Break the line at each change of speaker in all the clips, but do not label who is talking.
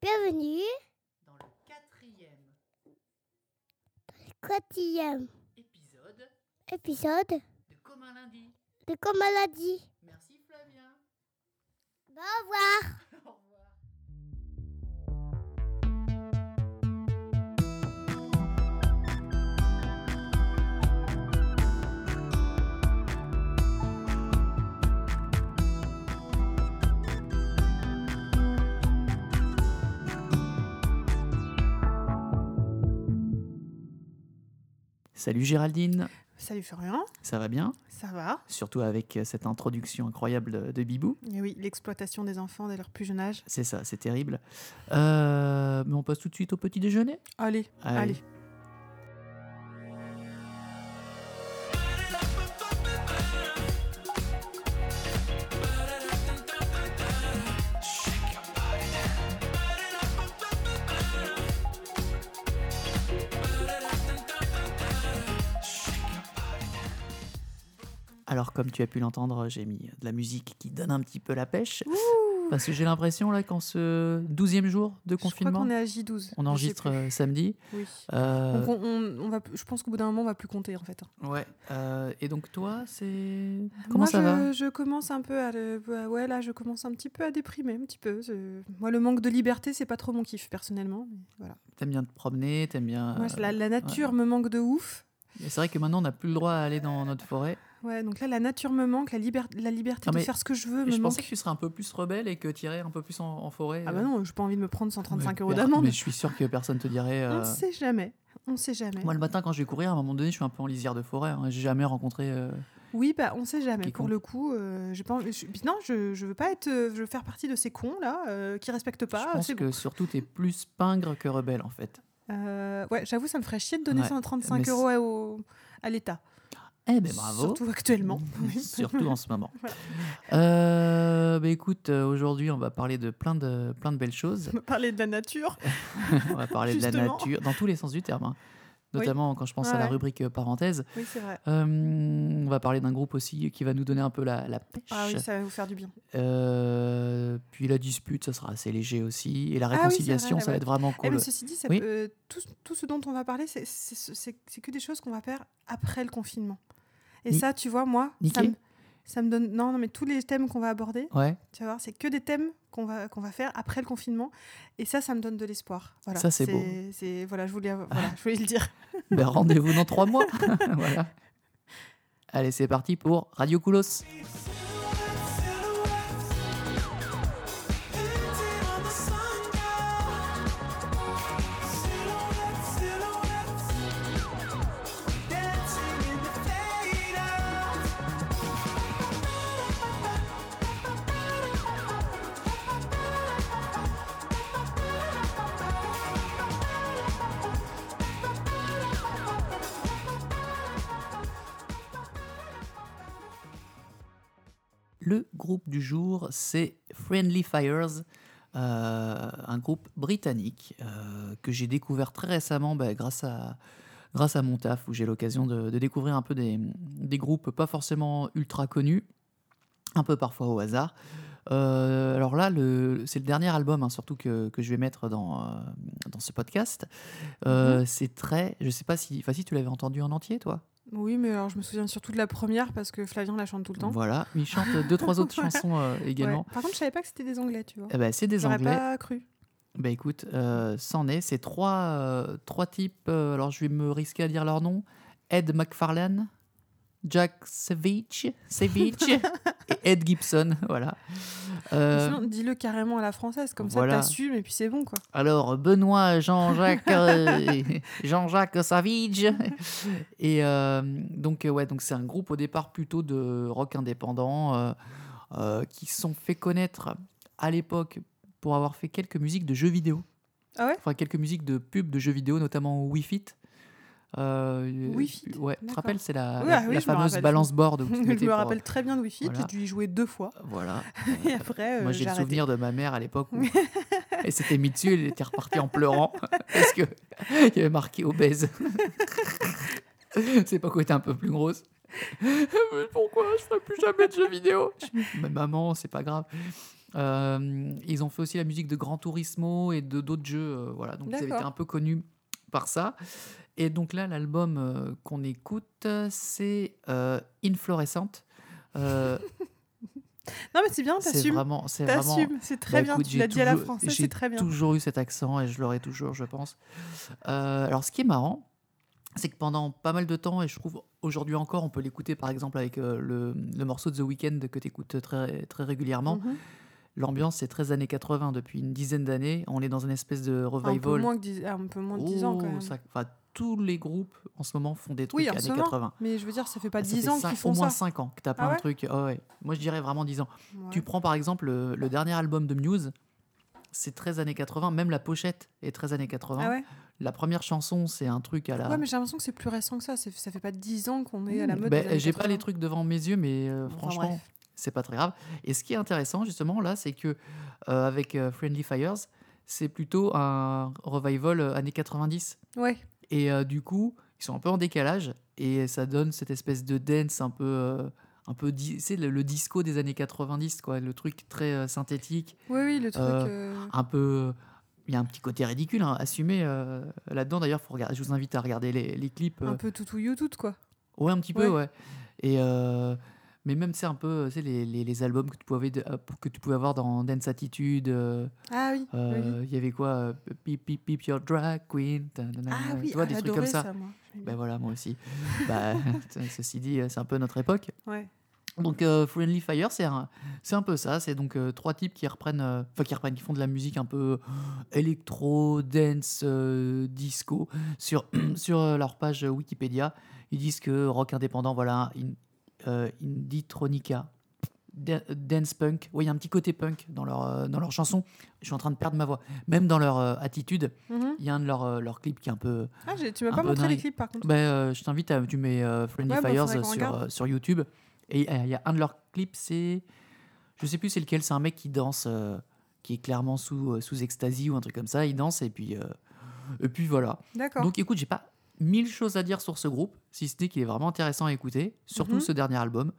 Bienvenue
dans le quatrième
quatrième
épisode
épisode
de Comme un lundi.
de Comme on l'a dit.
Merci Flavien.
Au revoir
Au revoir.
Salut Géraldine,
Salut Florian,
ça va bien
ça va
Surtout avec euh, cette introduction incroyable de- de Bibou.
Et oui, l'exploitation des enfants dès leur plus jeune âge.
C'est ça, c'est terrible. Euh, mais on passe tout de suite au petit déjeuner
Allez,
Allez.
allez.
Alors comme tu as pu l'entendre, j'ai mis de la musique qui donne un petit peu la pêche. Parce que j'ai l'impression là qu'en ce 12e jour de
Je crois
confinement,
qu'on est à J12.
on
je
enregistre
sais
euh, samedi.
plus. Oui.
Euh,
Donc on, on- on va, je pense qu'au bout d'un moment, on va plus compter en fait. hein.
ouais. euh, et donc toi, c'est... Comment
Moi,
ça
je,
va
Je commence un peu à, le- bah ouais, là, je commence un petit peu à déprimer, un petit peu. Je- Moi, le manque de liberté, c'est pas trop mon kiff personnellement. mais voilà.
T'aimes bien te promener, t'aimes bien...
Moi,
euh,
je- la, la nature me manque de ouf.
mais C'est vrai que maintenant, on n'a plus le droit à aller dans notre forêt.
Ouais, donc là, la nature me manque, la, liber- la liberté
Ah, mais-
de faire ce que je veux
Et
me
je
manque.
pensais que tu serais un peu plus rebelle et que tu irais un peu plus en, en forêt.
Ah
euh.
bah non, j'ai pas envie de me prendre 135
Mais
euros
per-
d'amende.
Mais je suis sûr que personne te dirait. euh,
On sait jamais. On sait jamais.
Moi, le matin, quand je vais courir, à un moment donné, je suis un peu en lisière de forêt. hein. J'ai jamais rencontré. euh,
Oui, bah on sait jamais.
Qui
Pour
compte.
le coup, euh, j'ai pas envie- je- puis non, je, je veux pas être, euh, je veux faire partie de ces cons là euh, qui respectent pas.
je pense
c'est
que
bon.
surtout, t'es plus pingre que rebelle, en fait.
Euh, ouais, j'avoue, ça me ferait chier de donner
Ouais,
135
mais
euros à, au- à l'État.
Eh ben, bravo.
Surtout actuellement. Oui.
Surtout en ce moment. Euh, bah, écoute, euh, aujourd'hui, on va parler de plein de plein de belles choses.
On va Parler de la nature.
on va parler de la
Justement.
nature, dans tous les sens du terme. hein.
Oui.
Notamment quand je pense à la
Ouais.
rubrique euh, parenthèse.
Oui, c'est vrai.
Euh, on va parler d'un groupe aussi qui va nous donner un peu la, la pêche.
Ah oui, ça va vous faire du bien.
Euh, puis la dispute, ça sera assez léger aussi. Et la
Ah oui, c'est
réconciliation,
vrai,
ça va
ouais.
être vraiment
Eh,
cool.
mais ceci dit, ça
Oui.
peut- euh, tout, tout ce dont on va parler, c'est- c'est c'est- c'est que des choses qu'on va faire après le confinement. Et
Ni-
ça, tu vois, moi, ça
Niquer
me, ça me donne. Non, non, mais tous les thèmes qu'on va aborder,
Ouais,
Tu vas voir, c'est que des thèmes qu'on va, qu'on va faire après le confinement. Et ça, ça me donne de l'espoir. Voilà,
Ça, c'est beau.
c'est- voilà, je voulais, voilà, je voulais le dire.
ben, rendez-vous dans trois mois. voilà. Allez, c'est parti pour Radio Koulos. Le groupe du jour, c'est Friendly Fires, euh, un groupe britannique euh, que j'ai découvert très récemment bah, grâce, à, grâce à mon taf, où j'ai l'occasion de, de découvrir un peu des, des groupes pas forcément ultra connus, un peu parfois au hasard. Euh, alors là, le- c'est le dernier album, hein, surtout que, que je vais mettre dans, euh, dans ce podcast.
Mhm.
Euh, C'est très, je sais pas si, enfin si tu l'avais entendu en entier, toi.
Oui, mais alors je me souviens surtout de la première parce que Flavien la chante tout le temps.
Voilà, il chante deux trois autres
Voilà.
chansons euh,
Ouais.
également.
Par contre, je savais pas que c'était des Anglais, tu vois.
Eh ben, c'est des
J'aurais
Anglais.
pas cru.
Bah écoute, euh, c'en est. C'est trois, euh, trois types. euh, alors je vais me risquer à dire leur nom. Ed McFarlane, Jack Savage, Savage et Ed Gibson. Voilà. Euh,
Sinon, dis-le carrément à la française, comme
voilà.
ça t'assumes et puis c'est bon, quoi.
alors Benoît, Jean-Jacques, euh, Jean-Jacques Savage. Et euh, donc euh, ouais, donc c'est un groupe au départ plutôt de rock indépendant euh, euh, qui se sont fait connaître à l'époque pour avoir fait quelques musiques de jeux vidéo.
Ah ouais
Enfin, quelques musiques de pubs de jeux vidéo, notamment Wii Fit. Euh,
Wii Fit,
Ouais, tu te
d'accord.
rappelles, c'est la,
Ouais,
la,
oui, je
la
me
fameuse
rappelle.
balance board. Où tu te
je
mettais
me
pour-
rappelle très bien de Wi-Fi,
Voilà.
j'ai dû y jouer deux fois.
Voilà.
Et après, euh,
Moi, j'ai le
arrêté.
souvenir de ma mère à l'époque où elle s'était mise dessus, elle était repartie en pleurant parce que il y avait marqué obèse. C'est pas quoi, t'es un peu plus grosse. Mais pourquoi je ferai plus jamais de jeux vidéo Je dis, Mais maman, c'est pas grave. Euh, ils ont fait aussi la musique de Gran Turismo et de d'autres jeux. euh, voilà, donc ils avaient été
D'accord.
un peu connus par ça. Et donc là, l'album euh, qu'on écoute, euh, c'est euh, Inflorescente. Euh,
Non, mais c'est bien,
c'est
t'assumes.
vraiment, c'est vraiment.
T'assumes, c'est très
Bah,
bien.
écoute,
Tu
j'ai
l'as dit à la
toujours-
française,
j'ai
c'est très bien.
toujours eu cet accent et je l'aurai toujours, je pense. Euh, alors, ce qui est marrant, c'est que pendant pas mal de temps, et je trouve aujourd'hui encore, on peut l'écouter par exemple avec euh, le, le morceau de The Weeknd que tu écoutes très, très régulièrement.
Mhm.
L'ambiance, c'est très années 80 depuis une dizaine d'années. On est dans une espèce de
Un peu
revival.
moins que dix- ah, un peu moins de 10 ans quand
Oh,
même.
ça- enfin, tous les groupes en ce moment font des trucs
Oui, en ce
années
moment,
80.
Mais je veux dire, ça fait pas
Ça
10
fait
ans
cinq-
qu'ils
au
font
moins
ça.
5 ans que tu as plein
Ah ouais
de trucs. Ah ouais. Moi, je dirais vraiment 10 ans.
Ouais.
Tu prends par exemple le, le dernier album de Muse, c'est 13 années 80, même la pochette est 13 années 80.
Ah ouais
La première chanson, c'est un truc à la.
Ouais, mais j'ai l'impression que c'est plus récent que ça. c'est- Ça fait pas 10 ans qu'on est à la
Hmm,
mode.
ben,
des années
J'ai pas
80.
les trucs devant mes yeux, mais euh,
Enfin,
franchement,
bref.
c'est pas très grave. Et ce qui est intéressant, justement, là, c'est que euh, avec euh, Friendly Fires, c'est plutôt un revival euh, années 90.
Ouais.
Et euh, du coup, ils sont un peu en décalage et ça donne cette espèce de dance un peu. euh, un peu di- c'est le, le disco des années 90 quoi le truc très euh, synthétique
Oui, oui, le truc.
Euh,
euh,
un peu. Il y a un petit côté ridicule, hein, assumé euh, là-dedans. D'ailleurs, faut regarder- je vous invite à regarder les, les clips. euh,
Un peu toutou you tout, quoi.
Ouais, un petit peu,
ouais.
ouais. Et, euh, mais même, c'est un peu tu sais, les, les, les albums que tu, pouvais, de- euh, que tu pouvais avoir dans Dance Attitude. euh,
Ah oui.
euh, Il
oui.
y avait quoi euh, Pip, pip, pip, your drag queen. ta- na- na-
Ah
na-
oui,
tu vois, des
ah,
trucs comme
j'adorais
ça.
ça, moi.
Ben voilà, moi aussi. bah, ceci dit, c'est un peu notre époque.
Ouais.
Donc euh, Friendly Fire, c'est un, c'est un peu ça. C'est donc euh, trois types qui reprennent, euh, enfin qui reprennent, qui font de la musique un peu euh, électro, dance, euh, disco sur sur euh, leur page Wikipédia. Ils disent que rock indépendant, voilà, in, euh, indie tronica, da- dance punk. Oui, il y a un petit côté punk dans leur euh, dans leur chanson. Je suis en train de perdre ma voix. Même dans leur euh, attitude,
Mhm.
il y a un de leurs euh, leurs clips qui est un peu.
Ah, j'ai- tu m'as
Un
pas
peu
montré les
dingue.
clips, par contre.
Ben, euh, je t'invite à. Tu mets euh, Friendly
Ouais, bah,
Fires
faudrait qu'on
sur,
regarde.
euh, sur YouTube. Et euh, il y a un de leurs clips, c'est. Je sais plus c'est lequel, c'est un mec qui danse, euh, qui est clairement sous, euh, sous ecstasy ou un truc comme ça. Il danse et puis. euh, et puis voilà.
D'accord.
Donc écoute, j'ai pas mille choses à dire sur ce groupe, si ce n'est qu'il est vraiment intéressant à écouter, surtout
Mhm.
ce dernier album.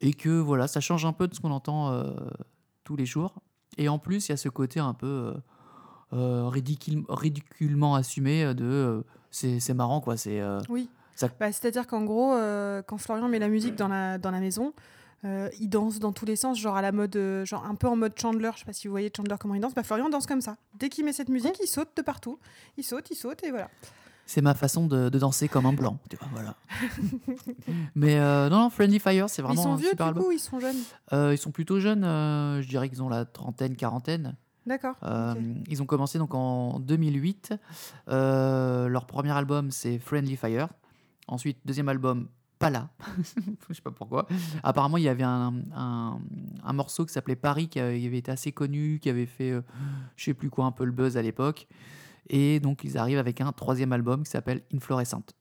Et que voilà, ça change un peu de ce qu'on entend euh, tous les jours. Et en plus, il y a ce côté un peu. euh, euh, ridicule- ridiculement assumé euh, de euh, c'est c'est marrant quoi c'est euh,
Oui.
Ça-
Bah, C'est-à-dire qu'en gros, euh, quand Florian met la musique dans la, dans la maison, euh, il danse dans tous les sens, genre à la mode, euh, genre un peu en mode Chandler. Je sais pas si vous voyez Chandler comment il danse. Bah, Florian danse comme ça. Dès qu'il met cette musique, il saute de partout. Il saute, il saute et voilà.
C'est ma façon de, de danser comme un blanc, tu vois, voilà. Mais euh, non, non, Friendly Fire, c'est vraiment
ils sont
un
vieux du
super album.
coup, ils sont jeunes.
Euh, ils sont plutôt jeunes, euh, je dirais qu'ils ont la trentaine, quarantaine.
D'accord.
Euh,
ok.
Ils ont commencé donc en 2008. Euh, leur premier album, c'est Friendly Fire. Ensuite, deuxième album, Pas là. Je sais pas pourquoi. Apparemment, il y avait un, un- un morceau qui s'appelait Paris, qui avait qui avait été assez connu, qui avait fait, euh, je sais plus quoi, un peu le buzz à l'époque. Et donc, ils arrivent avec un troisième album qui s'appelle Inflorescente.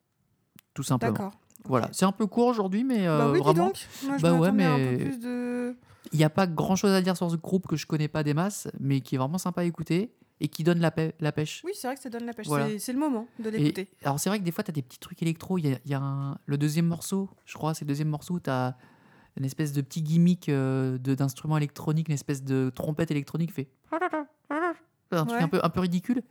Tout simplement.
D'accord.
Voilà.
Ok.
C'est un peu court aujourd'hui, mais euh,
bah oui, dis
vraiment,
donc. Moi, je
Bah ouais,
m'attendais à un
mais-
peu plus de.
il n'y a pas grand chose à dire sur ce groupe que je connais pas des masses, mais qui est vraiment sympa à écouter et qui donne la, pê- la pêche.
Oui, c'est vrai que ça donne la pêche.
Voilà.
C'est- C'est le moment de
Et-
l'écouter.
alors c'est vrai que des fois tu as des petits trucs électro, il y a, il y a un- le deuxième morceau, je crois, c'est le deuxième morceau, tu as une espèce de petit gimmick euh, de- d'instrument électronique, une espèce de trompette électronique fait un truc
Ouais.
un peu un peu ridicule,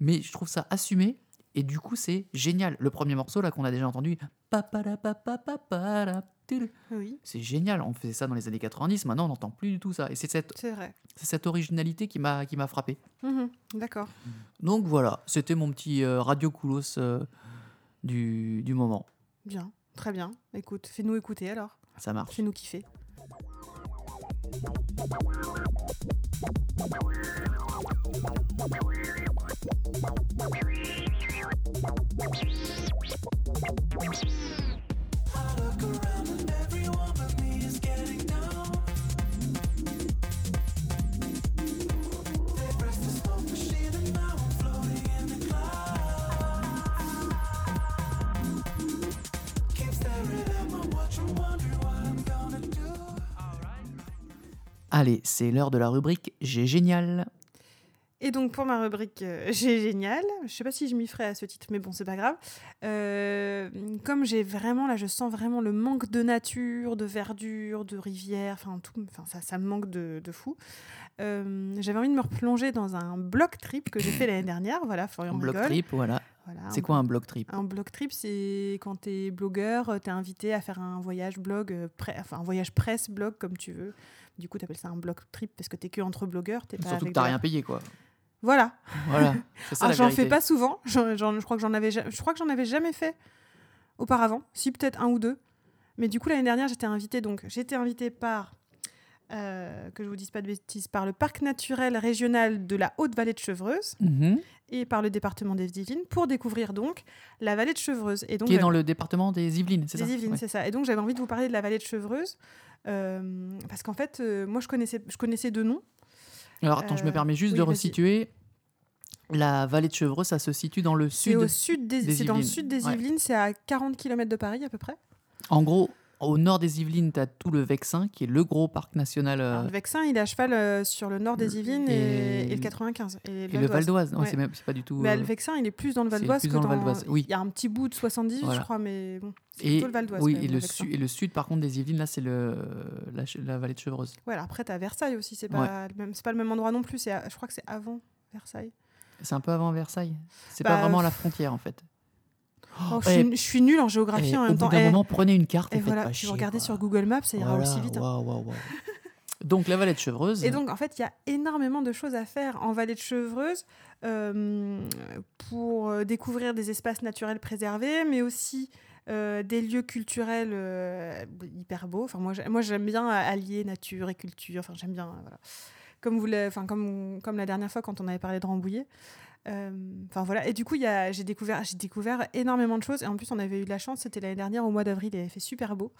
mais je trouve ça assumé et du coup c'est génial. Le premier morceau là qu'on a déjà entendu, paparapapapaparap, tudu.
Oui,
c'est génial, on faisait ça dans les années 90, maintenant on n'entend plus du tout ça et c'est cette
c'est vrai.
c'est cette originalité qui m'a qui m'a frappé.
Mhm, D'accord.
Donc voilà, c'était mon petit euh, radio Koulos euh, du, du moment.
Bien. Très bien. Écoute, fais-nous écouter alors.
Ça marche.
Fais-nous kiffer.
Allez, c'est l'heure de la rubrique J'ai génial.
Et donc pour ma rubrique euh, J'ai génial, je sais pas si je m'y ferai à ce titre, mais bon, c'est pas grave. Euh, comme j'ai vraiment, là, je sens vraiment le manque de nature, de verdure, de rivière, enfin tout, enfin ça, ça me manque de, de fou. Euh, J'avais envie de me replonger dans un bloc trip que j'ai fait l'année dernière. Voilà, Florian
Un bloc
rigole. Ah,
trip, voilà.
Voilà,
C'est
un
quoi un bloc trip
un blog trip, c'est quand t'es blogueur, euh, t'es invité à faire un voyage blog, euh, pre- enfin un voyage presse blog comme tu veux. Du coup, t'appelles ça un blog trip parce que t'es que entre blogueurs, t'es pas.
Surtout que
avec
t'as
de-
rien payé, quoi.
Voilà.
Voilà. C'est ça
Ah,
la
j'en
vérité.
fais pas souvent. J'en- j'en- je crois que j'en avais, ja- je crois que j'en avais jamais fait auparavant. Si peut-être un ou deux. Mais du coup, l'année dernière, j'étais invitée. Donc, j'étais invitée par euh, que je vous dise pas de bêtises, par le parc naturel régional de la Haute-Vallée de Chevreuse
Mhm.
et par le département des Yvelines pour découvrir donc la vallée de Chevreuse. Et donc,
Qui est
j'avais-
dans le département des Yvelines, c'est ça
des Yvelines,
Ouais.
c'est ça. Et donc j'avais envie de vous parler de la vallée de Chevreuse. euh, parce qu'en fait, euh, moi je connaissais, je connaissais deux noms.
Alors attends, je me
Euh,
permets juste
oui,
de
vas-y.
resituer. La vallée de Chevreuse, ça se situe dans le
C'est
sud.
au sud des,
des
c'est dans le
Yvelines.
sud des
Ouais.
Yvelines, c'est à 40 km de Paris à peu près.
En gros, au nord des Yvelines, tu as tout le Vexin, qui est le gros parc national. euh,
Alors, le Vexin, il est à cheval euh, sur le nord des Yvelines et,
Et-
et le 95. Et,
et le Val d'Oise. Non,
Ouais.
C'est même- c'est pas du tout.
Mais
euh,
le Vexin, il est plus dans le Val
c'est
d'Oise que
plus
dans,
dans le Val d'Oise, oui.
Il y a un petit bout de 78,
Voilà.
je crois, mais bon, c'est
et,
plutôt le Val d'Oise.
oui,
quand
et
même,
le,
Vexin.
sud, et le sud, par contre, des Yvelines, là, c'est le- la, ch- la vallée de Chevreuse.
Ouais, alors après, t'as Versailles aussi, c'est pas, le même- c'est pas le même endroit non plus. c'est à- je crois que c'est avant Versailles.
C'est un peu avant Versailles. C'est
Bah,
pas vraiment à la
pff.
frontière, en fait.
Oh, je,
eh,
suis, je suis nulle en
eh,
géographie en
au
même
bout
temps.
d'un
Eh,
moment, prenez une carte.
Et
Et faites
voilà,
pas
tu
chier,
vas regarder
quoi.
sur Google Maps, ça ira
Voilà,
aussi vite. hein.
waouh, waouh, waouh. Donc, la vallée de Chevreuse.
Et donc, en fait, il y a énormément de choses à faire en vallée de Chevreuse euh, pour euh, découvrir des espaces naturels préservés, mais aussi euh, des lieux culturels euh, hyper beaux. Enfin, moi, j'ai- moi, j'aime bien euh, allier nature et culture. Enfin, j'aime bien. euh, voilà. Comme, vous l'avez- enfin, comme, comme la dernière fois quand on avait parlé de Rambouillet. Euh, Enfin voilà, et du coup, il y a- j'ai découvert, j'ai découvert énormément de choses. Et en plus, on avait eu de la chance, c'était l'année dernière au mois d'avril, il avait fait super beau.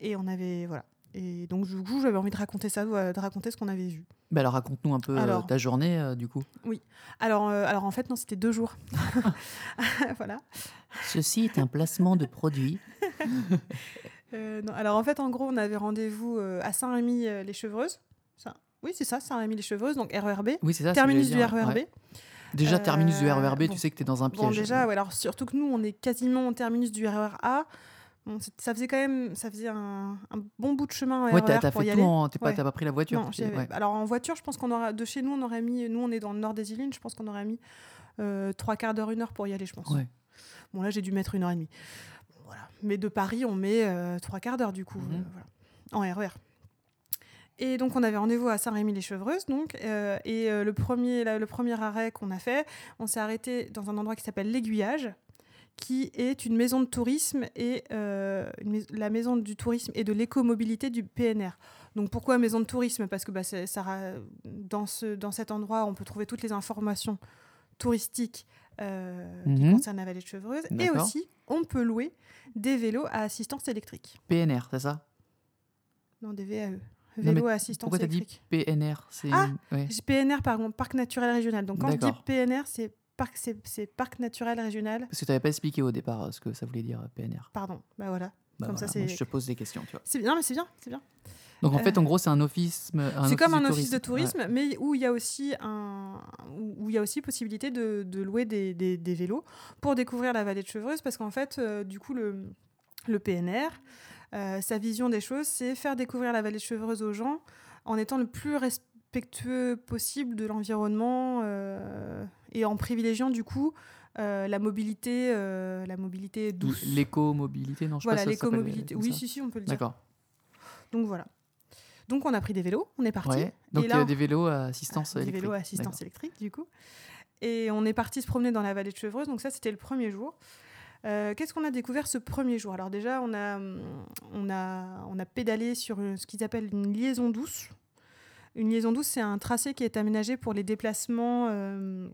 Et on avait. Voilà. Et donc, du coup, j'avais envie de raconter ça, euh, de raconter ce qu'on avait vu.
Bah, alors, raconte-nous un peu euh,
Alors.
ta journée, euh, du coup.
Alors, euh, alors en fait, non, c'était deux jours. voilà.
Ceci est un placement de produit.
Euh, non, alors, en fait, en gros, on avait rendez-vous euh, à Saint-Rémy-les-Chevreuses. Oui, c'est ça, Saint-Rémy-les-Chevreuses, donc RERB.
Oui, c'est ça. ce que
Terminus du
j'allais dire, ouais.
RERB.
Déjà, terminus du
Euh,
RERB,
bon.
tu sais que tu es dans un piège.
Bon, déjà, ouais, alors surtout que nous, on est quasiment au terminus du RER A. Bon, c'est- ça faisait quand même ça faisait un, un bon bout de chemin. au
Ouais, t'as
RER
t'as
E pour
fait
y
tout
aller.
en. T'as pas,
Ouais.
t'as pas pris la voiture.
Non,
t'es-
j'y avais-
ouais.
Alors en voiture, je pense qu'on aura de chez nous, on aurait mis. Nous, on est dans le nord des Yvelines. Je pense qu'on aurait mis euh, trois quarts d'heure, une heure pour y aller, je pense.
Ouais.
Bon là, j'ai dû mettre une heure et demie. Bon, voilà. Mais de Paris, on met euh, trois quarts d'heure du coup,
Mhm.
euh, voilà. en RER. Et donc on avait rendez-vous à Saint-Rémy-les-Chevreuses, donc euh, et euh, le premier la- le premier arrêt qu'on a fait, on s'est arrêté dans un endroit qui s'appelle l'Aiguillage, qui est une maison de tourisme et euh, une mais- la maison du tourisme et de l'écomobilité du PNR. Donc pourquoi maison de tourisme Parce que bah, c'est- ça, ra- dans, ce, dans cet endroit, on peut trouver toutes les informations touristiques euh, qui
Mhm.
concernent la vallée de Chevreuse. Et
D'accord.
aussi, on peut louer des vélos à assistance électrique.
PNR, c'est ça
Non, des VAE.
Non, mais
Vélos à assistance
Pourquoi t'as dit
électrique.
PNR c'est
Ah
une- ouais.
J'ai PNR, par contre, parc naturel régional. Donc quand je dis
D'accord.
PNR, c'est parc, c'est- c'est parc naturel régional.
Parce que t'avais pas expliqué au départ euh, ce que ça voulait dire euh, PNR.
Pardon, bah voilà.
Bah
Comme ça,
voilà, moi,
c'est-
je te pose des questions, tu vois.
C'est bien, mais c'est bien, c'est bien.
Donc en
Euh,
fait, en gros, c'est un office.
C'est comme un office de tourisme, mais où il y a aussi un, où où il y a aussi possibilité de, de louer des, des- des vélos pour découvrir la vallée de Chevreuse, parce qu'en fait, euh, du coup, le, le PNR, euh, sa vision des choses, c'est faire découvrir la vallée de Chevreuse aux gens en étant le plus respectueux possible de l'environnement euh, et en privilégiant du coup euh, la mobilité, euh, la mobilité douce.
L'éco-mobilité, non, je sais
voilà,
pas si ça s'appelle, euh,
l'écomobilité.
comme
Oui,
ça.
si, si, on peut le dire.
D'accord.
Donc voilà. Donc on a pris des vélos, on est parti.
Ouais. Donc euh, il
et
y
là,
a des vélos à assistance
des
électrique.
vélos à assistance électrique, du coup. Et on est parti se promener dans la vallée de Chevreuse. Donc ça, c'était le premier jour. Euh, Qu'est-ce qu'on a découvert ce premier jour Alors déjà, on a, hum, on a, on a pédalé sur une- ce qu'ils appellent une liaison douce. Une liaison douce, c'est un tracé qui est aménagé pour les déplacements euh,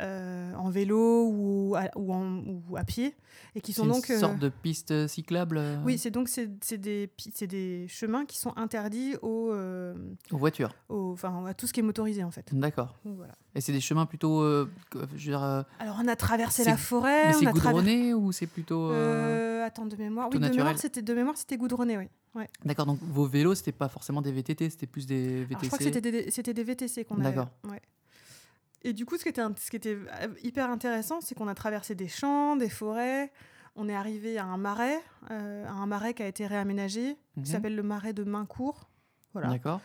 euh, en vélo ou à, ou en- ou à pied, et qui
C'est
sont
une
donc euh,
sorte de piste cyclable euh,
oui, c'est donc c'est c'est des, pi- c'est des chemins qui sont interdits aux, euh,
aux voitures.
aux- enfin, à tout ce qui est motorisé en fait.
D'accord.
Donc, voilà.
Et c'est des chemins plutôt. euh, que- je veux dire, euh,
Alors on a traversé
C'est-
la forêt,
mais
on
c'est
a traversé.
goudronné ou c'est plutôt. euh,
Euh, attends de mémoire, oui,
plutôt
de mémoire
naturel.
c'était de mémoire c'était goudronné, oui. Ouais.
D'accord, donc vos vélos, c'était pas forcément des VTT, c'était plus des
Alors,
VTC.
je crois que c'était des, c'était des VTC qu'on avait.
D'accord.
ouais. Et du coup, ce qui était, int- ce qui était euh, hyper intéressant, c'est qu'on a traversé des champs, des forêts. On est arrivé à un marais, euh, à un marais qui a été réaménagé,
Mhm.
qui s'appelle le marais de Maincourt. Voilà.
D'accord.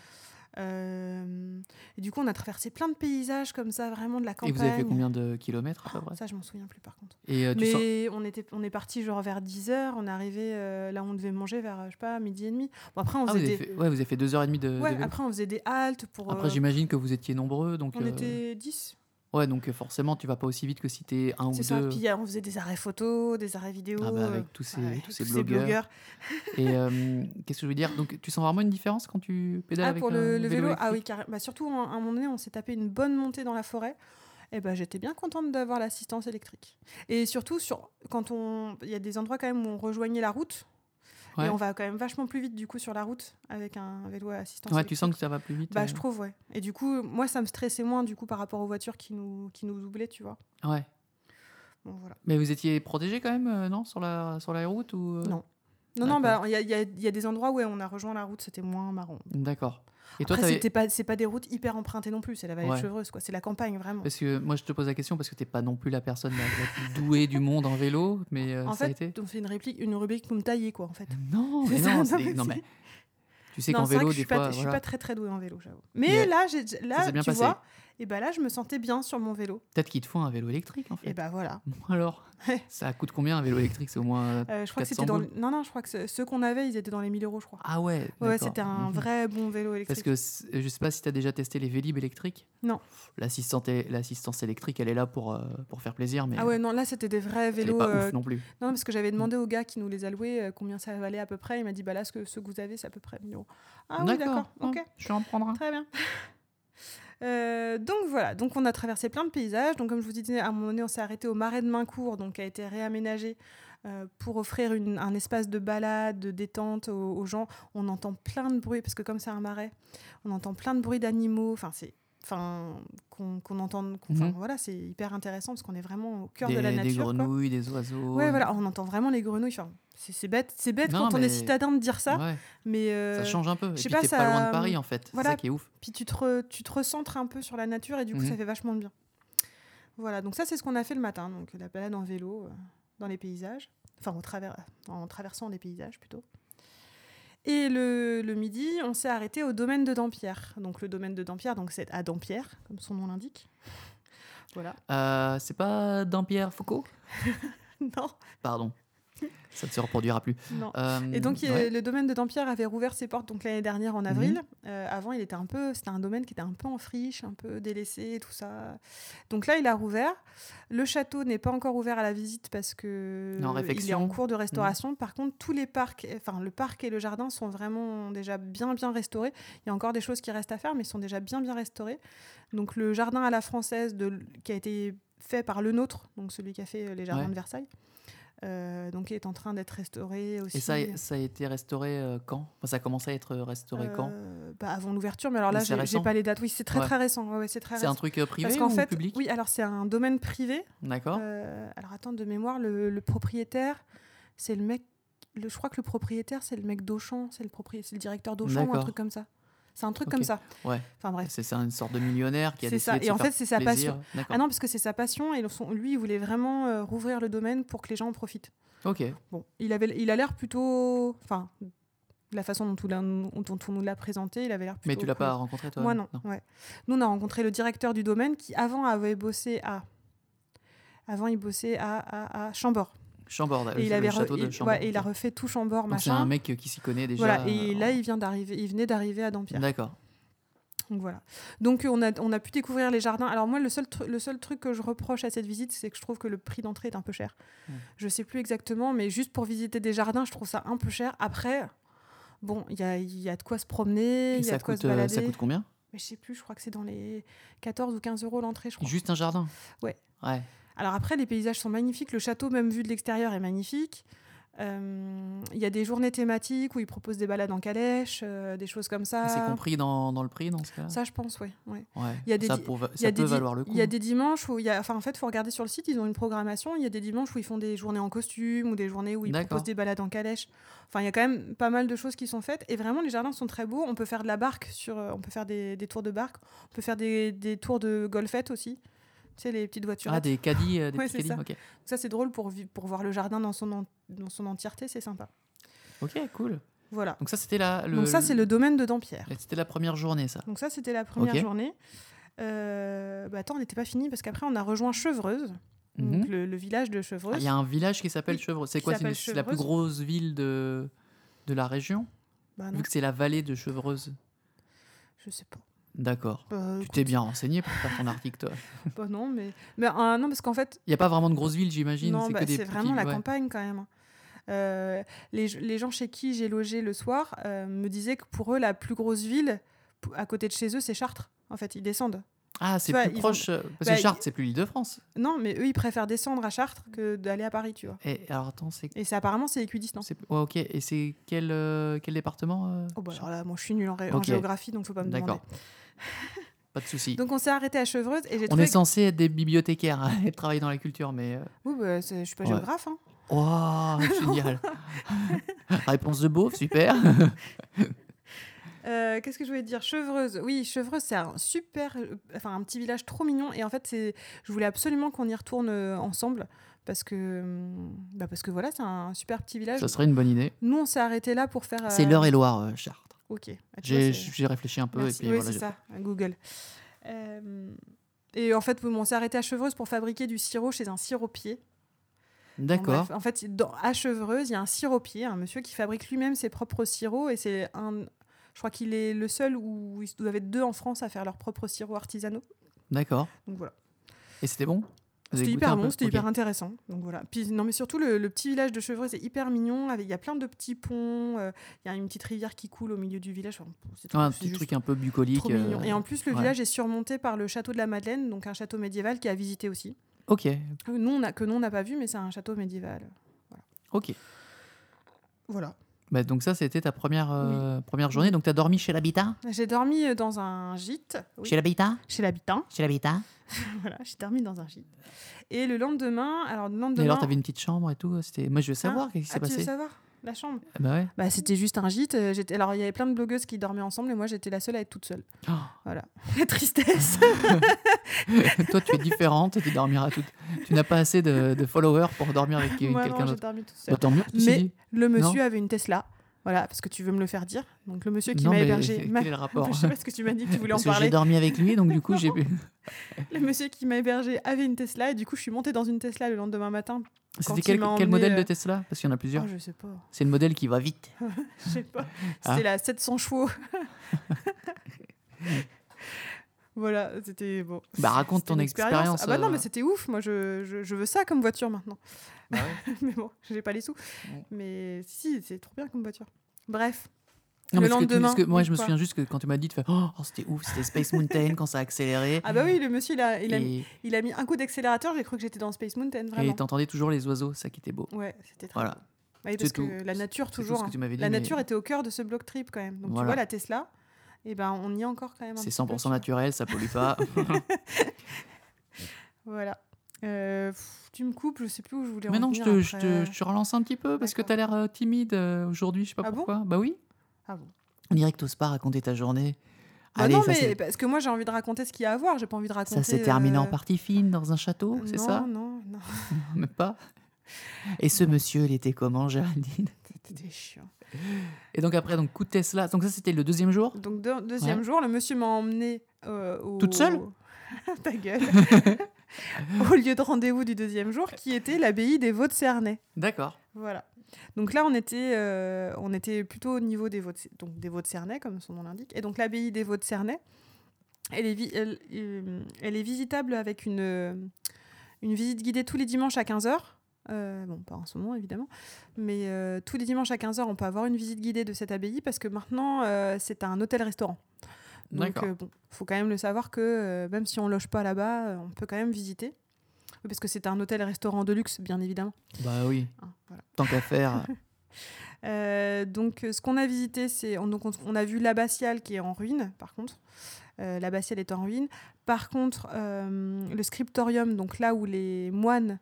Euh, et du coup, on a traversé plein de paysages comme ça, vraiment de la
Et
campagne.
vous avez fait combien de kilomètres à peu près
ça, je m'en souviens plus par contre.
Et euh, tu sens-
Mais on, était, on est parti genre vers 10h, on est arrivé euh, là où on devait manger vers, euh, je sais pas, midi et demi. Bon, après, on
Ah, vous,
faisait
avez
des...
fait... ouais, vous avez fait deux heures et demie de. de
Ouais,
vélo.
après, on faisait des haltes pour.
Après,
euh,
j'imagine que vous étiez nombreux, donc.
on
euh,
était 10.
Ouais, donc euh, forcément, tu vas pas aussi vite que si t'es un ou
C'est
deux.
ça. Puis euh, on faisait des arrêts photos, des arrêts vidéo.
Ah bah,
euh,
avec tous ces,
ouais,
tous ces blogueurs. Et euh, qu'est-ce que je veux dire Donc, tu sens vraiment une différence quand tu pédales
Ah,
avec
pour le,
un
le vélo, ah oui,
électrique
carrément. Bah, surtout, en- à un moment donné, on s'est tapé une bonne montée dans la forêt. Et ben j'étais bien contente d'avoir l'assistance électrique. Et surtout, sur, quand on, il y a des endroits quand même où on rejoignait la route.
Ouais.
Et on va quand même vachement plus vite, du coup, sur la route avec un vélo à assistance
Ouais, tu
électrique.
sens que ça va plus vite.
Bah,
euh,
je trouve, ouais. Et du coup, moi, ça me stressait moins, du coup, par rapport aux voitures qui nous, qui nous doublaient, tu vois.
Ouais.
Bon, voilà.
Mais vous étiez protégé quand même, euh, non Sur la, sur la route ou... euh,
Non. Non, non, bah, il y a, il y a- il y a des endroits où on a rejoint la route, c'était moins marrant.
D'accord. Et toi,
Après,
t'avais-
c'était pas, c'est pas des routes hyper empruntées non plus, c'est la vallée
Ouais.
de chevreuse, quoi. C'est la campagne, vraiment.
Parce que moi, je te pose la question parce que t'es pas non plus la personne la, la plus douée du monde en vélo, mais euh,
en
ça a
fait,
été.
on fait une réplique, une rubrique pour me tailler, quoi, en fait.
Non, mais
C'est ça,
non,
non,
c'est-
mais
non,
si.
mais tu sais
Non,
qu'en
c'est vrai
vélo,
que je
des
suis pas,
fois,
tr- je suis
voilà.
pas très très douée en vélo, j'avoue.
Mais,
Mais là, j'ai, là,
s'est bien
tu
passé.
vois, et bah là, je me sentais bien sur mon vélo.
peut-être qu'il te faut un vélo électrique en fait.
Et bah voilà.
Bon, Alors,
Ouais.
ça coûte combien un vélo électrique C'est au moins. euh,
Euh, je crois que c'était
400
dans,
boules.
le- non non, je crois que ce- ceux qu'on avait, ils étaient dans les 1000 euros, je crois.
Ah ouais.
Ouais,
d'accord.
c'était un
Mhm.
vrai bon vélo
Parce
électrique.
que c'est- je sais pas si tu as déjà testé les Vélib électriques.
Non.
L'assistante é- L'assistance électrique, elle est là pour, euh, pour faire plaisir, mais
Ah ouais, non, là c'était des vrais
elle est
vélos.
pas
euh,
ouf non plus.
Non, parce que
Mm.
j'avais demandé au gars qui nous les a loués euh, combien ça valait à peu près. Il m'a dit, bah là, ce que, ce que vous avez, c'est à peu près 1000 euros. Ah oui, d'accord.
Ouais,
Ok,
Je vais en prendre un.
très bien. Euh, donc voilà, donc on a traversé plein de paysages. Donc comme je vous disais, à un moment donné, on s'est arrêté au marais de Maincourt, donc qui a été réaménagé euh, pour offrir une- un espace de balade, de détente aux, aux gens. On entend plein de bruits parce que comme c'est un marais, on entend plein de bruits d'animaux. Enfin c'est, enfin qu'on qu'on entend. qu'on- enfin,
Mhm.
Voilà, c'est hyper intéressant parce qu'on est vraiment au cœur
Des,
de la
des
nature. quoi.
grenouilles, des oiseaux.
Ouais, voilà, on entend vraiment les grenouilles. Enfin, c'est c'est bête, c'est bête
Non,
quand on
mais-
est citadin de dire ça,
Ouais,
mais euh,
ça change un peu. Et
je
puis
sais
t'es
pas,
pas,
ça- euh,
loin de Paris en fait.
voilà.
C'est ça qui est ouf.
puis tu te, re- tu te recentres un peu sur la nature et du coup,
Mhm.
ça fait vachement de bien. Voilà, donc ça, c'est ce qu'on a fait le matin. Donc la balade en vélo euh, dans les paysages, enfin au travers, en traversant des paysages plutôt. Et le, le midi, on s'est arrêté au domaine de Dampierre. Donc le domaine de Dampierre, donc c'est à Dampierre, comme son nom l'indique. Voilà.
Euh, c'est pas Dampierre Foucault
non,
Pardon. ça ne se reproduira plus.
non.
Euh,
Et donc, il y a-
ouais. Mhm.
le domaine de Dampierre avait rouvert ses portes donc l'année dernière en avril. Euh, avant, il était un peu, c'était un domaine qui était un peu en friche, un peu délaissé, tout ça. Donc là, il a rouvert. Le château n'est pas encore ouvert à la visite parce que
Il est en
il est
réfection. Mhm.
en cours de restauration. Par contre, tous les parcs, enfin le parc et le jardin sont vraiment déjà bien bien restaurés. Il y a encore des choses qui restent à faire, mais ils sont déjà bien bien restaurés. Donc le jardin à la française de, l- qui a été fait par le nôtre, donc celui qui a fait euh, les jardins
Ouais.
de Versailles. euh, donc, est en train d'être restauré aussi.
Et ça, a- ça a été restauré euh, quand Enfin, Ça a commencé à être restauré quand
Euh, bah, Avant l'ouverture, mais alors là,
Mais c'est
j'ai- j'ai
récent.
pas les dates. Oui, c'est très
Ouais.
très récent. Ouais, ouais, c'est très
C'est un
récent.
truc euh, privé
Parce qu'en
ou
fait,
public
oui, alors c'est un domaine privé.
D'accord.
Euh, alors attends, de mémoire, le, le propriétaire, c'est le mec. Le, je crois que le propriétaire, c'est le mec d'Auchan, c'est le, proprié- c'est le directeur d'Auchan ou un
D'accord.
truc comme ça. C'est un truc
Ok.
comme ça.
Ouais.
Enfin bref.
C'est ça, une sorte de millionnaire qui a
C'est
décidé
ça.
de
Et
se
en
faire
fait, c'est sa
plaisir.
passion.
D'accord.
Ah non, parce que c'est sa passion et le- son- lui, il voulait vraiment euh, rouvrir le domaine pour que les gens en profitent.
Ok.
Bon, il, avait, il a l'air plutôt. Enfin, de la façon dont, tout l'a- dont on nous l'a présenté, il avait l'air plutôt.
Mais tu l'as pas
cool.
rencontré toi
Moi, non. Ouais. Nous, on a rencontré le directeur du domaine qui, avant, avait bossé à. Avant, il bossait à, à, à Chambord.
Chambord, Euh, le,
Et il, avait
le
re-
château
il-
de
ouais,
Chambord.
et il a
ok.
refait tout Chambord,
Donc, C'est un
machin.
mec euh, qui s'y connaît déjà.
Voilà, et
euh,
là, il, vient d'arriver, il venait d'arriver à Dampierre.
D'accord.
Donc voilà. Donc euh, on a, on a pu découvrir les jardins. Alors moi, le seul, tru- le seul truc que je reproche à cette visite, c'est que je trouve que le prix d'entrée est un peu cher.
Mm.
Je sais plus exactement, mais juste pour visiter des jardins, je trouve ça un peu cher. Après, bon, il y a, il y a de quoi se
Et
promener, il y a
ça
de quoi
coûte,
se
euh,
balader.
ça coûte combien
Mais je sais plus, je crois que c'est dans les 14 ou 15 euros l'entrée, je crois.
Juste un jardin
Ouais.
Ouais.
Alors après, les paysages sont magnifiques. Le château, même vu de l'extérieur, est magnifique. Euh, Il y a des journées thématiques où ils proposent des balades en calèche, euh, des choses comme ça.
C'est compris hein. dans, dans le prix dans ce cas
Ça, je pense, oui. Ouais.
Ouais,
il y a des
ça,
di-
pour- ça
Il y a
peut
des di-
valoir le coup.
Il y a des dimanches où il y a, enfin en fait, faut regarder sur le site, ils ont une programmation. Il y a des dimanches où ils font des journées en costume ou des journées où ils
D'accord.
proposent des balades en calèche. Enfin, il y a quand même pas mal de choses qui sont faites et vraiment les jardins sont très beaux. On peut faire de la barque sur, euh, on peut faire des, des tours de barque, on peut faire des, des tours de golfette aussi. Tu sais les petites voitures.
Ah, des caddies, euh, des
Ouais,
petits
c'est
caddies, ok.
Ça c'est drôle pour vi- pour voir le jardin dans son en- dans son entièreté, c'est sympa.
Ok, cool.
Voilà.
Donc ça, c'était la, le-
Donc ça c'est le domaine de Dampierre.
c'était la première journée, ça.
Donc ça, c'était la première
Ok.
journée. Euh, bah attends, on n'était pas fini parce qu'après, on a rejoint Chevreuse,
Mhm.
donc le, le village de
Ah, Il
Chevreuse.
y a un village qui s'appelle
Oui,
Chevreuse. C'est
qui
quoi C'est une-
s'appelle
c'est la plus
Chevreuse.
grosse ville de, de la région
Bah non,
Vu que c'est la vallée de Chevreuse.
je sais pas.
D'accord.
Bah,
Tu t'es bien renseigné pour faire ton article, toi.
bah non, mais, mais euh, non parce qu'en fait,
Il n'y a pas vraiment de grosses villes, j'imagine.
non, bah,
que des
c'est
petites
vraiment la
villes, ouais.
campagne quand même. hein. Euh, les, les gens chez qui j'ai logé le soir euh, me disaient que pour eux, la plus grosse ville p- à côté de chez eux, c'est Chartres. En fait, ils descendent.
Ah, c'est
vois,
plus
ils
proche. euh, Parce
bah,
que Chartres, c'est plus l'île de France.
Non, mais eux, ils préfèrent descendre à Chartres que d'aller à Paris, tu vois.
Et alors, attends, c'est.
Et c'est apparemment, c'est équidistant.
c'est- ouais, ok. Et c'est quel, euh, quel département euh,
Oh bah
Chartres
alors là, moi, je suis nulle en, ré- en
Ok.
géographie, donc faut pas me demander.
D'accord. Pas de souci.
Donc on s'est arrêté à Chevreuse et
On
j'ai
est
trouvé.
censé être des bibliothécaires et travailler dans la culture, mais. euh,
Oui, bah, c'est- je suis pas
Ouais.
géographe. hein.
Waouh, génial Ah Réponse de Beauf, super
Euh, Qu'est-ce que je voulais te dire Chevreuse. Oui, Chevreuse, c'est un super, euh, enfin un petit village trop mignon. Et en fait, c'est, je voulais absolument qu'on y retourne euh, ensemble parce que, hum, bah, parce que voilà, c'est un super petit village.
Ça serait une bonne idée.
Nous, on s'est arrêté là pour faire.
C'est
euh,
l'heure et loire, euh, Chartres.
Ok. Ah, tu vois,
J'ai
c'est-
j'ai réfléchi un peu
Merci.
et puis
oui,
voilà.
c'est
je-
ça, Google. Euh, Et en fait, oui, on s'est arrêté à Chevreuse pour fabriquer du sirop chez un siropier. Bon,
D'accord.
bref, En fait, dans, à Chevreuse, il y a un siropier, un monsieur qui fabrique lui-même ses propres sirops et c'est un. Je crois qu'il est le seul où ils doivent être deux en France à faire leurs propres sirops artisanaux.
D'accord.
Donc voilà.
Et c'était bon Vous avez
C'était
goûté
hyper
un peu
bon, c'était
Ok.
hyper intéressant. Donc voilà. Puis non, mais surtout le, le petit village de Chevreuse est hyper mignon. Avec il y a plein de petits ponts. euh, Il y a une petite rivière qui coule au milieu du village. Enfin, c'est trop-
Ouais, un
c'est
petit
juste
truc un peu bucolique.
trop mignon.
euh,
Et en plus, le
ouais.
village est surmonté par le château de la Madeleine, donc un château médiéval qui est à visiter aussi.
Ok,
Euh, Nous, on a, que nous on n'a pas vu, mais c'est un château médiéval.
ok.
Voilà.
Bah, donc ça, c'était ta première, euh, première journée. Donc tu as dormi chez l'habitat
J'ai dormi euh, dans un gîte. Oui.
Chez l'habitat
chez l'habitant.
Chez l'habitat
Voilà, j'ai dormi dans un gîte. Et le lendemain, alors le
Et
lendemain.
alors, t'avais une petite chambre et tout euh, c'était- Moi, je veux savoir qu'est-ce qui
ah,
s'est
tu veux
passé.
savoir la chambre
Ah Bah ouais.
Bah c'était juste un gîte. euh, J'étais alors il y avait plein de blogueuses qui dormaient ensemble et moi j'étais la seule à être toute seule.
Oh,
Voilà, la tristesse.
toi, tu es différente, tu dormiras toute. Tu n'as pas assez de, de followers pour dormir avec
moi non,
quelqu'un
j'ai
d'autre.
dormi toute seule.
Bah, tant mieux, ceci
Mais-
dit.
Le monsieur avait une Tesla. Voilà, parce que tu veux me le faire dire. Donc le monsieur qui
Non,
m'a
mais
hébergé.
quel
m'a-
est le rapport hein
Je sais pas ce que tu m'as dit que tu voulais en
Parce que j'ai
parler.
dormi avec lui, donc du coup, j'ai pu.
Le monsieur qui m'a hébergé avait une Tesla et du coup je suis montée dans une Tesla le lendemain matin.
C'était
il
quel,
m'a
quel
emmené,
modèle de
euh,
Tesla Parce qu'il y en a plusieurs.
Oh, je sais pas.
C'est le modèle qui va vite.
Je sais pas.
Ah.
C'était la 700 chevaux. voilà, c'était bon.
Bah, raconte
C'était
ton
une
expérience.
Ah bah non,
euh,
mais c'était ouf. Moi, je, je, je veux ça comme voiture maintenant.
bah ouais.
mais bon, j'ai pas les sous.
Ouais.
Mais si, c'est trop bien comme voiture. Bref.
Non,
Le
parce que tu-
lendemain,
parce que moi,
oui,
je me
quoi.
souviens juste que quand tu m'as dit, tu fais Oh, c'était ouf, c'était Space Mountain quand ça a accéléré.
Ah bah oui, le monsieur, il a, il a,
et
il a mis un coup d'accélérateur. J'ai cru que j'étais dans Space Mountain,
et
vraiment.
t'entendais toujours les oiseaux, ça qui était beau.
Ouais, c'était très
Voilà.
beau. Ouais,
C'est
parce
tout.
que la nature,
C'est tout
toujours.
ce que
hein.
tu m'avais dit.
La
mais
nature était au cœur de ce bloc trip quand même. Donc
Voilà.
tu vois, la Tesla, et ben, on y est encore quand même. un
C'est
petit peu,
100%
tu vois.
naturel, ça pollue pas.
Voilà. Euh, pff, tu me coupes, je sais plus où je voulais
Mais
en
non, je
venir
te, je,
après. euh,
te, je te relance un petit peu parce que
D'accord.
t'as l'air euh, timide euh, aujourd'hui, je sais pas
Ah bon
pourquoi. bah oui.
Ah bon.
On dirait que t'oses pas raconter ta journée.
Bah
Allez,
non,
ça,
mais
c'est-
parce que moi j'ai envie de raconter ce qu'il y a à voir, j'ai pas envie de raconter.
ça s'est terminé en
euh, Ah,
partie fine dans un château, c'est
non,
ça
Non, non,
Même pas. Et ce monsieur, il était comment, Géraldine
c'était chiant.
Et donc après, donc coup de Tesla. Donc ça, c'était le deuxième jour.
Donc deux- deuxième jour, le monsieur m'a emmené euh, au...
Toute seule
Ta gueule. au lieu de rendez-vous du deuxième jour, qui était l'abbaye des Vaux de Cernay.
D'accord.
Voilà. Donc là, on était, euh, on était plutôt au niveau des Vaux de, donc des Vaux de Cernay, comme son nom l'indique. Et donc l'abbaye des Vaux de Cernay, elle est, vi- elle, euh, elle est visitable avec une, euh, une visite guidée tous les dimanches à 15h. bon, pas en ce moment, évidemment. Mais euh, tous les dimanches à 15h, on peut avoir une visite guidée de cette abbaye parce que maintenant, euh, c'est un hôtel-restaurant. Donc,
D'accord.
euh, bon, faut quand même le savoir que euh, même si on loge pas là-bas, euh, on peut quand même visiter. Parce que c'est un hôtel-restaurant de luxe, bien évidemment.
Bah oui.
Hein.
Tant qu'à faire.
Euh, donc, euh, ce qu'on a visité, c'est on, donc, on, on a vu l'abbatiale qui est en ruine, par contre. Euh, l'abbatiale est en ruine. Par contre, euh, le scriptorium, donc là où les moines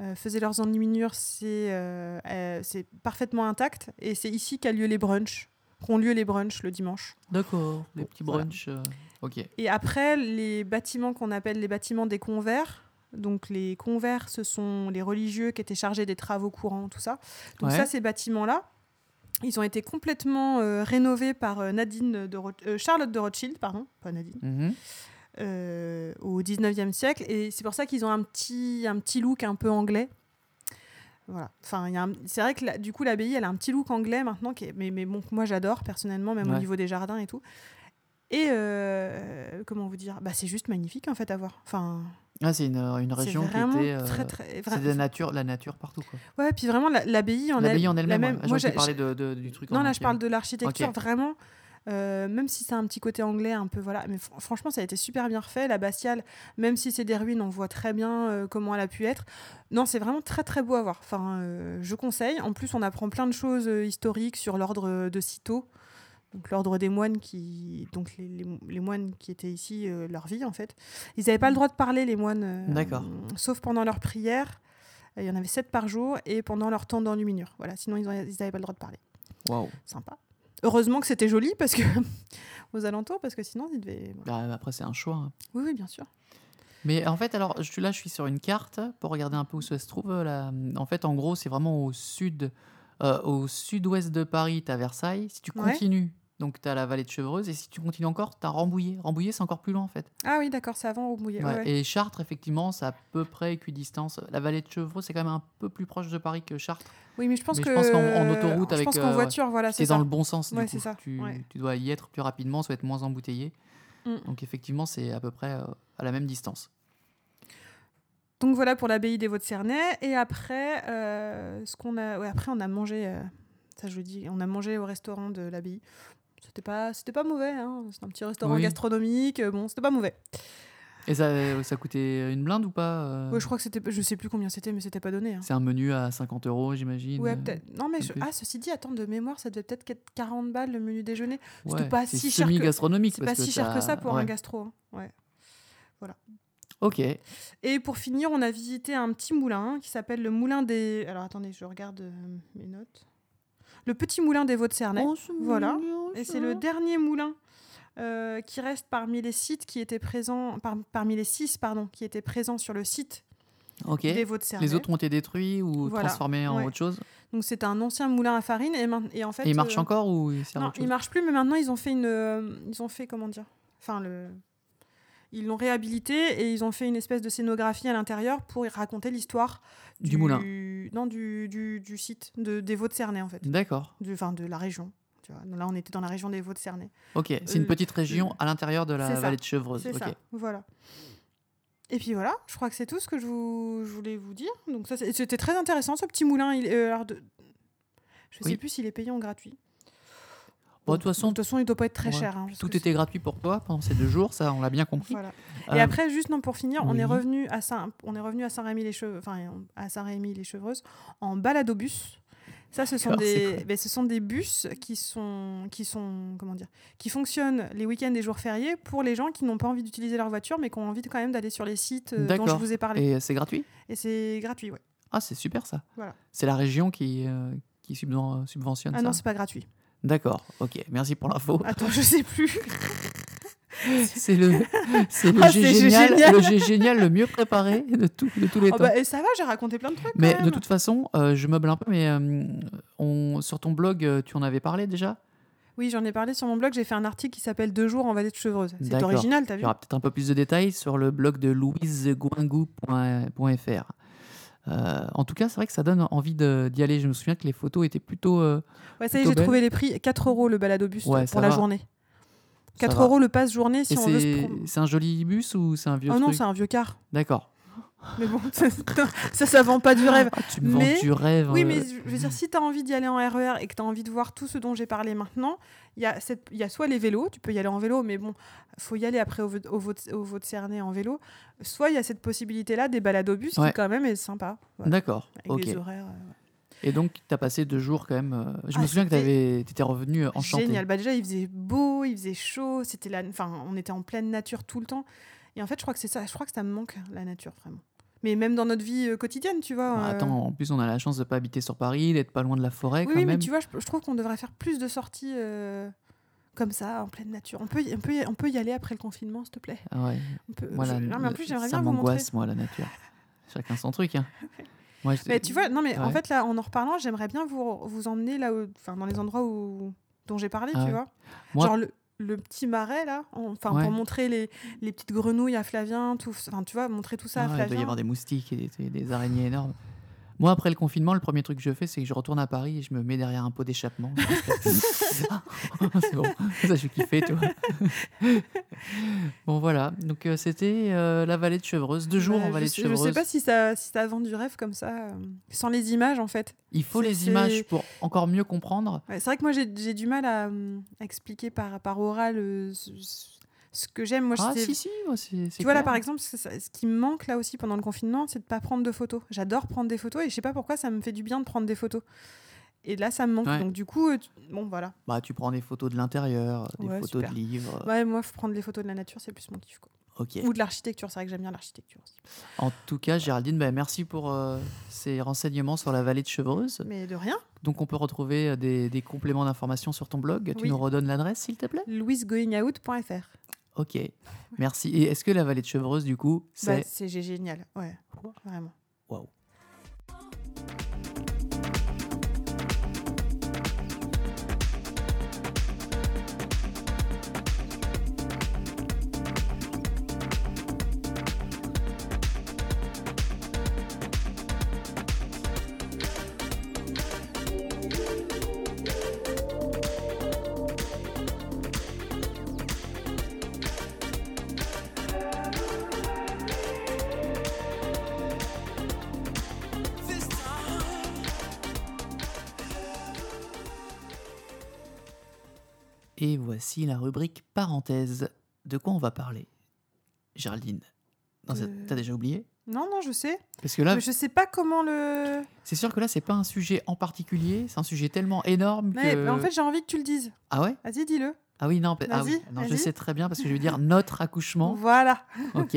euh, faisaient leurs enluminures, c'est euh, euh, c'est parfaitement intact. Et c'est ici qu'a lieu les brunchs, qu'ont lieu les brunchs le dimanche.
D'accord, les
Bon,
petits
voilà.
brunchs. euh, Ok.
Et après, les bâtiments qu'on appelle les bâtiments des convers. Donc les convers, ce sont les religieux qui étaient chargés des travaux courants, tout ça. Donc
Ouais.
ça, ces bâtiments-là, ils ont été complètement euh, rénovés par euh, Nadine de Roth- euh, Charlotte de Rothschild, pardon, pas Nadine,
Mhm.
euh, au 19e siècle. Et c'est pour ça qu'ils ont un petit, un petit look un peu anglais. Voilà. Enfin, il y a un- c'est vrai que la- du coup, l'abbaye, elle a un petit look anglais maintenant, qui est- mais, mais bon, que moi j'adore personnellement, même au
Ouais.
niveau des jardins et tout. Et euh, comment vous dire bah, C'est juste magnifique en fait à voir. Enfin,
Ah, c'est une, une
c'est
région qui
vraiment
était. euh,
très, très.
c'est
vra-
de la nature, la nature partout. Quoi.
Ouais, puis vraiment, la- l'abbaye en elle-
L'abbaye en
la
elle-même.
même-
ouais. Ah,
moi,
j'ai
j'ai-
parlé de, de- du truc. en
Non, là, je
entier.
parle de l'architecture,
Ok.
vraiment. euh, même si c'est un petit côté anglais, un peu voilà, mais fr- franchement, ça a été super bien refait. La Bastiale, même si c'est des ruines, on voit très bien euh, comment elle a pu être. Non, c'est vraiment très très beau à voir. Enfin, euh, je conseille. En plus, on apprend plein de choses euh, historiques sur l'ordre euh, de Cîteaux, donc l'ordre des moines qui, donc les, les- les moines qui étaient ici, euh, leur vie en fait. Ils n'avaient pas le droit de parler les moines, euh,
D'accord.
sauf pendant leurs prières. Euh, Il y en avait sept par jour et pendant leur temps d'enluminure. Voilà, sinon ils n'avaient pas le droit de parler
Waouh.
sympa. Heureusement que c'était joli parce que aux alentours parce que sinon il devait voilà.
Bah, après, c'est un choix. hein.
Oui oui bien sûr.
Mais en fait, alors, je suis là, je suis sur une carte pour regarder un peu où ça se trouve. euh, Là. En fait, en gros, c'est vraiment au sud, euh, au sud-ouest de Paris, tu as Versailles. Si tu
Ouais.
continues, donc tu as la vallée de Chevreuse. Et si tu continues encore, tu as Rambouillet. Rambouillet, c'est encore plus loin, en fait.
Ah oui d'accord, c'est avant au mouillé.
Ouais. Et Chartres, effectivement, c'est à peu près équidistance. La vallée de Chevreuse, c'est quand même un peu plus proche de Paris que Chartres.
Oui mais je pense
Mais je
que
pense qu'en- en autoroute
je
avec,
pense qu'en
euh, ouais.
voiture voilà,
C'est
c'est
dans
ça.
le bon sens, du
Ouais,
coup.
c'est ça,
Tu,
ouais.
tu dois y être plus rapidement, ça doit être moins embouteillé.
Mm.
Donc, effectivement, c'est à peu près euh, à la même distance.
Donc voilà pour l'abbaye des Vaux de Cernay et après euh, ce qu'on a ouais, après on a mangé euh, ça je le dis, on a mangé au restaurant de l'abbaye. C'était pas c'était pas mauvais hein, c'est un petit restaurant
Oui.
gastronomique, euh, bon, c'était pas mauvais.
Et ça, ça coûtait une blinde ou pas euh,
Ouais, je crois que c'était je sais plus combien c'était mais c'était pas donné hein.
C'est un menu à 50 euros, j'imagine.
Ouais,
euh,
peut-être. Non, mais
un
je-
peu.
ah, ceci dit, attends, de mémoire, ça devait peut-être être 40 balles le menu déjeuner. C'était
ouais,
pas
c'est
si cher que-
semi-gastronomique.
C'est pas
parce
si cher que
t'as-
ça pour un
ouais.
gastro. hein. Ouais.
Ok.
Et pour finir, on a visité un petit moulin qui s'appelle le moulin des. Alors attendez, je regarde euh, mes notes. Le petit moulin des Vaux de Cernay.
Oh,
Voilà. Et c'est le dernier moulin euh, qui reste parmi les sites qui étaient présents, par- parmi les six pardon, qui étaient présents sur le site
Ok.
des Vaux de Cernay.
Les autres ont été détruits ou
Voilà,
transformés en
ouais.
autre chose.
Donc c'est un ancien moulin à farine et, main- et en fait.
et ils marchent
euh,
encore ou ils servent à
Non,
autre
il
chose
marche plus, mais maintenant ils ont fait une, euh, ils ont fait comment dire, enfin le, ils l'ont réhabilité et ils ont fait une espèce de scénographie à l'intérieur pour y raconter l'histoire
Du moulin.
non du, du, du site de, des Vaux de Cernay en fait,
D'accord.
du, enfin de la région. Tu vois. Donc Là on était dans la région des Vaux de Cernay.
Ok. C'est une
Euh,
petite région à l'intérieur de
c'est
la
ça,
vallée de Chevreuse.
C'est
Ok.
ça, voilà. Et puis voilà, je crois que c'est tout ce que je, vous- je voulais vous dire. Donc ça, c'est- c'était très intéressant ce petit moulin. Il, euh, alors de- je
Oui.
sais plus s'il est payant ou gratuit.
Bon, de toute façon,
de toute façon, il doit pas être très
ouais,
cher. hein, parce
tout
que
était gratuit pour toi pendant ces deux jours, ça on l'a bien compris.
Voilà.
Euh,
Et après, juste non pour finir, on
oui.
est revenu à Saint, on est revenu à Saint-Rémy les cheveux, enfin on- à Saint-Rémy les Chevreuses en baladobus. Ça, ce sont
D'accord, Ah, c'est
des, ben, ce sont des bus qui sont, qui sont, comment dire, qui fonctionnent les week-ends et jours fériés pour les gens qui n'ont pas envie d'utiliser leur voiture, mais qui ont envie de, quand même d'aller sur les sites euh, dont je
D'accord.
vous ai parlé.
Et c'est gratuit
Et, c'est gratuit, ouais.
Ah, c'est super ça.
Voilà.
C'est la région qui, euh, qui subven- subventionne
Ah non,
ça.
c'est pas gratuit.
D'accord. Ok. Merci pour l'info.
Attends, je sais plus.
C'est le, c'est le
Ah,
G
c'est G
génial,
génial.
le G génial le mieux préparé de, tout- de tous les
Oh,
temps.
bah, et ça va, j'ai raconté plein de trucs.
mais
quand
de
même.
toute façon, euh, je meuble un peu, mais euh, on, sur ton blog, euh, tu en avais parlé déjà.
Oui, j'en ai parlé sur mon blog. J'ai fait un article qui s'appelle Deux jours en vallée de chevreuse. C'est
D'accord.
original, t'as
Il
vu
y aura peut-être un peu plus de détails sur le blog de louiseguingou.fr. Euh, en tout cas, c'est vrai que ça donne envie de- d'y aller. Je me souviens que les photos étaient plutôt. euh,
Ouais, ça y est,
Plutôt
j'ai trouvé les prix. 4 euros le baladobus
Ouais, ça
pour la
va.
journée.
ça
4
va.
euros le passe journée si
Et
on veut se
c'est
prom-
c'est un joli bus ou c'est un vieux
Oh non,
truc
c'est un vieux car.
D'accord.
Mais bon, ça, ça, ça vend pas du rêve.
Ah, tu me vends
Mais-
du rêve.
Oui,
euh,
mais je veux dire, si tu as envie d'y aller en RER et que tu as envie de voir tout ce dont j'ai parlé maintenant, il y, a cette- il y a soit les vélos, tu peux y aller en vélo, mais bon, faut y aller après au, Vau- au, Vau- au Vau de Cernay en vélo. Soit il y a cette possibilité-là des baladobus
Ouais.
qui, quand même, est sympa. Voilà.
D'accord.
Avec
Ok.
des horaires. euh, ouais.
Et donc, tu as passé deux jours quand même. euh, Je
Ah,
me souviens que
c'était
tu étais revenu enchanté.
Génial. Bah déjà, il faisait beau, il faisait chaud. C'était la... enfin, on était en pleine nature tout le temps. Et en fait, je crois que c'est ça. Je crois que ça me manque la nature vraiment. Mais même dans notre vie euh, quotidienne, tu vois.
Bah,
euh,
Attends, en plus, on a la chance de pas habiter sur Paris, d'être pas loin de la forêt
Oui,
quand
oui, mais
même.
tu vois, je, je trouve qu'on devrait faire plus de sorties euh, comme ça, en pleine nature. On peut, y- on peut, y- on peut y aller après le confinement, s'il te plaît.
Ah ouais.
On peut.
Moi,
je-
la-
non, mais en
le-
plus, j'aimerais
ça
bien vous montrer.
m'angoisse, moi, la nature. Chacun son truc. Hein. Moi, je-
Mais tu vois, non, mais en
Ouais.
fait, là, en en reparlant, j'aimerais bien vous, vous emmener là, où- enfin, dans les endroits où, dont j'ai parlé,
Ah
tu
ouais.
vois.
Moi-
Genre le, le petit marais, là, en- enfin,
Ouais.
pour montrer les, les petites grenouilles à Flavien, tout, enfin, tu vois, montrer tout
Ah
ça à
ouais, il doit y
Flavien.
avoir des moustiques et des, des- des araignées énormes. Moi, après le confinement, le premier truc que je fais, c'est que je retourne à Paris et je me mets derrière un pot d'échappement. Je reste là. c'est bon, ça je kiffé, tu vois. bon, voilà. Donc, euh, c'était euh, la vallée de Chevreuse. Deux jours
Bah,
en
je
vallée de
sais- Je
Chevreuse.
sais pas si ça, si ça vend du rêve comme ça, euh, sans les images, en fait.
Il faut
c'est-
les
c'est-
images pour encore mieux comprendre.
Ouais, c'est vrai que moi, j'ai j'ai du mal à, euh, à expliquer par, par oral euh, ce, ce- ce que j'aime. Moi, je
Ah,
sais-
si, si, moi, c'est.
Tu vois, là, par exemple, c'est ça- ce qui me manque, là aussi, pendant le confinement, c'est de pas prendre de photos. J'adore prendre des photos et je sais pas pourquoi, ça me fait du bien de prendre des photos. Et là, ça me manque.
Ouais.
Donc, du coup, euh, tu- bon, voilà.
Bah, tu prends des photos de l'intérieur, euh, des
Ouais,
photos
super.
de livres. euh,
Ouais, moi, faut prendre les photos de la nature, c'est plus mon kiff. Quoi.
Ok.
Ou de l'architecture, c'est vrai que j'aime bien l'architecture aussi.
En tout cas, Géraldine, bah, merci pour euh, ces renseignements sur la vallée de Chevreuse.
Mais de rien.
Donc on peut retrouver euh, des, des compléments d'informations sur ton blog. Tu
Oui.
nous redonnes l'adresse, s'il te plaît
louisegoingout.fr.
Ok, merci. Et est-ce que la vallée de Chevreuse, du coup,
Bah,
c'est...
c'est gé- génial. Ouais, vraiment.
Waouh. Et voici la rubrique parenthèse. De quoi on va parler Géraldine, dans cette-
Euh.
t'as déjà oublié
Non, non, je sais.
Parce que là,
Mais je sais pas comment le.
c'est sûr que là, c'est pas un sujet en particulier, c'est un sujet tellement énorme
Ouais,
que...
bah, en fait, j'ai envie que tu le dises.
Ah ouais
Vas-y, dis-le.
Ah oui, non, bah- ah oui.
Vas-y,
non je
vas-y.
sais très bien parce que je veux dire notre accouchement.
Voilà.
Ok.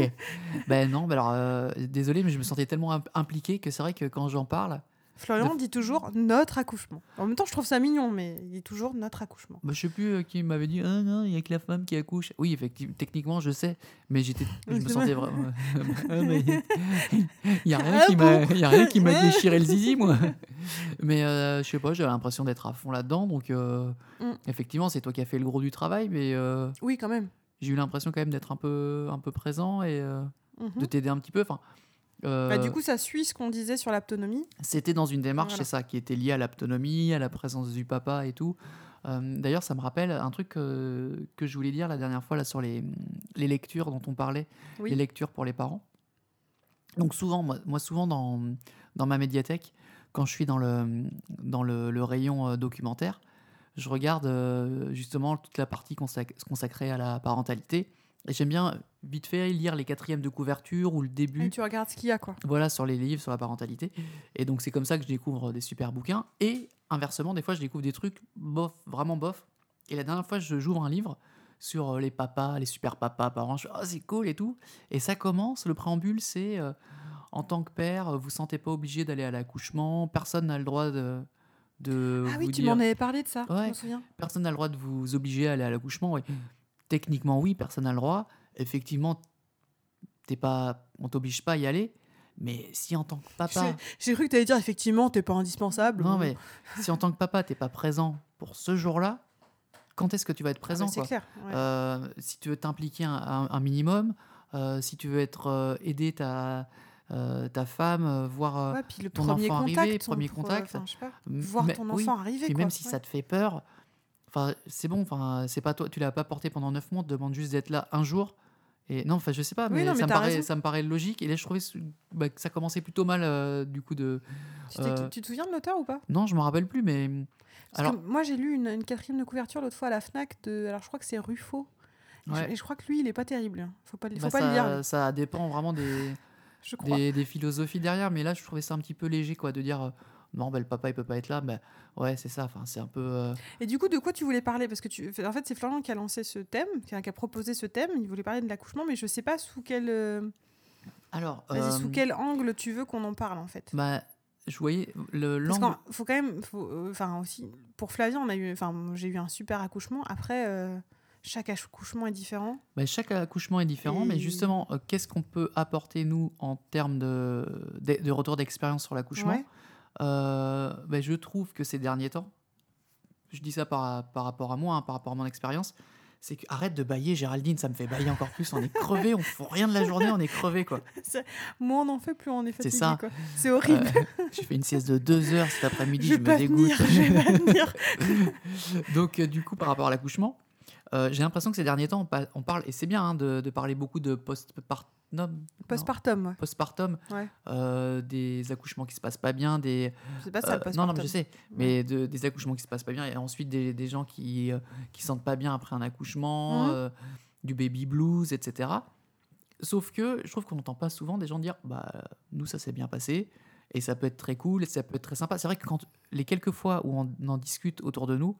ben non, ben alors, euh, désolé, mais je me sentais tellement im- impliqué que c'est vrai que quand j'en parle,
Florian dit toujours notre accouchement. En même temps, je trouve ça mignon, mais il dit toujours notre accouchement.
bah, je sais plus euh, qui m'avait dit, ah non, il y a que la femme qui accouche. Oui, effectivement, techniquement, je sais, mais j'étais, je me sentais vraiment. Ah, mais Il y a rien
Ah
qui m'a,
bon
il y a rien qui m'a déchiré le zizi, moi. Mais euh, je sais pas, j'avais l'impression d'être à fond là-dedans, donc euh,
Mm.
effectivement, c'est toi qui as fait le gros du travail, mais euh,
Oui, quand même.
j'ai eu l'impression quand même d'être un peu, un peu présent et euh,
Mhm.
de t'aider un petit peu. Enfin. euh,
Bah, du coup, ça suit ce qu'on disait sur l'aptonomie.
C'était dans une démarche,
Voilà.
c'est ça, qui était liée à l'autonomie, à la présence du papa et tout. Euh, D'ailleurs, ça me rappelle un truc euh, que je voulais dire la dernière fois là, sur les, les lectures dont on parlait,
Oui.
les lectures pour les parents. Donc souvent, moi, moi, souvent dans, dans ma médiathèque, quand je suis dans le, dans le, le rayon euh, documentaire, je regarde euh, justement toute la partie consac- consacrée à la parentalité. Et j'aime bien vite fait lire les quatrièmes de couverture ou le début
Et tu regardes ce qu'il y a, quoi.
voilà, sur les livres, sur la parentalité. Et donc, c'est comme ça que je découvre des super bouquins. Et inversement, des fois, je découvre des trucs bof, vraiment bof. Et la dernière fois, je j'ouvre un livre sur euh, les papas, les super papas, parents. Je fais, Ah, c'est cool et tout. Et ça commence, le préambule, c'est euh, en tant que père, euh, vous sentez pas obligé d'aller à l'accouchement, personne n'a le droit de. de
Ah oui,
Euh, vous
tu
dire-
m'en avais parlé de ça, je
Ouais.
me souviens.
personne n'a le droit de vous obliger à aller à l'accouchement. oui.
Mm.
Techniquement, oui, personne n'a le droit. Effectivement, t'es pas, on t'oblige pas à y aller. Mais si en tant que papa,
J'ai cru que tu allais dire, effectivement, t'es pas indispensable. Ah,
non, mais si en tant que papa, t'es pas présent pour ce jour-là, quand est-ce que tu vas être
Ah,
présent
bah, c'est
quoi
clair. ouais.
Euh, Si tu veux t'impliquer un, un- un minimum, euh, si tu veux être euh, aider ta euh, ta femme, euh, voir euh,
Ouais, puis le
ton
premier
enfant
contact,
arrivé,
ton
premier
pro-
contact,
enfin, je sais pas,
m-
voir
mais-
ton
oui.
enfant arriver.
Puis
quoi.
même si
Ouais.
ça te fait peur, enfin c'est bon, enfin c'est pas toi, tu l'as pas porté pendant 9 mois, te demande juste d'être là un jour. Et non, enfin je sais pas,
Oui,
mais,
non, mais
ça, me
t'as
paraît,
raison.
ça me paraît logique. Et là je trouvais bah, que ça commençait plutôt mal euh, du coup de.
Tu, t'es-
euh,
tu te souviens de l'auteur ou pas
Non, je m'en rappelle plus, mais
Parce que
alors
moi, j'ai lu une, une quatrième de couverture l'autre fois à la Fnac de. Alors, je crois que c'est Ruffo. Et je-
ouais.
Et je crois que lui, il est pas terrible. hein. Faut pas, le- faut
bah,
pas
ça,
le lire, lui,
ça dépend vraiment des,
je crois.
des, des philosophies derrière, mais là je trouvais ça un petit peu léger quoi, de dire euh, Non, ben, le papa, il peut pas être là. Ben, ouais, c'est ça. Enfin, c'est un peu. euh,
Et du coup, de quoi tu voulais parler Parce que tu... En fait, c'est Florian qui a lancé ce thème, qui a, qui a proposé ce thème. Il voulait parler de l'accouchement, mais je sais pas sous quel, euh,
Alors.
vas-y,
euh,
sous quel angle tu veux qu'on en parle, en fait.
bah, je voyais le
Parce
l'angle.
qu'il faut quand même, faut, euh, enfin aussi, pour Flavien, on a eu, enfin moi, j'ai eu un super accouchement. Après, euh, chaque accouchement est différent.
Bah, chaque accouchement est différent, mais
Et-
justement, euh, qu'est-ce qu'on peut apporter, nous, en termes de, de, de retour d'expérience sur l'accouchement
Ouais.
Euh, bah, Je trouve que ces derniers temps, je dis ça par, par rapport à moi, hein, par rapport à mon expérience, c'est que arrête de bailler, Géraldine, ça me fait bailler encore plus. On est crevé, on fait rien de la journée, on est crevé, quoi.
Moi, on en fait plus, on est
C'est
fatigué.
ça.
quoi. C'est horrible.
Euh, j'ai fait une sieste de deux heures cet après-midi,
je
je
vais pas
me dégoûte.
venir. Je vais pas venir.
Donc, euh, du coup, par rapport à l'accouchement, euh, j'ai l'impression que ces derniers temps, on, pa- on parle, et c'est bien hein, de, de parler beaucoup de postpartum,
Postpartum. Ouais.
postpartum
Ouais.
euh, des accouchements qui se passent pas bien, des.
C'est pas ça.
euh,
le
non,
postpartum.
non, mais je sais, mais de- des accouchements qui se passent pas bien, et ensuite des, des gens qui, euh, qui sentent pas bien après un accouchement,
Mhm.
euh, du baby blues, etc. Sauf que je trouve qu'on n'entend pas souvent des gens dire Bah, nous, ça s'est bien passé, et ça peut être très cool, et ça peut être très sympa. C'est vrai que quand les quelques fois où on en discute autour de nous,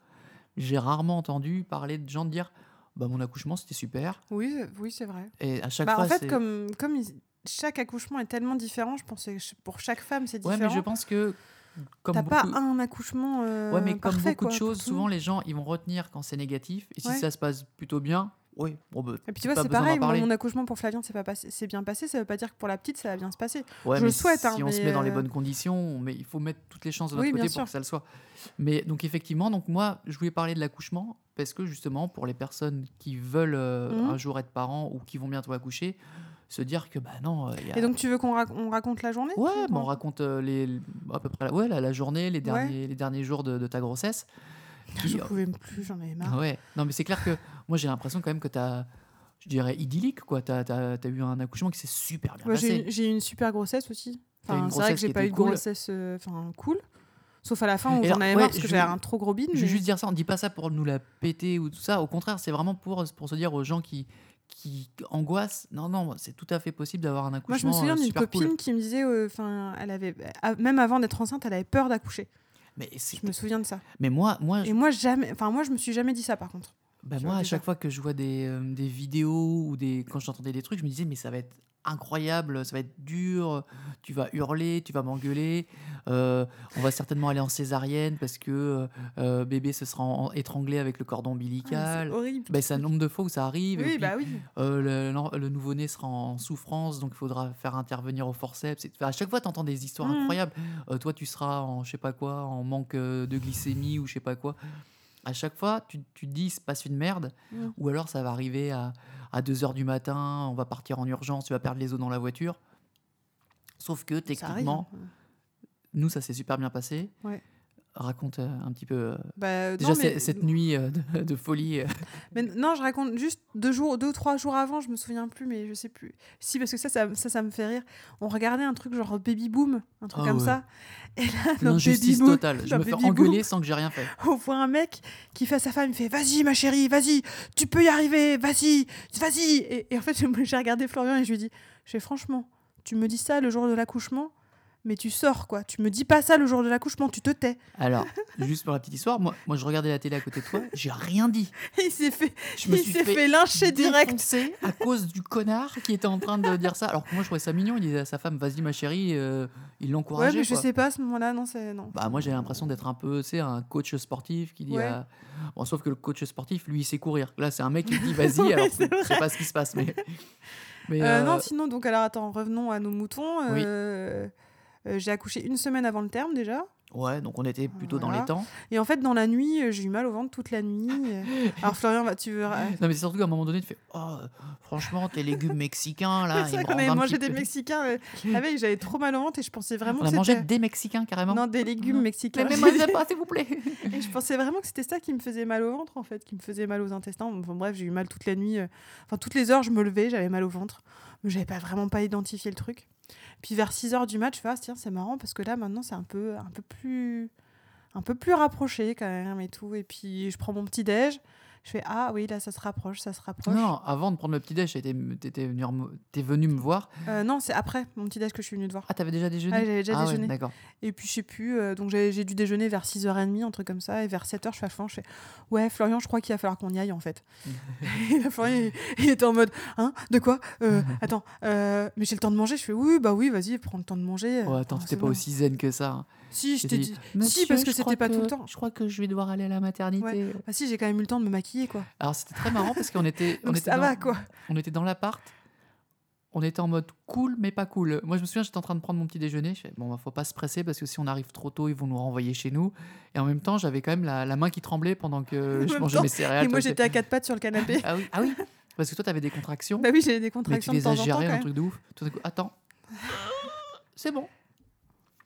j'ai rarement entendu parler de gens dire Bah, mon accouchement, c'était super.
Oui, c'est- oui, c'est vrai.
Et à chaque
Bah,
fois,
en fait,
c'est-
comme comme ils- chaque accouchement est tellement différent, je pense que ch- pour chaque femme c'est
Ouais,
différent.
mais je pense que. Comme
T'as
beaucoup...
pas un accouchement. euh,
Ouais, mais comme
parfait,
beaucoup
quoi,
de
pour
choses,
tout le
souvent
monde.
les gens ils vont retenir quand c'est négatif. Et si
Ouais.
ça se passe plutôt bien, oui. Bon, bah,
Et puis tu vois,
pas
c'est
besoin d'en
pareil. moi,
parler.
Mon accouchement pour Flavien, c'est pas passé, c'est bien passé. Ça veut pas dire que pour la petite, ça va bien se passer.
ouais,
je
mais
le souhaite,
Si
hein,
on se
mais,
met dans les
euh,
bonnes conditions, mais il faut mettre toutes les chances de notre
Oui, bien
côté
sûr.
pour que ça le soit. Mais donc effectivement, donc moi je voulais parler de l'accouchement parce que justement pour les personnes qui veulent euh,
Mhm.
un jour être parents ou qui vont bientôt accoucher, se dire que bah non, euh, il y a...
Et donc, tu veux qu'on rac- on raconte la journée
Ouais,
tu-
bah, on raconte euh, les, à peu près la- ouais, la, la journée, les derniers, les derniers jours de, de ta grossesse. Puis,
Je pouvais plus, j'en avais marre.
Ouais, non, mais c'est clair que moi j'ai l'impression quand même que t'as, je dirais, idyllique quoi. T'as as, eu un accouchement qui s'est super bien
Ouais, j'ai
passé.
eu- j'ai eu une super grossesse
Ah
aussi.
bah, T'as eu une
Enfin, c'est vrai
grossesse
que
qui
j'ai pas
était
eu de
cool.
grossesse euh, enfin, cool. Sauf à la fin où
Et
j'en
alors,
avais
ouais,
marre parce que
je-
j'avais un trop gros bide.
Je
mais-
veux juste dire ça, on dit pas ça pour nous la péter ou tout ça. Au contraire, c'est vraiment pour, pour se dire aux gens qui, qui angoissent non, non, c'est tout à fait possible d'avoir un
Moi, je me
accouchement
souviens
euh,
d'une
super
copine
cool.
qui me disait, euh, enfin, elle avait, à- même avant d'être enceinte, elle avait peur d'accoucher.
Mais, c'est-
Je me souviens de ça.
mais moi, moi, je-
Et moi, jamais, enfin, moi, je me suis jamais dit ça, par contre.
bah,
tu
moi
vois,
à
déjà.
chaque fois que je vois des, euh, des vidéos ou des, quand j'entendais des trucs, je me disais, mais ça va être incroyable, ça va être dur, tu vas hurler, tu vas m'engueuler, euh, on va certainement aller en césarienne parce que euh, bébé se sera en- étranglé avec le cordon
Ah,
ombilical.
C'est horrible.
Ben, c'est un nombre de fois où ça arrive. et
oui,
puis,
bah oui.
euh, le- le, le nouveau-né sera en souffrance, donc il faudra faire intervenir au forceps. Et- enfin, à chaque fois, tu entends des histoires
Mhm.
incroyables. Euh, toi, tu seras en, je sais pas quoi, en manque euh, de glycémie ou je sais pas quoi. À chaque fois, tu, tu te dis, il se passe une merde.
Mhm.
Ou alors, ça va arriver à, à 2 heures du matin, on va partir en urgence, tu vas perdre les os dans la voiture. Sauf que,
Ça arrive,
techniquement,
hein.
nous, ça s'est super bien passé.
Ouais.
Raconte euh, un petit peu... euh,
Bah,
Déjà,
non, mais-
c'est- cette nuit euh, de, de folie. euh,
Mais n- non, je raconte juste deux jours, deux trois jours avant, je me souviens plus, mais je sais plus. Si parce que ça, ça, ça, ça me fait rire. On regardait un truc genre Baby Boom, un truc
Ah
comme
ouais.
ça. Et là, dans Baby
L'injustice
Boom,
totale. Je
dans
me fais
Baby Boom,
engueuler sans que j'ai rien fait.
On voit un mec qui fait à sa femme, il fait "Vas-y, ma chérie, vas-y, tu peux y arriver, vas-y, vas-y." Et, et en fait, je- j'ai regardé Florian et je lui dis, "Je fais franchement, tu me dis ça le jour de l'accouchement, mais tu sors quoi. Tu me dis pas ça le jour de l'accouchement, tu te tais."
Alors, juste pour la petite histoire, moi, moi je regardais la télé à côté de toi, j'ai rien dit.
Et il s'est fait,
Je me
il
suis
s'est
fait,
fait lyncher direct.
défoncer à cause du connard qui était en train de dire ça. Alors que moi je trouvais ça mignon, il disait à sa femme "Vas-y ma chérie", euh, il
Ouais,
l'encourageait.
mais je
quoi.
sais pas à ce moment-là, non, c'est non.
Bah moi j'ai l'impression d'être un peu, tu sais, un coach sportif qui dit
Ouais.
à- bon sauf que le coach sportif lui il sait courir. Là c'est un mec qui dit "Vas-y"
Ouais,
alors
c'est
je sais pas ce qui se passe mais mais
Euh,
euh,
Non, sinon, donc, alors attends, revenons à nos moutons.
Oui.
Euh, euh, j'ai accouché une semaine avant le terme déjà.
ouais, donc on était plutôt dans les
Voilà.
temps.
Et en fait, dans la nuit, euh, j'ai eu mal au ventre toute la nuit. Euh, alors, Florian, va- tu veux. ra-
Non mais c'est surtout qu'à un moment donné tu fais "Oh, franchement, tes légumes mexicains là, ils
c'est vrai
Ah, me
qu'on
rendent
avait
un
mangé
petit
des
peu-
Mexicains. euh, la veille, j'avais trop mal au ventre et je pensais vraiment
On
que
a
c'était. euh,
mangé des mexicains carrément.
Non, des légumes
Non.
mexicains.
pas, s'il vous plaît.
Et je pensais vraiment que c'était ça qui me faisait mal au ventre, en fait, qui me faisait mal aux intestins. Enfin, bref, j'ai eu mal toute la nuit. euh, Enfin, toutes les heures, je me levais, j'avais mal au ventre. Mais j'avais pas, vraiment pas identifié le truc. Puis vers 6 heures du match, je fais, ah, tiens, c'est marrant parce que là, maintenant, c'est un peu, un peu plus. Un peu plus rapproché quand même et tout. Et puis je prends mon petit déj. Je fais ah oui, là ça se rapproche, ça se rapproche.
Non, avant de prendre le petit déj, t'étais t'étais venu, remo- t'es venu me voir.
Euh, non, c'est après mon petit déj que je suis venue te voir.
Ah, t'avais déjà déjeuné
Ouais, j'avais déjà
Ah ouais,
déjeuné.
D'accord.
Et puis je sais plus, euh, donc j'ai j'ai dû déjeuner vers 6h30, un truc comme ça, et vers 7h, je fais à Florian, je fais Ouais, Florian, je crois qu'il va falloir qu'on y aille en fait. et là, Florian, il, il était en mode Hein De quoi Euh, Attends, euh, mais j'ai le temps de manger Je fais Oui, bah oui, vas-y, prends le temps de manger.
Oh, attends,
Ah,
t'étais
c'est
pas
bon.
aussi zen que ça. hein.
Si, je
J'ai
t'ai
dit,
dit.
Monsieur,
parce que
je crois
c'était pas tout le temps.
Je crois que je vais devoir aller à la maternité.
Ouais. Bah si, j'ai quand même eu le temps de me maquiller, quoi.
Alors c'était très marrant parce qu'on était, on
Donc
était
ça
dans,
va, quoi.
on était dans l'appart. On était en mode cool mais pas cool. Moi je me souviens j'étais en train de prendre mon petit déjeuner. Je fais, bon bah, faut pas se presser parce que si on arrive trop tôt ils vont nous renvoyer chez nous. Et en même temps j'avais quand même la, la main qui tremblait pendant que
En
je
même
mangeais
temps,
mes céréales.
Et moi,
toi,
j'étais à quatre pattes sur le canapé.
Ah oui, ah oui. Parce que toi t'avais des contractions.
bah oui, j'ai des
mais tu
contractions de
les
temps
as
en temps.
gérées
quand
un
même.
truc de ouf. Tout d'un coup attends. C'est bon.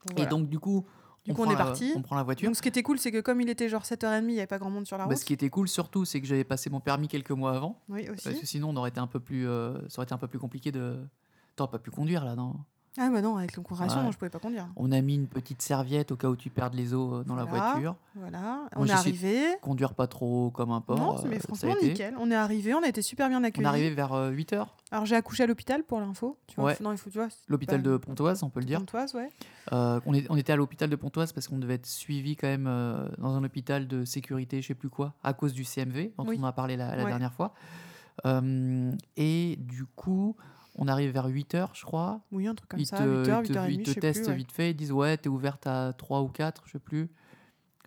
Voilà.
Et donc du coup.
Du coup, on
prend
est
la-
parti.
On prend la voiture.
Donc ce qui était cool, c'est que comme il était genre 7h30, il n'y avait pas grand monde sur la
Bah,
route.
ce qui était cool surtout c'est que j'avais passé mon permis quelques mois avant.
Oui,
Parce que
aussi.
sinon, on aurait été un peu plus, euh, ça aurait été un peu plus compliqué de. T'aurais pas pu conduire là, non
Ah bah non, avec l'encouragement,
Ouais.
non, je pouvais pas conduire.
On a mis une petite serviette au cas où tu perdes les os euh, dans la
Voilà.
voiture.
Voilà,
Moi,
on est
je sais-
arrivé.
Conduire pas trop comme un porc.
Non,
euh,
mais
ça a
franchement,
été.
nickel. On est arrivé, on a été super bien
On est
accueillis.
arrivé vers euh, 8h,
Alors j'ai accouché à l'hôpital pour l'info. Tu vois,
Ouais.
Faut- non, il faut tu vois. c'est
l'hôpital
pas-
de Pontoise, on peut le dire.
Pontoise, ouais.
Euh, on, est- on était à l'hôpital de Pontoise parce qu'on devait être suivi quand même euh, dans un hôpital de sécurité, je sais plus quoi, à cause du CMV, dont
Oui.
on a parlé la, la
Ouais.
dernière fois. Euh, et du coup, on arrive vers 8h, je crois.
Oui, un truc comme
ils
ça,
te,
8h,
ils te-
8h30,
ils te
je sais
testent
plus. ouais.
vite fait, ils disent ouais, t'es ouverte à 3 ou 4, je sais plus.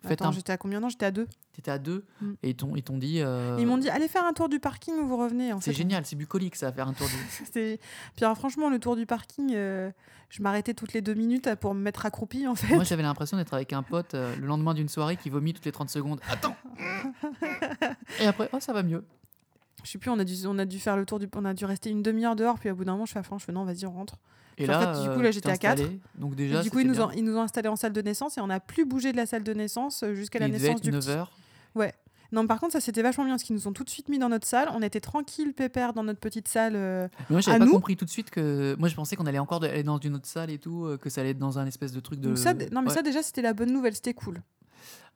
Faites
Attends,
un...
j'étais à combien Non, j'étais à 2.
T'étais à 2
Mm.
et ils t'ont, ils t'ont dit. euh,
Ils m'ont dit allez faire un tour du parking ou vous revenez. En
C'est
fait,
génial, c'est bucolique ça, faire un tour du.
C'était- Puis alors, franchement, le tour du parking, euh, je m'arrêtais toutes les deux minutes euh, pour me mettre accroupie en fait.
Moi j'avais l'impression d'être avec un pote euh, le lendemain d'une soirée qui vomit toutes les 30 secondes. Attends Et après, oh ça va mieux.
Je sais plus, on a dû, on a dû faire le tour du, on a dû rester une demi-heure dehors. Puis au bout d'un moment, je fais à Florent, je fais non, vas-y, on rentre.
Et
Puis en
là,
fait, du coup,
euh,
là,
tu
j'étais
t'es
à quatre.
installé. Donc déjà,
Et du coup, ils
c'était
nous, ont,
bien.
ils nous ont installés en salle de naissance et on n'a plus bougé de la salle de naissance euh, jusqu'à la
Il devait
naissance
être
du petit.
9h.
Non, mais par contre, ça c'était vachement bien parce qu'ils nous ont tout de suite mis dans notre salle. On était tranquille, pépère, dans notre petite salle. euh,
Moi j'avais
À
pas
nous
compris tout de suite que. Moi je pensais qu'on allait encore de- aller dans une autre salle et tout, euh, que ça allait être dans un espèce de truc de.
Donc ça, d- non, mais
Ouais.
ça déjà, c'était la bonne nouvelle, c'était cool.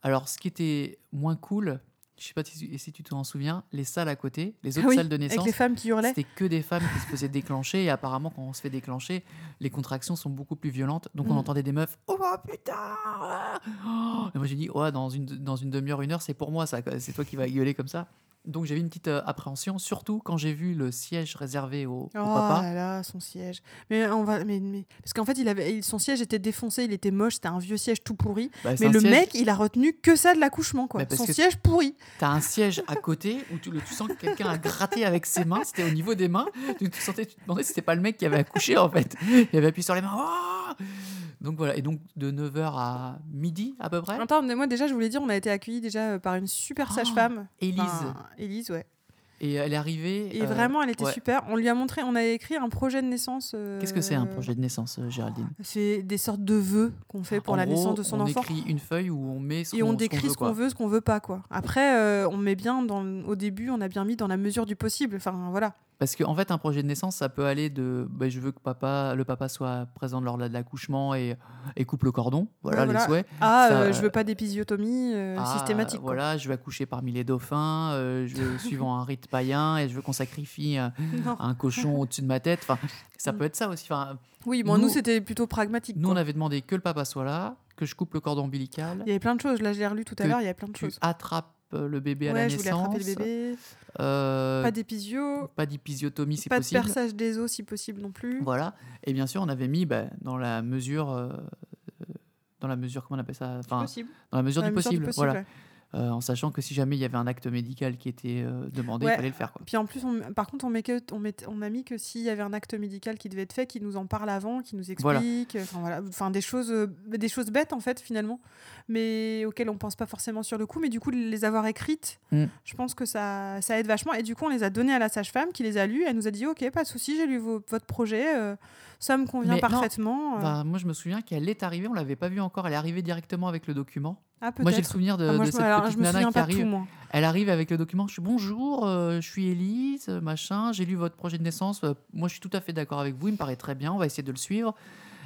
Alors, ce qui était moins cool, je sais pas si, si tu t'en souviens, les salles à côté, les autres
Ah oui,
salles de
Avec
naissance,
les femmes qui hurlaient.
c'était que des femmes qui se faisaient déclencher. Et apparemment, quand on se fait déclencher, les contractions sont beaucoup plus violentes. Donc, on
Mm.
entendait des meufs Oh putain ah Oh Et moi, j'ai dit Ouais, dans une, dans une demi-heure, une heure, c'est pour moi ça. quoi. C'est toi qui vas gueuler comme ça. Donc, j'avais une petite euh, appréhension, surtout quand j'ai vu le siège réservé au, au
Oh
papa.
là là, son siège. Mais on va, mais, mais- parce qu'en fait, il avait, il- son siège était défoncé, il était moche, c'était un vieux siège tout pourri.
Bah, c'est
Mais
un
le
siège-
mec, il a retenu que ça de l'accouchement, quoi.
Bah, parce
son
que-
siège pourri.
T'as un siège à côté où tu, le- tu sens que quelqu'un a gratté avec ses mains, c'était au niveau des mains. Tu, tu sentais, tu te demandais si c'était pas le mec qui avait accouché en fait. Il avait appuyé sur les mains. Ah donc voilà, et donc de 9h à midi à peu près,
Attends, mais moi déjà, je voulais dire, on a été accueillis déjà euh, par une super
Oh,
sage-femme.
Élise.
Enfin, Élise, ouais.
Et elle est arrivée.
Et
euh,
vraiment, elle était
ouais.
super. On lui a montré, on a écrit un projet de naissance. euh,
Qu'est-ce que c'est un projet de naissance, euh, Géraldine
C'est des sortes de vœux qu'on fait pour
En
la
gros,
naissance de son
on
enfant.
écrit une feuille où on met ce
Et
qu'on
on
ce qu'on
décrit
veut,
ce qu'on veut, ce qu'on veut pas, quoi. Après, euh, on met bien dans, le- au début, on a bien mis dans la mesure du possible. Enfin, voilà.
Parce qu'en fait, un projet de naissance, ça peut aller de bah, je veux que papa, le papa soit présent lors de l'accouchement et, et coupe le cordon. Voilà,
Ouais,
les
voilà.
souhaits.
Ah,
Ça,
euh, je veux pas d'épisiotomie euh,
Ah,
systématique. quoi.
Voilà, je vais accoucher parmi les dauphins, euh, je, suivant un rite païen, et je veux qu'on sacrifie euh,
Non.
un cochon au-dessus de ma tête. Enfin, ça peut être ça aussi. Enfin,
Oui, bon, nous,
Nous-
c'était plutôt pragmatique.
nous,
quoi.
on avait demandé que le papa soit là, que je coupe le cordon ombilical,
Il y avait plein de choses. Là, je l'ai relu tout à
Que
l'heure. Il y avait plein de
tu
choses.
attrapes euh, le bébé à la
Ouais, je
naissance.
voulais attraper le bébé.
euh,
Pas d'épisio.
pas d'épisiotomie si
Pas de
possible.
perçage des os si possible non plus.
Voilà. Et bien sûr, on avait mis bah, dans la mesure. euh, euh, dans la mesure, comment on appelle ça Enfin,
Possible.
dans la mesure,
Dans la
du,
mesure
possible, Voilà.
ouais.
Euh, en sachant que si jamais il y avait un acte médical qui était euh, demandé, il
Ouais.
fallait le faire. Quoi.
Puis en plus, on- par contre, on, met que- on, met- on a mis que s'il y avait un acte médical qui devait être fait, qu'il nous en parle avant, qu'il nous explique,
Voilà.
enfin voilà, enfin des choses, euh, des choses bêtes en fait finalement, mais auxquelles on pense pas forcément sur le coup, mais du coup de les avoir écrites,
Mm.
je pense que ça, ça aide vachement. Et du coup, on les a données à la sage-femme qui les a lues. Elle nous a dit, ok, pas de souci, j'ai lu vos- votre projet, euh, ça me convient
Mais non,
parfaitement. euh.
Bah, moi, je me souviens qu'elle est arrivée, on l'avait pas vue encore. Elle est arrivée directement avec le document.
ah
Moi, j'ai le
peut-être.
souvenir de,
Ah, moi,
de
je, me-
cette
alors, je
petite
me
nana
souviens
qui
pas de tout
arrive.
moi.
Elle arrive avec le document. Je suis bonjour, euh, je suis Élise, euh, machin. J'ai lu votre projet de naissance. euh, moi, je suis tout à fait d'accord avec vous. Il me paraît très bien. On va essayer de le suivre.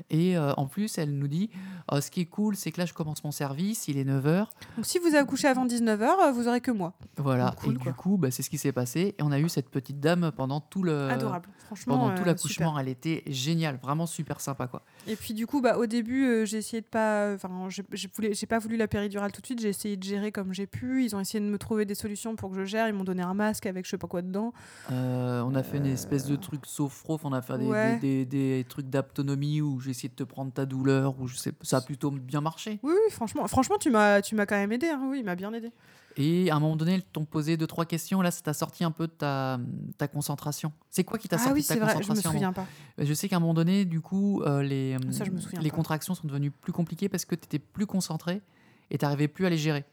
Et euh, en plus, elle nous dit Oh, ce qui est cool, c'est que là, je commence mon service, il est 9h.
Donc, si vous accouchez avant 19h, vous aurez que moi.
Voilà.
Oh, Cool,
et
quoi.
du coup, bah, c'est ce qui s'est passé. Et on a eu cette petite dame pendant tout le.
Adorable. Franchement,
Euh, Pendant tout
euh,
l'accouchement, elle était géniale, vraiment super sympa quoi.
Et puis du coup, bah, au début, euh, j'ai essayé de pas, enfin, j'ai- j'ai voulu- j'ai pas voulu la péridurale tout de suite. J'ai essayé de gérer comme j'ai pu. Ils ont essayé de me trouver des solutions pour que je gère. Ils m'ont donné un masque avec je sais pas quoi dedans.
Euh, on a fait une espèce de truc sophrof, on a fait des,
Ouais.
des- des- des trucs d'aptonomie où j'ai essayé de te prendre ta douleur, ou je sais, pas. ça a plutôt bien marché.
Oui, oui, franchement, franchement, tu m'as, tu m'as quand même aidé. hein. Oui, il m'a bien aidé.
Et à un moment donné, elles t'ont posé deux trois questions. Là, ça t'a sorti un peu de ta, ta concentration. C'est quoi qui t'a
Ah
sorti
oui,
de ta
c'est vrai. Je me
concentration hein
souviens pas.
Je, sais qu'à un moment donné, du coup, euh, les, euh,
Ça, je me souviens
les
pas.
contractions sont devenues plus compliquées parce que t'étais plus concentré et t'arrivais plus à les gérer.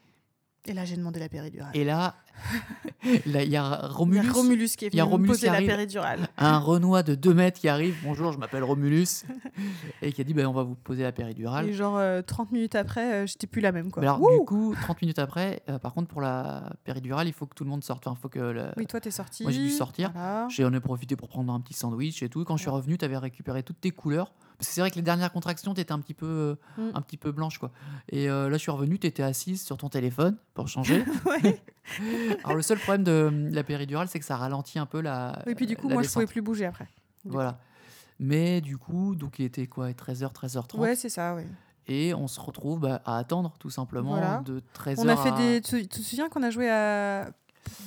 Et là, j'ai demandé la péridurale.
Et là, là, il y a
Il y a
Romulus,
Romulus qui est
il y a
venu me
Romulus qui
poser la
arrive. Ah,
péridurale.
un Renoir de 2 mètres qui arrive. Bonjour, je m'appelle Romulus et qui a dit ben on va vous poser la péridurale.
Et genre euh, 30 minutes après, euh, j'étais plus la même quoi.
Mais alors,
Wouh
du coup, 30 minutes après, euh, par contre, pour la péridurale, il faut que tout le monde sorte. Enfin, faut que le-
oui, toi, t'es sortie.
moi, j'ai dû sortir.
Voilà.
J'en ai profité pour prendre un petit sandwich et tout. Quand je suis revenu, tu avais récupéré toutes tes couleurs. Parce que c'est vrai que les dernières contractions, tu étais un petit peu, euh,
Mm.
un petit peu blanche. Quoi. Et euh, là, je suis revenu, tu étais assise sur ton téléphone pour changer.
Ouais.
Alors, le seul problème de euh, la péridurale, c'est que ça ralentit un peu la.
Et puis du coup,
la
moi, je
descente.
pouvais plus bouger après. du
Voilà. Mais du coup, donc il était quoi 13h, 13h30.
Ouais, c'est ça. Ouais.
Et on se retrouve bah, à attendre tout simplement
Voilà.
de 13h.
On a fait
à...
des. Tu tu te souviens qu'on a joué à.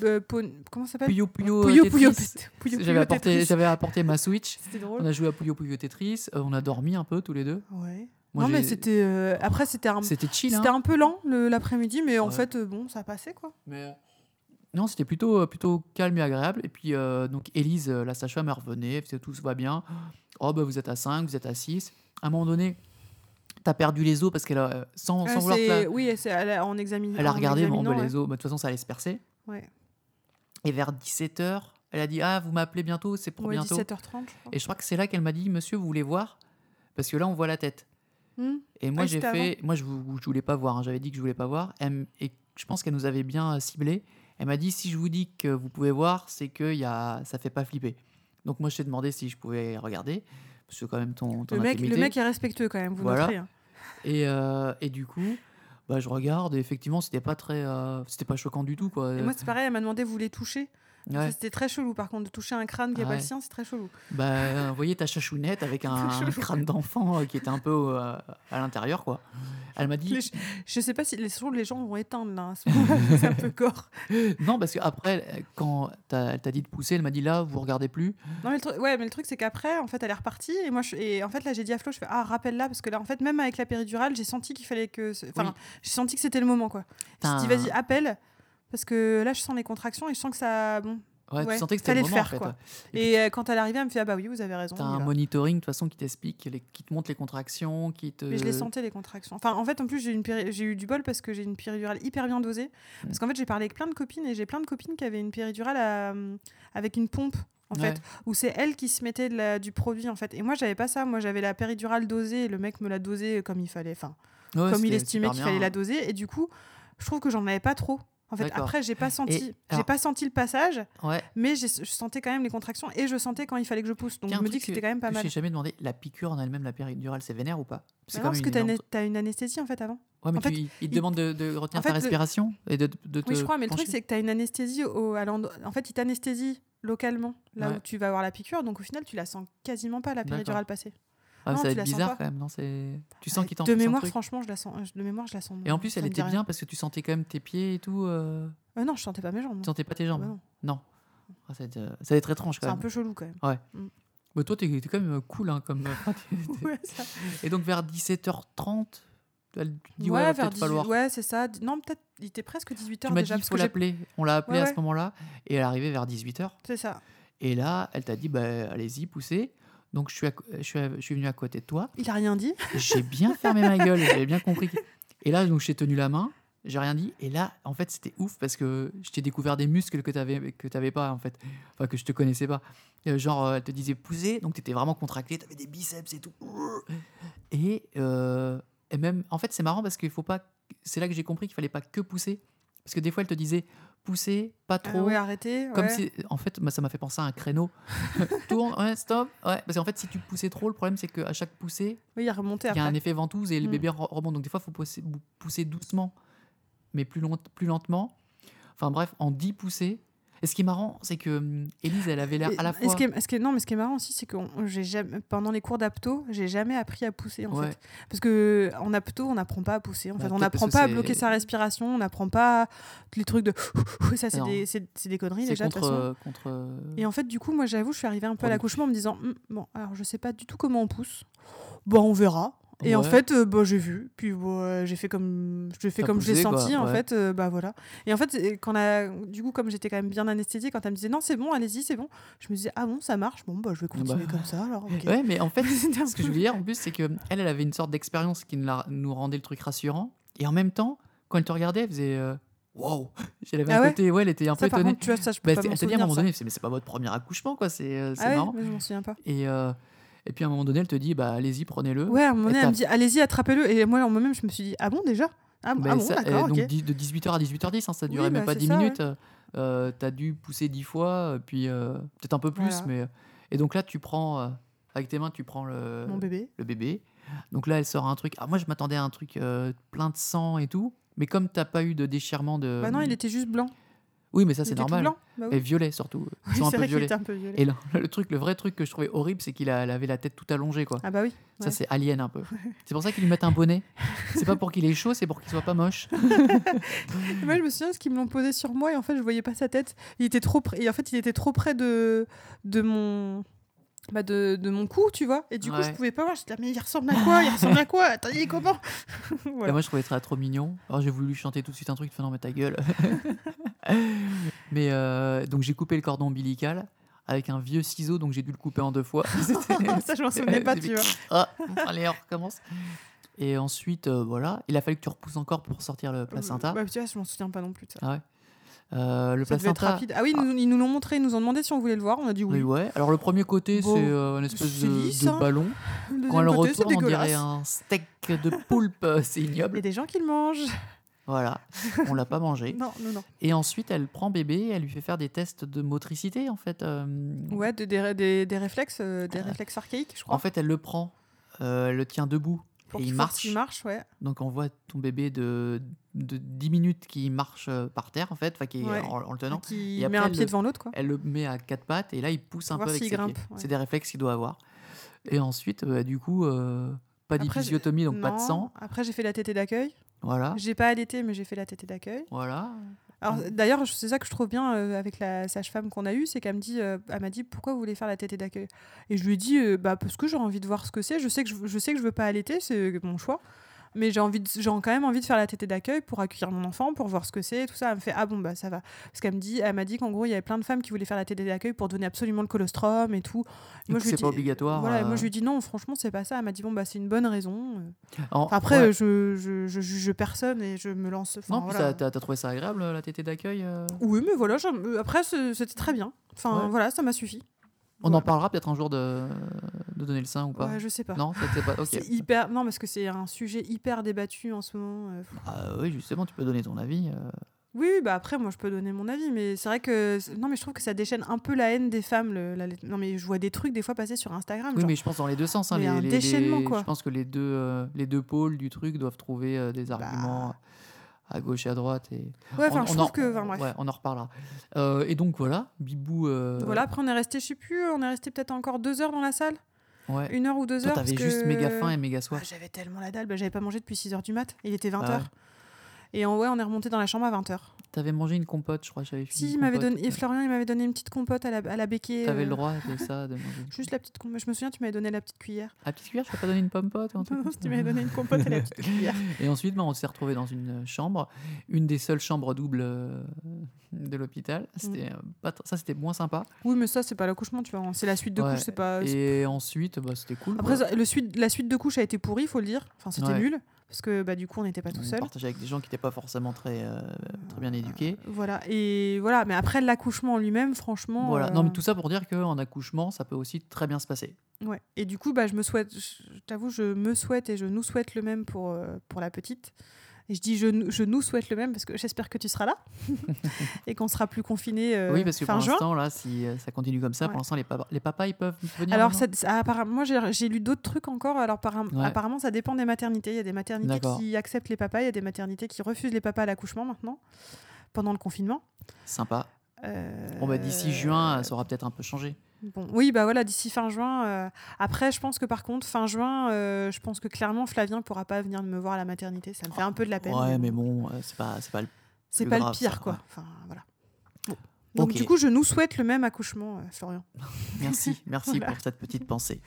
euh, Pon- Comment ça s'appelle
Puyo Puyo.
Puyo
euh,
Puyo
Tetris.
Pet- Puyo
J'avais
Puyo
apporté,
Tetris.
j'avais apporté ma Switch.
C'était
On
drôle.
a joué à Puyo Puyo Tetris. euh, on a dormi un peu tous les deux.
Ouais.
Moi,
non, mais
j'ai-
c'était. euh, Après, c'était un...
C'était chill.
c'était
hein.
un peu lent le- l'après-midi, mais en
Ouais.
fait, euh, bon, ça passait quoi.
Mais, euh, Non, c'était plutôt, euh, plutôt calme et agréable. Et puis, euh, donc, Élise, euh, la sage-femme, elle revenait, elle faisait tout se va bien. Oh, bah, vous êtes à 5, vous êtes à 6. À un moment donné, t'as perdu les os parce qu'elle a, euh, sans, sans
Euh,
vouloir te
c'est-
la-
Oui, c'est- elle a, en examinant.
Elle a
en
regardé, bon, bah,
examinant,
les os, bah, de toute façon, ça allait se percer.
Ouais.
Et vers 17h, elle a dit, ah, vous m'appelez bientôt, c'est pour
ouais. Ouais,
bientôt.
17h30, je crois.
Et je crois que c'est là qu'elle m'a dit, monsieur, vous voulez voir Parce que là, on voit la tête.
Hmm.
Et moi,
Ah,
j'ai
c'était
fait. Moi, je, vou- je voulais pas voir. hein, J'avais dit que je voulais pas voir. Elle m- et je pense qu'elle nous avait bien euh, ciblé. Elle m'a dit si je vous dis que vous pouvez voir, c'est que y a, ça fait pas flipper. Donc moi, je t'ai demandé si je pouvais regarder. Parce que quand même, ton, ton
Le, mec, le
intimité.
mec est respectueux quand même, vous
Voilà.
noterez. hein.
Et, euh, et du coup, bah, je regarde. Et effectivement, c'était pas très. euh, c'était pas choquant du tout, quoi.
Et moi, c'est pareil, elle m'a demandé, vous les toucher
Euh. Ouais.
Ça, C'était très chelou par contre, de toucher un crâne qui n'est
Ah
pas le
ouais.
sien, c'est très chelou.
Bah, euh, vous voyez ta chachounette avec un,
Ta chachou-
crâne d'enfant euh, qui était un peu euh, à l'intérieur, quoi. Elle m'a dit
Les ch- Je sais pas si les, surtout, les gens vont éteindre là, à ce moment-là, c'est un peu gore.
non parce que après, quand t'as- elle t'a dit de pousser, elle m'a dit là, vous regardez plus.
Non, mais le truc, ouais, mais le truc, c'est qu'après, en fait, elle est repartie. Et moi, je, et en fait, là, j'ai dit à Flo, je fais Ah, rappelle-la, parce que là, en fait, même avec la péridurale, j'ai senti qu'il fallait que. ce- Enfin,
Oui.
j'ai senti que c'était le moment, quoi. Je me suis dit,
T'as un-
vas-y, appelle, parce que là, je sens les contractions et je sens que ça. Bon.
Ouais,
Ouais,
tu sentais que c'était le
fallait le
moment, en
faire,
fait,
quoi.
ouais. Et
Et euh, quand elle est arrivée, elle me fait Ah, bah oui, vous avez raison.
T'as
on y
un
va.
monitoring, de toute façon, qui t'explique, les- qui te montre les contractions, qui te...
Mais je les sentais, les contractions. Enfin, en fait, en plus, j'ai une péri- j'ai eu du bol parce que j'ai une péridurale hyper bien dosée.
Mm.
Parce qu'en fait, j'ai parlé avec plein de copines et j'ai plein de copines qui avaient une péridurale à- hum, avec une pompe, en
Ouais.
fait, où c'est elle qui se mettait de la- du produit, en fait. Et moi, j'avais pas ça. Moi, j'avais la péridurale dosée et le mec me la dosait comme il fallait. Enfin,
Ouais,
comme il
c'était
estimait
super
qu'il
bien,
fallait
hein.
la doser. Et du coup, je trouve que j'en avais pas trop. En fait,
D'accord.
après, j'ai pas senti, j'ai
alors-
pas senti le passage,
Ouais,
mais j'ai- je sentais quand même les contractions et je sentais quand il fallait que je pousse. Donc,
Tiens,
je
un
me dis
truc
que c'était quand même pas
que
mal.
Je t'ai jamais demandé, la piqûre en elle-même, la péridurale, c'est vénère ou pas
Mais
C'est
non,
quand
parce
même
que
une
t'as une,
énorme-
t'as une anesthésie, en fait, avant.
Ouais, mais
en fait,
tu- il, il te
il-
demande de, de retenir
en fait,
ta
le-
respiration et de, de te
Oui, je crois, mais le truc,
pencher.
c'est que tu as une anesthésie au, à l'endroit- En fait, il t'anesthésie localement, là
Ouais.
où tu vas avoir la piqûre. Donc, au final, tu la sens quasiment pas, la
D'accord.
péridurale passée.
Ah, mais
non,
ça va
tu
être
la sens
bizarre
pas.
quand même, non c'est- Tu sens qu'il t'en
De mémoire, franchement, je la sens. euh, De mémoire, je la sens.
Et en plus,
ça
elle
me dit
était
rien.
bien parce que tu sentais quand même tes pieds et tout. euh,
Euh, non, je sentais pas mes jambes.
Tu
non.
sentais pas tes
Ah
jambes
bah non.
Non. Ah, ça, va être, euh, ça va être étrange
C'est
quand
un
même.
peu chelou quand même.
Mais toi, t'es t'es quand même cool, hein, comme.
Ouais, ça-
Et donc vers 17h30, elle dit ouais,
Ouais,
va
vers
peut-être
18
falloir.
Ouais, c'est ça. Di- Non, peut-être. Il était presque 18h
tu m'as dit
déjà.
il
parce
faut
que j'ai-
l'appeler. On l'a appelée
Ouais,
à
ouais.
ce moment-là et elle est arrivée vers 18h.
C'est ça.
Et là, elle t'a dit bah, allez-y, poussez. Donc je suis, à co- je, suis à- je suis venu à côté de toi.
Il a rien dit.
J'ai bien fermé ma gueule, j'avais bien compris. que- Et là, donc j'ai tenu la main, j'ai rien dit. Et là, en fait, c'était ouf parce que je t'ai découvert des muscles que t'avais que t'avais pas en fait, enfin que je te connaissais pas. Euh, Genre, euh, elle te disait pousser, donc t'étais vraiment contracté, t'avais des biceps et tout. Et, euh, et même, en fait, c'est marrant parce qu'il faut pas. C'est là que j'ai compris qu'il fallait pas que pousser, parce que des fois, elle te disait pousser, pas
Ah
trop.
ouais, arrêtez.
Comme
ouais.
si, en fait, moi, ça m'a fait penser à un créneau. Tourne, ouais, stop. Ouais, parce qu'en fait, si tu poussais trop, le problème, c'est qu'à chaque poussée,
Oui, il a remonté
il y
après.
a un effet ventouse et le
Mm.
bébé re- remonte. Donc, des fois, il faut pousser, bou- pousser doucement, mais plus, lent- plus lentement. Enfin, bref, en 10 poussées. Et ce qui est marrant, c'est que hum, Élise, elle avait l'air
Et-
à la
et
fois.
ce qui est- ce qui est- non, mais ce qui est marrant aussi, c'est que j'ai jamais, pendant les cours d'apto, j'ai jamais appris à pousser en
Ouais.
fait. Parce que en apto, on n'apprend pas à pousser. En
Bah,
fait,
peut-être
on
parce
n'apprend
que
pas à
c'est-
bloquer sa respiration, on n'apprend pas les trucs de ça, c'est
Non.
des, c'est- c'est des conneries
C'est
déjà. de toute
contre.
façon.
euh, contre euh,
Et en fait, du coup, moi, j'avoue, je suis arrivée un peu à
Productif.
l'accouchement en me disant Hum, bon, alors je sais pas du tout comment on pousse. Bon, on verra. Et en
Ouais.
fait, euh, bah, j'ai vu, puis bon, euh, j'ai fait comme j'ai fait
T'as
comme j'ai
poussé, quoi,
senti, en
ouais.
fait, euh, bah voilà. Et en fait, c'est- quand la, du coup, comme j'étais quand même bien anesthésiée, quand elle me disait non, c'est bon, allez-y, c'est bon, je me disais ah bon, ça marche, bon, bah je vais
Ah bah.
continuer comme ça, alors. ok.
Ouais, mais en fait,
C'était un
ce que
peu-
je veux dire en plus, c'est que hum, elle, elle avait une sorte d'expérience qui nous la- nous rendait le truc rassurant. Et en même temps, quand elle te regardait, elle faisait euh, Wow Elle avait
Ah
un
ouais
côté, ouais, elle était un peu
Ça, par
étonnée.
contre, tu vois, ça, je peux
Bah,
pas
c'est-
m'en
elle t'a dit à un
souvenir,
moment
ça.
donné, elle fait, mais c'est pas votre premier accouchement, quoi, c'est euh, c'est
Ah ouais,
marrant.
mais je m'en souviens pas.
Et, euh, et puis à un moment donné, elle te dit, bah allez-y, prenez-le.
Ouais, à un moment donné, elle
t'as-
me dit allez-y, attrapez-le, et moi, en moi-même, je me suis dit ah bon déjà, ah,
Bah,
ah bon,
ça- euh,
d'accord,
donc
ok.
dix- de 18h à 18h10, hein, ça
Oui,
durait même
bah,
pas
c'est
10
ça, ouais.
minutes. Euh, T'as dû pousser 10 fois, euh, puis euh, peut-être un peu plus,
Voilà.
mais. Et donc là, tu prends, euh, avec tes mains, tu prends le,
Mon bébé.
le bébé. Donc là, elle sort un truc. Ah, moi, je m'attendais à un truc euh, plein de sang et tout. Mais comme t'as pas eu de déchirement de.
Bah non, il était juste blanc.
Oui, mais ça,
Il
c'est
était tout
normal.
blanc. Bah oui.
Et violet surtout. Ils
Oui,
sont un peu
c'est vrai qu'il
violets.
était un peu violet.
Et le, le truc, le vrai truc que je trouvais horrible, c'est qu'il a- elle avait la tête tout allongée, quoi.
Ah bah oui.
Ça,
ouais.
c'est alien un peu. C'est pour ça qu'ils lui mettent un bonnet. C'est pas pour qu'il ait chaud, c'est pour qu'il soit pas moche.
Et moi, je me souviens parce qu'ils me l'ont posé sur moi et en fait, je voyais pas sa tête. Il était trop près. Et en fait, il était trop près de de mon bah, de, de mon cou, tu vois. Et du coup, je
Ouais.
pouvais pas voir. J'étais là, mais il ressemble à quoi Il ressemble à quoi Attendez, il est comment
Et
Voilà.
moi, je trouvais ça trop mignon. Alors, j'ai voulu lui chanter tout de suite un truc, fais non, mais ta gueule. mais euh, donc, j'ai coupé le cordon ombilical avec un vieux ciseau, donc j'ai dû le couper en deux fois. C'était-
Ça, je m'en souvenais pas, tu vois.
Ah, allez, on recommence. Et ensuite, euh, voilà, il a fallu que tu repousses encore pour sortir le placenta.
Bah, tu vois, je m'en souviens pas non plus. de Ça,
Euh, le
Ça devait être
placenta.
rapide. Ah oui,
Ah.
nous- ils nous l'ont montré, ils nous ont demandé si on voulait le voir. On a dit
Oui,
oui.
ouais. Alors, le premier côté,
Bon,
c'est euh, une espèce
c'est
de,
lisse,
de
hein.
ballon.
Le deuxième
Quand elle
côté, c'est
retourne, on dirait
dégueulasse.
un steak de poulpe. C'est
Il y a
ignoble.
des gens qui le mangent.
Voilà, on l'a pas mangé.
Non, non, non.
Et ensuite, elle prend bébé, elle lui fait faire des tests de motricité, en fait. euh,
Ouais, des, des, des, des réflexes, euh,
Ah.
des réflexes archaïques, je crois.
En fait, elle le prend, euh, elle le tient debout.
pour
et
qu'il
il
fasse-
marche.
qu'il marche, ouais.
Donc, on voit ton bébé de, de 10 minutes qui marche euh, par terre, en fait, enfin, qui est
Ouais.
en, en le tenant.
Qui
Ah Et après,
met un
elle
pied
le-
devant l'autre, quoi.
Elle le met à quatre pattes et là, il pousse un
Voir
peu avec
s'il
ses
grimpe,
pieds.
ouais.
C'est des réflexes qu'il doit avoir. Et ensuite, euh, du coup, euh, pas
Après,
d'épisiotomie, Eh, donc pas de
Non.
sang. Ah.
Après, j'ai fait la tétée d'accueil.
Voilà.
J'ai pas allaité, mais j'ai fait la tétée d'accueil.
Voilà.
Alors
Mm.
d'ailleurs, je- c'est ça que je trouve bien euh, avec la sage-femme qu'on a eue, c'est qu'elle me dit, euh, elle m'a dit pourquoi vous voulez faire la tétée d'accueil. Et je lui ai dit euh, bah parce que j'ai envie de voir ce que c'est. Je sais que je, je sais que je veux pas allaiter, c'est mon choix. Mais j'ai envie, de- j'ai quand même envie de faire la tétée d'accueil pour accueillir mon enfant, pour voir ce que c'est, tout ça. Elle me fait ah bon bah ça va. Parce qu'elle me dit, elle m'a dit qu'en gros il y avait plein de femmes qui voulaient faire la tétée d'accueil pour donner absolument le colostrum et tout. Et
Donc,
je lui
c'est
dis-
pas obligatoire,
Voilà, et moi
euh.
je lui dis non, franchement c'est pas ça. Elle m'a dit bon bah c'est une bonne raison.
En-
Enfin, après,
ouais.
euh, je, je, je juge personne et je me lance. enfin,
Non, puis
voilà.
ça- t'as t'as trouvé ça agréable, la tétée d'accueil euh
Oui, mais voilà, j'aime- euh, après, c'est- c'était très bien. Enfin,
Ouais.
voilà, ça m'a suffi.
On en
Voilà.
parlera peut-être un jour de, de donner le sein ou pas
Ouais, je sais pas.
Non, ça, c'est pas. Ok.
C'est hyper. Non, parce que c'est un sujet hyper débattu en ce moment. euh.
Ah oui, justement, tu peux donner ton avis. euh.
Oui, oui, bah après, moi, je peux donner mon avis, mais c'est vrai que. c'est- Non, mais je trouve que ça déchaîne un peu la haine des femmes. le- la- Non, mais je vois des trucs des fois passer sur Instagram.
Oui,
genre,
mais je pense dans les deux sens. hein,
Mais
les,
un
les-
déchaînement,
les-
quoi.
Je pense que les deux, euh, les deux pôles du truc doivent trouver euh, des arguments à gauche et à droite. Et...
Ouais, enfin, je
en-
trouve que. Enfin, bref.
ouais, on en reparlera. Euh, et donc voilà, Bibou. euh,
Voilà, après, on est resté, je sais plus, on est resté peut-être encore deux heures dans la salle.
ouais.
Une heure ou deux
Toi,
heures.
t'avais
parce
juste
que-
méga faim et méga
Ah,
soif.
j'avais tellement la dalle, bah, j'avais pas mangé depuis 6 heures du mat. Il était 20h.
Ah ouais.
Et en ouais, on est remonté dans la chambre à 20h. T'avais
T'avais mangé une compote, je crois. J'avais fini
Si,
une
il m'avait
compote.
donné, et Florian, il m'avait donné une petite compote à la, à la béquée.
T'avais le
euh,
droit de ça, de manger.
Juste la petite compote. Je me souviens, tu m'avais donné la petite cuillère.
À petite cuillère, je t'ai pas donné une pomme pote ou un truc comme
tu
ça
m'avais donné une compote à la petite cuillère.
Et ensuite, bah, on s'est retrouvé dans une chambre, une des seules chambres doubles euh, de
Mm.
l'hôpital. C'était, euh, pas tr- ça, c'était moins sympa.
Oui, mais ça, c'est pas l'accouchement, tu vois. C'est la suite de
Ouais,
couche, c'est pas. Ah, c'est-
Et ensuite, bah, c'était cool.
Après,
quoi.
ça- le suite, la suite de couche a été pourrie, faut le dire. Enfin, c'était
Ouais.
nul. Parce que bah, du coup, on n'était pas tout
on
seul.
partageait avec des gens qui n'étaient pas forcément très, euh, très bien éduqués.
Voilà. Et voilà. Mais après, l'accouchement en lui-même, franchement.
Voilà.
euh,
Non, mais tout ça pour dire qu'en accouchement, ça peut aussi très bien se passer.
Ouais. Et du coup, bah, je me souhaite, je je t'avoue, je me souhaite et je nous souhaite le même pour, euh, pour la petite. Et je dis je, nous- je nous souhaite le même parce que j'espère que tu seras là et qu'on sera plus confinés euh,
oui, parce que
fin
pour
juin.
l'instant, là, si euh, ça continue comme ça,
Ouais.
pour l'instant, les, papas- les papas, ils peuvent venir.
Alors,
maintenant
ça- ça- apparemment, moi, j'ai- j'ai lu d'autres trucs encore. Alors, par-
Ouais.
apparemment, ça dépend des maternités. Il y a des maternités
D'accord.
qui acceptent les papas, il y a des maternités qui refusent les papas à l'accouchement maintenant, pendant le confinement.
Sympa.
Euh,
Bon, bah, d'ici juin, ça aura peut-être un peu changé.
Bon, oui, bah voilà, d'ici fin juin. euh, Après, je pense que par contre, fin juin, euh, je pense que clairement, Flavien pourra pas venir me voir à la maternité. Ça me fait un peu de la peine.
Ouais, mais bon, euh, c'est pas, c'est pas le.
C'est
plus
pas le
grave, ça,
pire, quoi.
ouais.
Enfin, voilà. Bon. Donc,
Ok.
du coup, je nous souhaite le même accouchement, euh, Florian.
Merci, merci
Voilà.
pour cette petite pensée.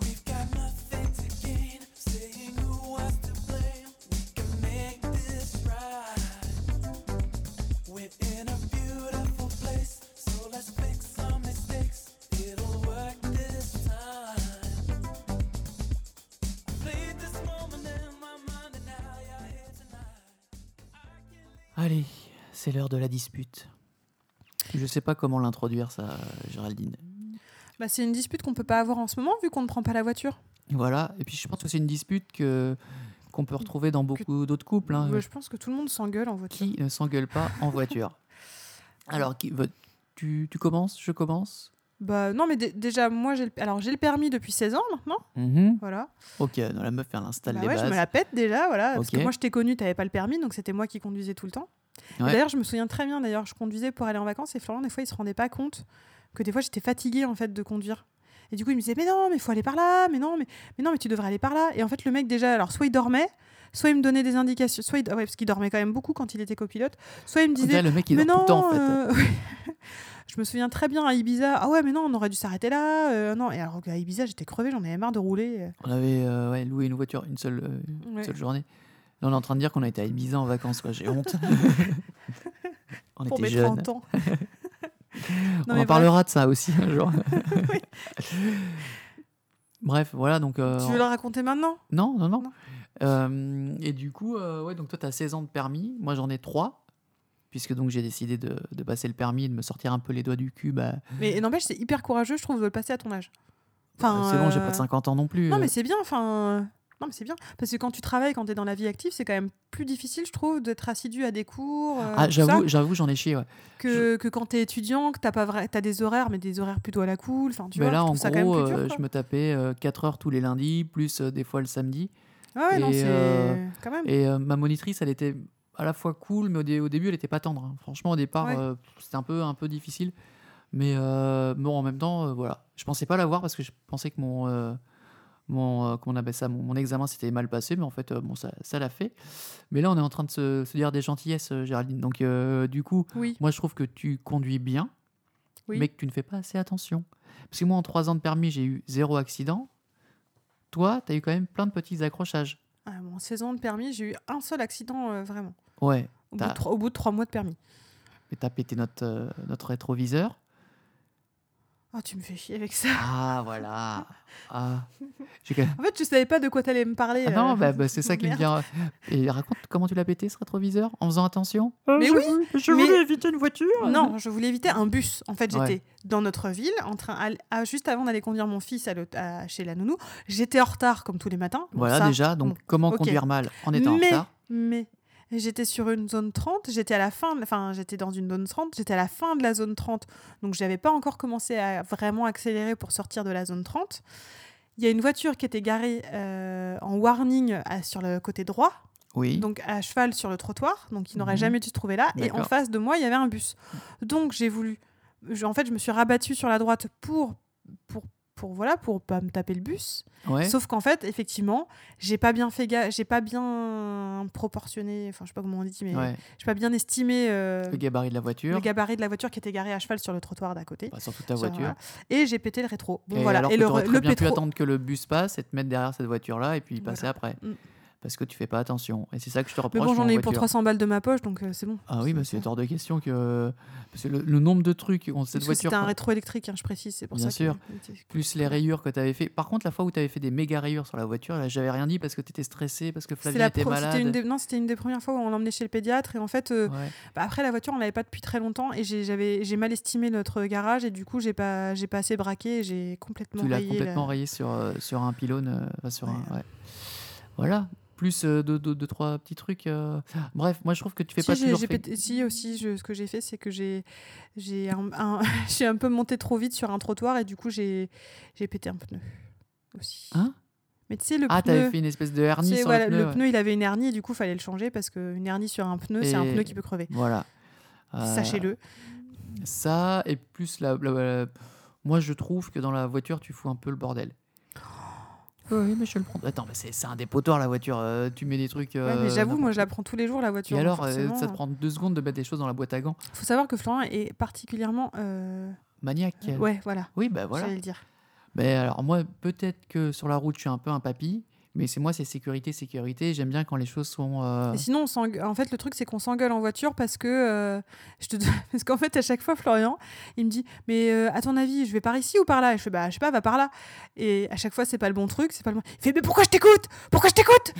We've got nothing to gain, saying who was to blame. We can make this right. We're in a beautiful place, so let's fix some mistakes. It'll work this time. Played this moment in my mind, and now you're here tonight. I can
Allez, c'est l'heure de la dispute. Je sais pas comment l'introduire, ça, euh, Géraldine.
Bah, c'est une dispute qu'on peut pas avoir en ce moment, vu qu'on ne prend pas la voiture.
Voilà, et puis je pense que c'est une dispute que qu'on peut retrouver dans beaucoup d'autres couples. hein.
Ouais, Bah, je pense que tout le monde s'engueule en voiture.
Qui ne s'engueule pas en voiture Alors, qui veut- tu, tu commences Je commence
Bah non, mais dé- déjà, moi, j'ai le... alors j'ai le permis depuis 16 ans maintenant, voilà.
Ok, non, la meuf, elle installe
Bah
les
ouais, je me
bases.
la pète déjà, voilà. Parce que
Ok.
moi, je t'ai connu, t'avais pas le permis, donc c'était moi qui conduisais tout le temps. Et
Ouais.
D'ailleurs, je me souviens très bien, d'ailleurs, je conduisais pour aller en vacances et Florian, des fois, il se rendait pas compte que des fois, j'étais fatiguée en fait de conduire. Et du coup, il me disait, mais non, mais faut aller par là, mais non, mais, mais non, mais tu devrais aller par là. Et en fait, le mec, déjà, alors, soit il dormait, soit il me donnait des indications, soit il... ah ouais, parce qu'il dormait quand même beaucoup quand il était copilote, soit il me
On dirait
disait,
le mec, il est
mais
tout le temps, en fait.
non, euh, je me souviens très bien à Ibiza. Ah ouais, mais non, on aurait dû s'arrêter là. euh, non, et alors qu'à Ibiza, j'étais crevée, j'en avais marre de rouler. euh.
On avait euh, ouais, loué une voiture une seule, euh, une
Ouais.
seule journée. Là, on est en train de dire qu'on a été à Ibiza en vacances, quoi. J'ai honte. on
pour
était
mes
jeunes.
30 ans.
on en parlera de ça aussi un jour. Bref, voilà, donc... euh,
Tu veux le raconter maintenant
Non, non, non.
Non.
Euh, et du coup, euh, ouais, donc toi, tu as 16 ans de permis. Moi, j'en ai 3. Puisque donc j'ai décidé de, de passer le permis et de me sortir un peu les doigts du cul. Bah,
Mais n'empêche, c'est hyper courageux, je trouve, de le passer à ton âge. Enfin,
c'est bon, j'ai
euh,
pas de 50 ans non plus.
Non, mais c'est bien, enfin. euh, Non, mais c'est bien. Parce que quand tu travailles, quand tu es dans la vie active, c'est quand même plus difficile, je trouve, d'être assidu à des cours. euh,
ah,
tout
j'avoue,
ça,
j'avoue, j'en ai chié. Ouais.
que, que quand tu es étudiant, que tu as, des horaires, mais des horaires plutôt à la cool. Enfin, tu
mais
vois,
Bah, là,
je
en
trouve ça quand même
gros,
plus dur,
euh,
quoi.
je me tapais 4 heures tous les lundis, plus euh, des fois le samedi.
Ah ouais, non,
et,
c'est.
euh,
Quand même.
Et euh, ma monitrice, elle était à la fois cool, mais au, dé- au début, elle était pas tendre. hein. Franchement, au départ,
Ouais.
euh, c'était un peu, un peu difficile. Mais euh, bon, en même temps, euh, voilà. Je pensais pas l'avoir parce que je pensais que mon. euh, mon, euh, comment on appelle ça, mon, mon examen s'était mal passé, mais en fait, euh, bon, ça ça l'a fait. Mais là, on est en train de se, se dire des gentillesses, euh, Géraldine. Donc, euh, du coup,
Oui.
moi, je trouve que tu conduis bien,
Oui.
mais que tu ne fais pas assez attention. Parce que moi, en trois ans de permis, j'ai eu zéro accident. Toi, tu as eu quand même plein de petits accrochages.
Ah, bon, 16 ans de permis, j'ai eu un seul accident, euh, vraiment.
Ouais,
Au bout,
T'as-
de trois, au bout de trois mois de permis.
mais t'as pété notre, euh, notre rétroviseur.
Ah, tu me fais chier avec ça.
Ah, voilà. Ah. J'ai quand même-
En fait, je savais pas de quoi t'allais me parler.
Ah non,
euh.
bah, bah, c'est ça qui me
Merde.
vient. Et raconte comment tu l'as pété ce rétroviseur en faisant attention.
Mais oui,
Euh, je
mais- voulais
éviter une voiture.
Non, je voulais éviter un bus. En fait, j'étais
Ouais.
dans notre ville, en train, à l- à- juste avant d'aller conduire mon fils à l'hôte- à- chez la nounou. J'étais en retard, comme tous les matins. Bon,
Voilà
ça,
déjà, donc
bon,
comment
ok.
conduire mal en étant
mais,
en retard
Mais j'étais sur une zone 30, j'étais à la fin, de- enfin j'étais dans une zone 30, j'étais à la fin de la zone 30, donc j'avais pas encore commencé à vraiment accélérer pour sortir de la zone 30. Il y a une voiture qui était garée euh, en warning à- sur le côté droit,
Oui.
donc à cheval sur le trottoir, donc il n'aurait
Mhm.
jamais dû se trouver là. Et en
D'accord.
face de moi, il y avait un bus. Donc j'ai voulu, je- en fait, je me suis rabattue sur la droite pour, pour, pour voilà, pour pas me taper le bus.
ouais.
Sauf qu'en fait, effectivement, j'ai pas bien fait, ga- j'ai pas bien proportionné, enfin je sais pas comment on dit, mais
Ouais.
j'ai pas bien estimé euh,
Le gabarit de la
le
voiture.
gabarit de la voiture qui était garée à cheval sur le trottoir d'à côté.
Bah, surtout ta
Sur-
voiture.
voilà. Et j'ai pété le rétro. Bon,
et
voilà.
alors
et
que
le,
t'aurais
re-
très
le
bien pu
pétro-
attendre que le bus passe et te mettre derrière cette voiture-là et puis y passer après.
Mm.
parce que tu fais pas attention. Et c'est ça que je te
Mais
reproche.
bon, j'en
moi,
ai
en
eu pour
voiture.
300 balles de ma poche, donc euh, c'est bon.
Ah oui, mais
c'est
c'est hors de question que. Parce que le, le nombre de trucs, on, cette
Parce que
voiture.
C'était un rétroélectrique, hein, je précise, c'est pour
Bien
ça.
sûr.
Que...
Plus les rayures que tu avais fait. Par contre, la fois où tu avais fait des méga rayures sur la voiture, là, j'avais rien dit parce que tu étais stressé, parce que
C'est
Flavie
la
était
pro-
malade.
C'était une, des... non, c'était une des premières fois où on l'emmenait chez le pédiatre et en fait, euh,
Ouais.
bah, après la voiture on l'avait pas depuis très longtemps et j'ai j'avais- j'ai mal estimé notre garage et du coup j'ai pas j'ai pas assez braqué et j'ai complètement
Tu l'as
rayé la-
complètement rayé sur, euh, sur un pylône. euh, enfin, sur un- ouais. Voilà. Plus euh, deux, deux- deux, trois petits trucs. euh. Bref, moi je trouve que tu fais
si,
pas
j'ai,
toujours.
j'ai
fait-
pété- si, aussi, je- ce que j'ai fait, c'est que j'ai, j'ai, un, un- j'ai un peu monté trop vite sur un trottoir et du coup, j'ai, j'ai pété un pneu aussi.
Hein
Mais tu sais, le
Ah, t'avais
pneu,
fait une espèce de
tu
hernie
sais,
sur
voilà,
le pneu. ouais.
il avait une hernie et du coup, il fallait le changer parce qu'une hernie sur un pneu, c'est un
Et-
pneu qui peut crever.
Voilà. Euh,
Sachez-le.
Ça, et plus la, la- la- Moi, je trouve que dans la voiture, tu fous un peu le bordel. Oui, mais je le prends. Attends, mais c'est c'est un dépotoir la voiture. euh, tu mets des trucs.
Ouais,
euh,
mais j'avoue, moi,
n'importe
je la prends tous les jours, la
où.
voiture.
Et
donc
alors, euh, ça
forcément,
te prend deux secondes de mettre des choses dans la boîte à gants.
Faut savoir que Florent est particulièrement. euh,
Maniaque.
Ouais, voilà.
Oui, bah voilà.
J'allais le dire.
Mais alors, moi, peut-être que sur la route, je suis un peu un papy. Mais c'est moi, c'est sécurité, sécurité. J'aime bien quand les choses sont. euh,
Et sinon, on s'engue- en fait, le truc, c'est qu'on s'engueule en voiture parce que. euh, je te... parce qu'en fait, à chaque fois, Florian, il me dit Mais euh, à ton avis, je vais par ici ou par là Et je fais Bah, je sais pas, va par là. Et à chaque fois, c'est pas le bon truc, c'est pas le bon. Il fait Mais pourquoi je t'écoute Pourquoi je t'écoute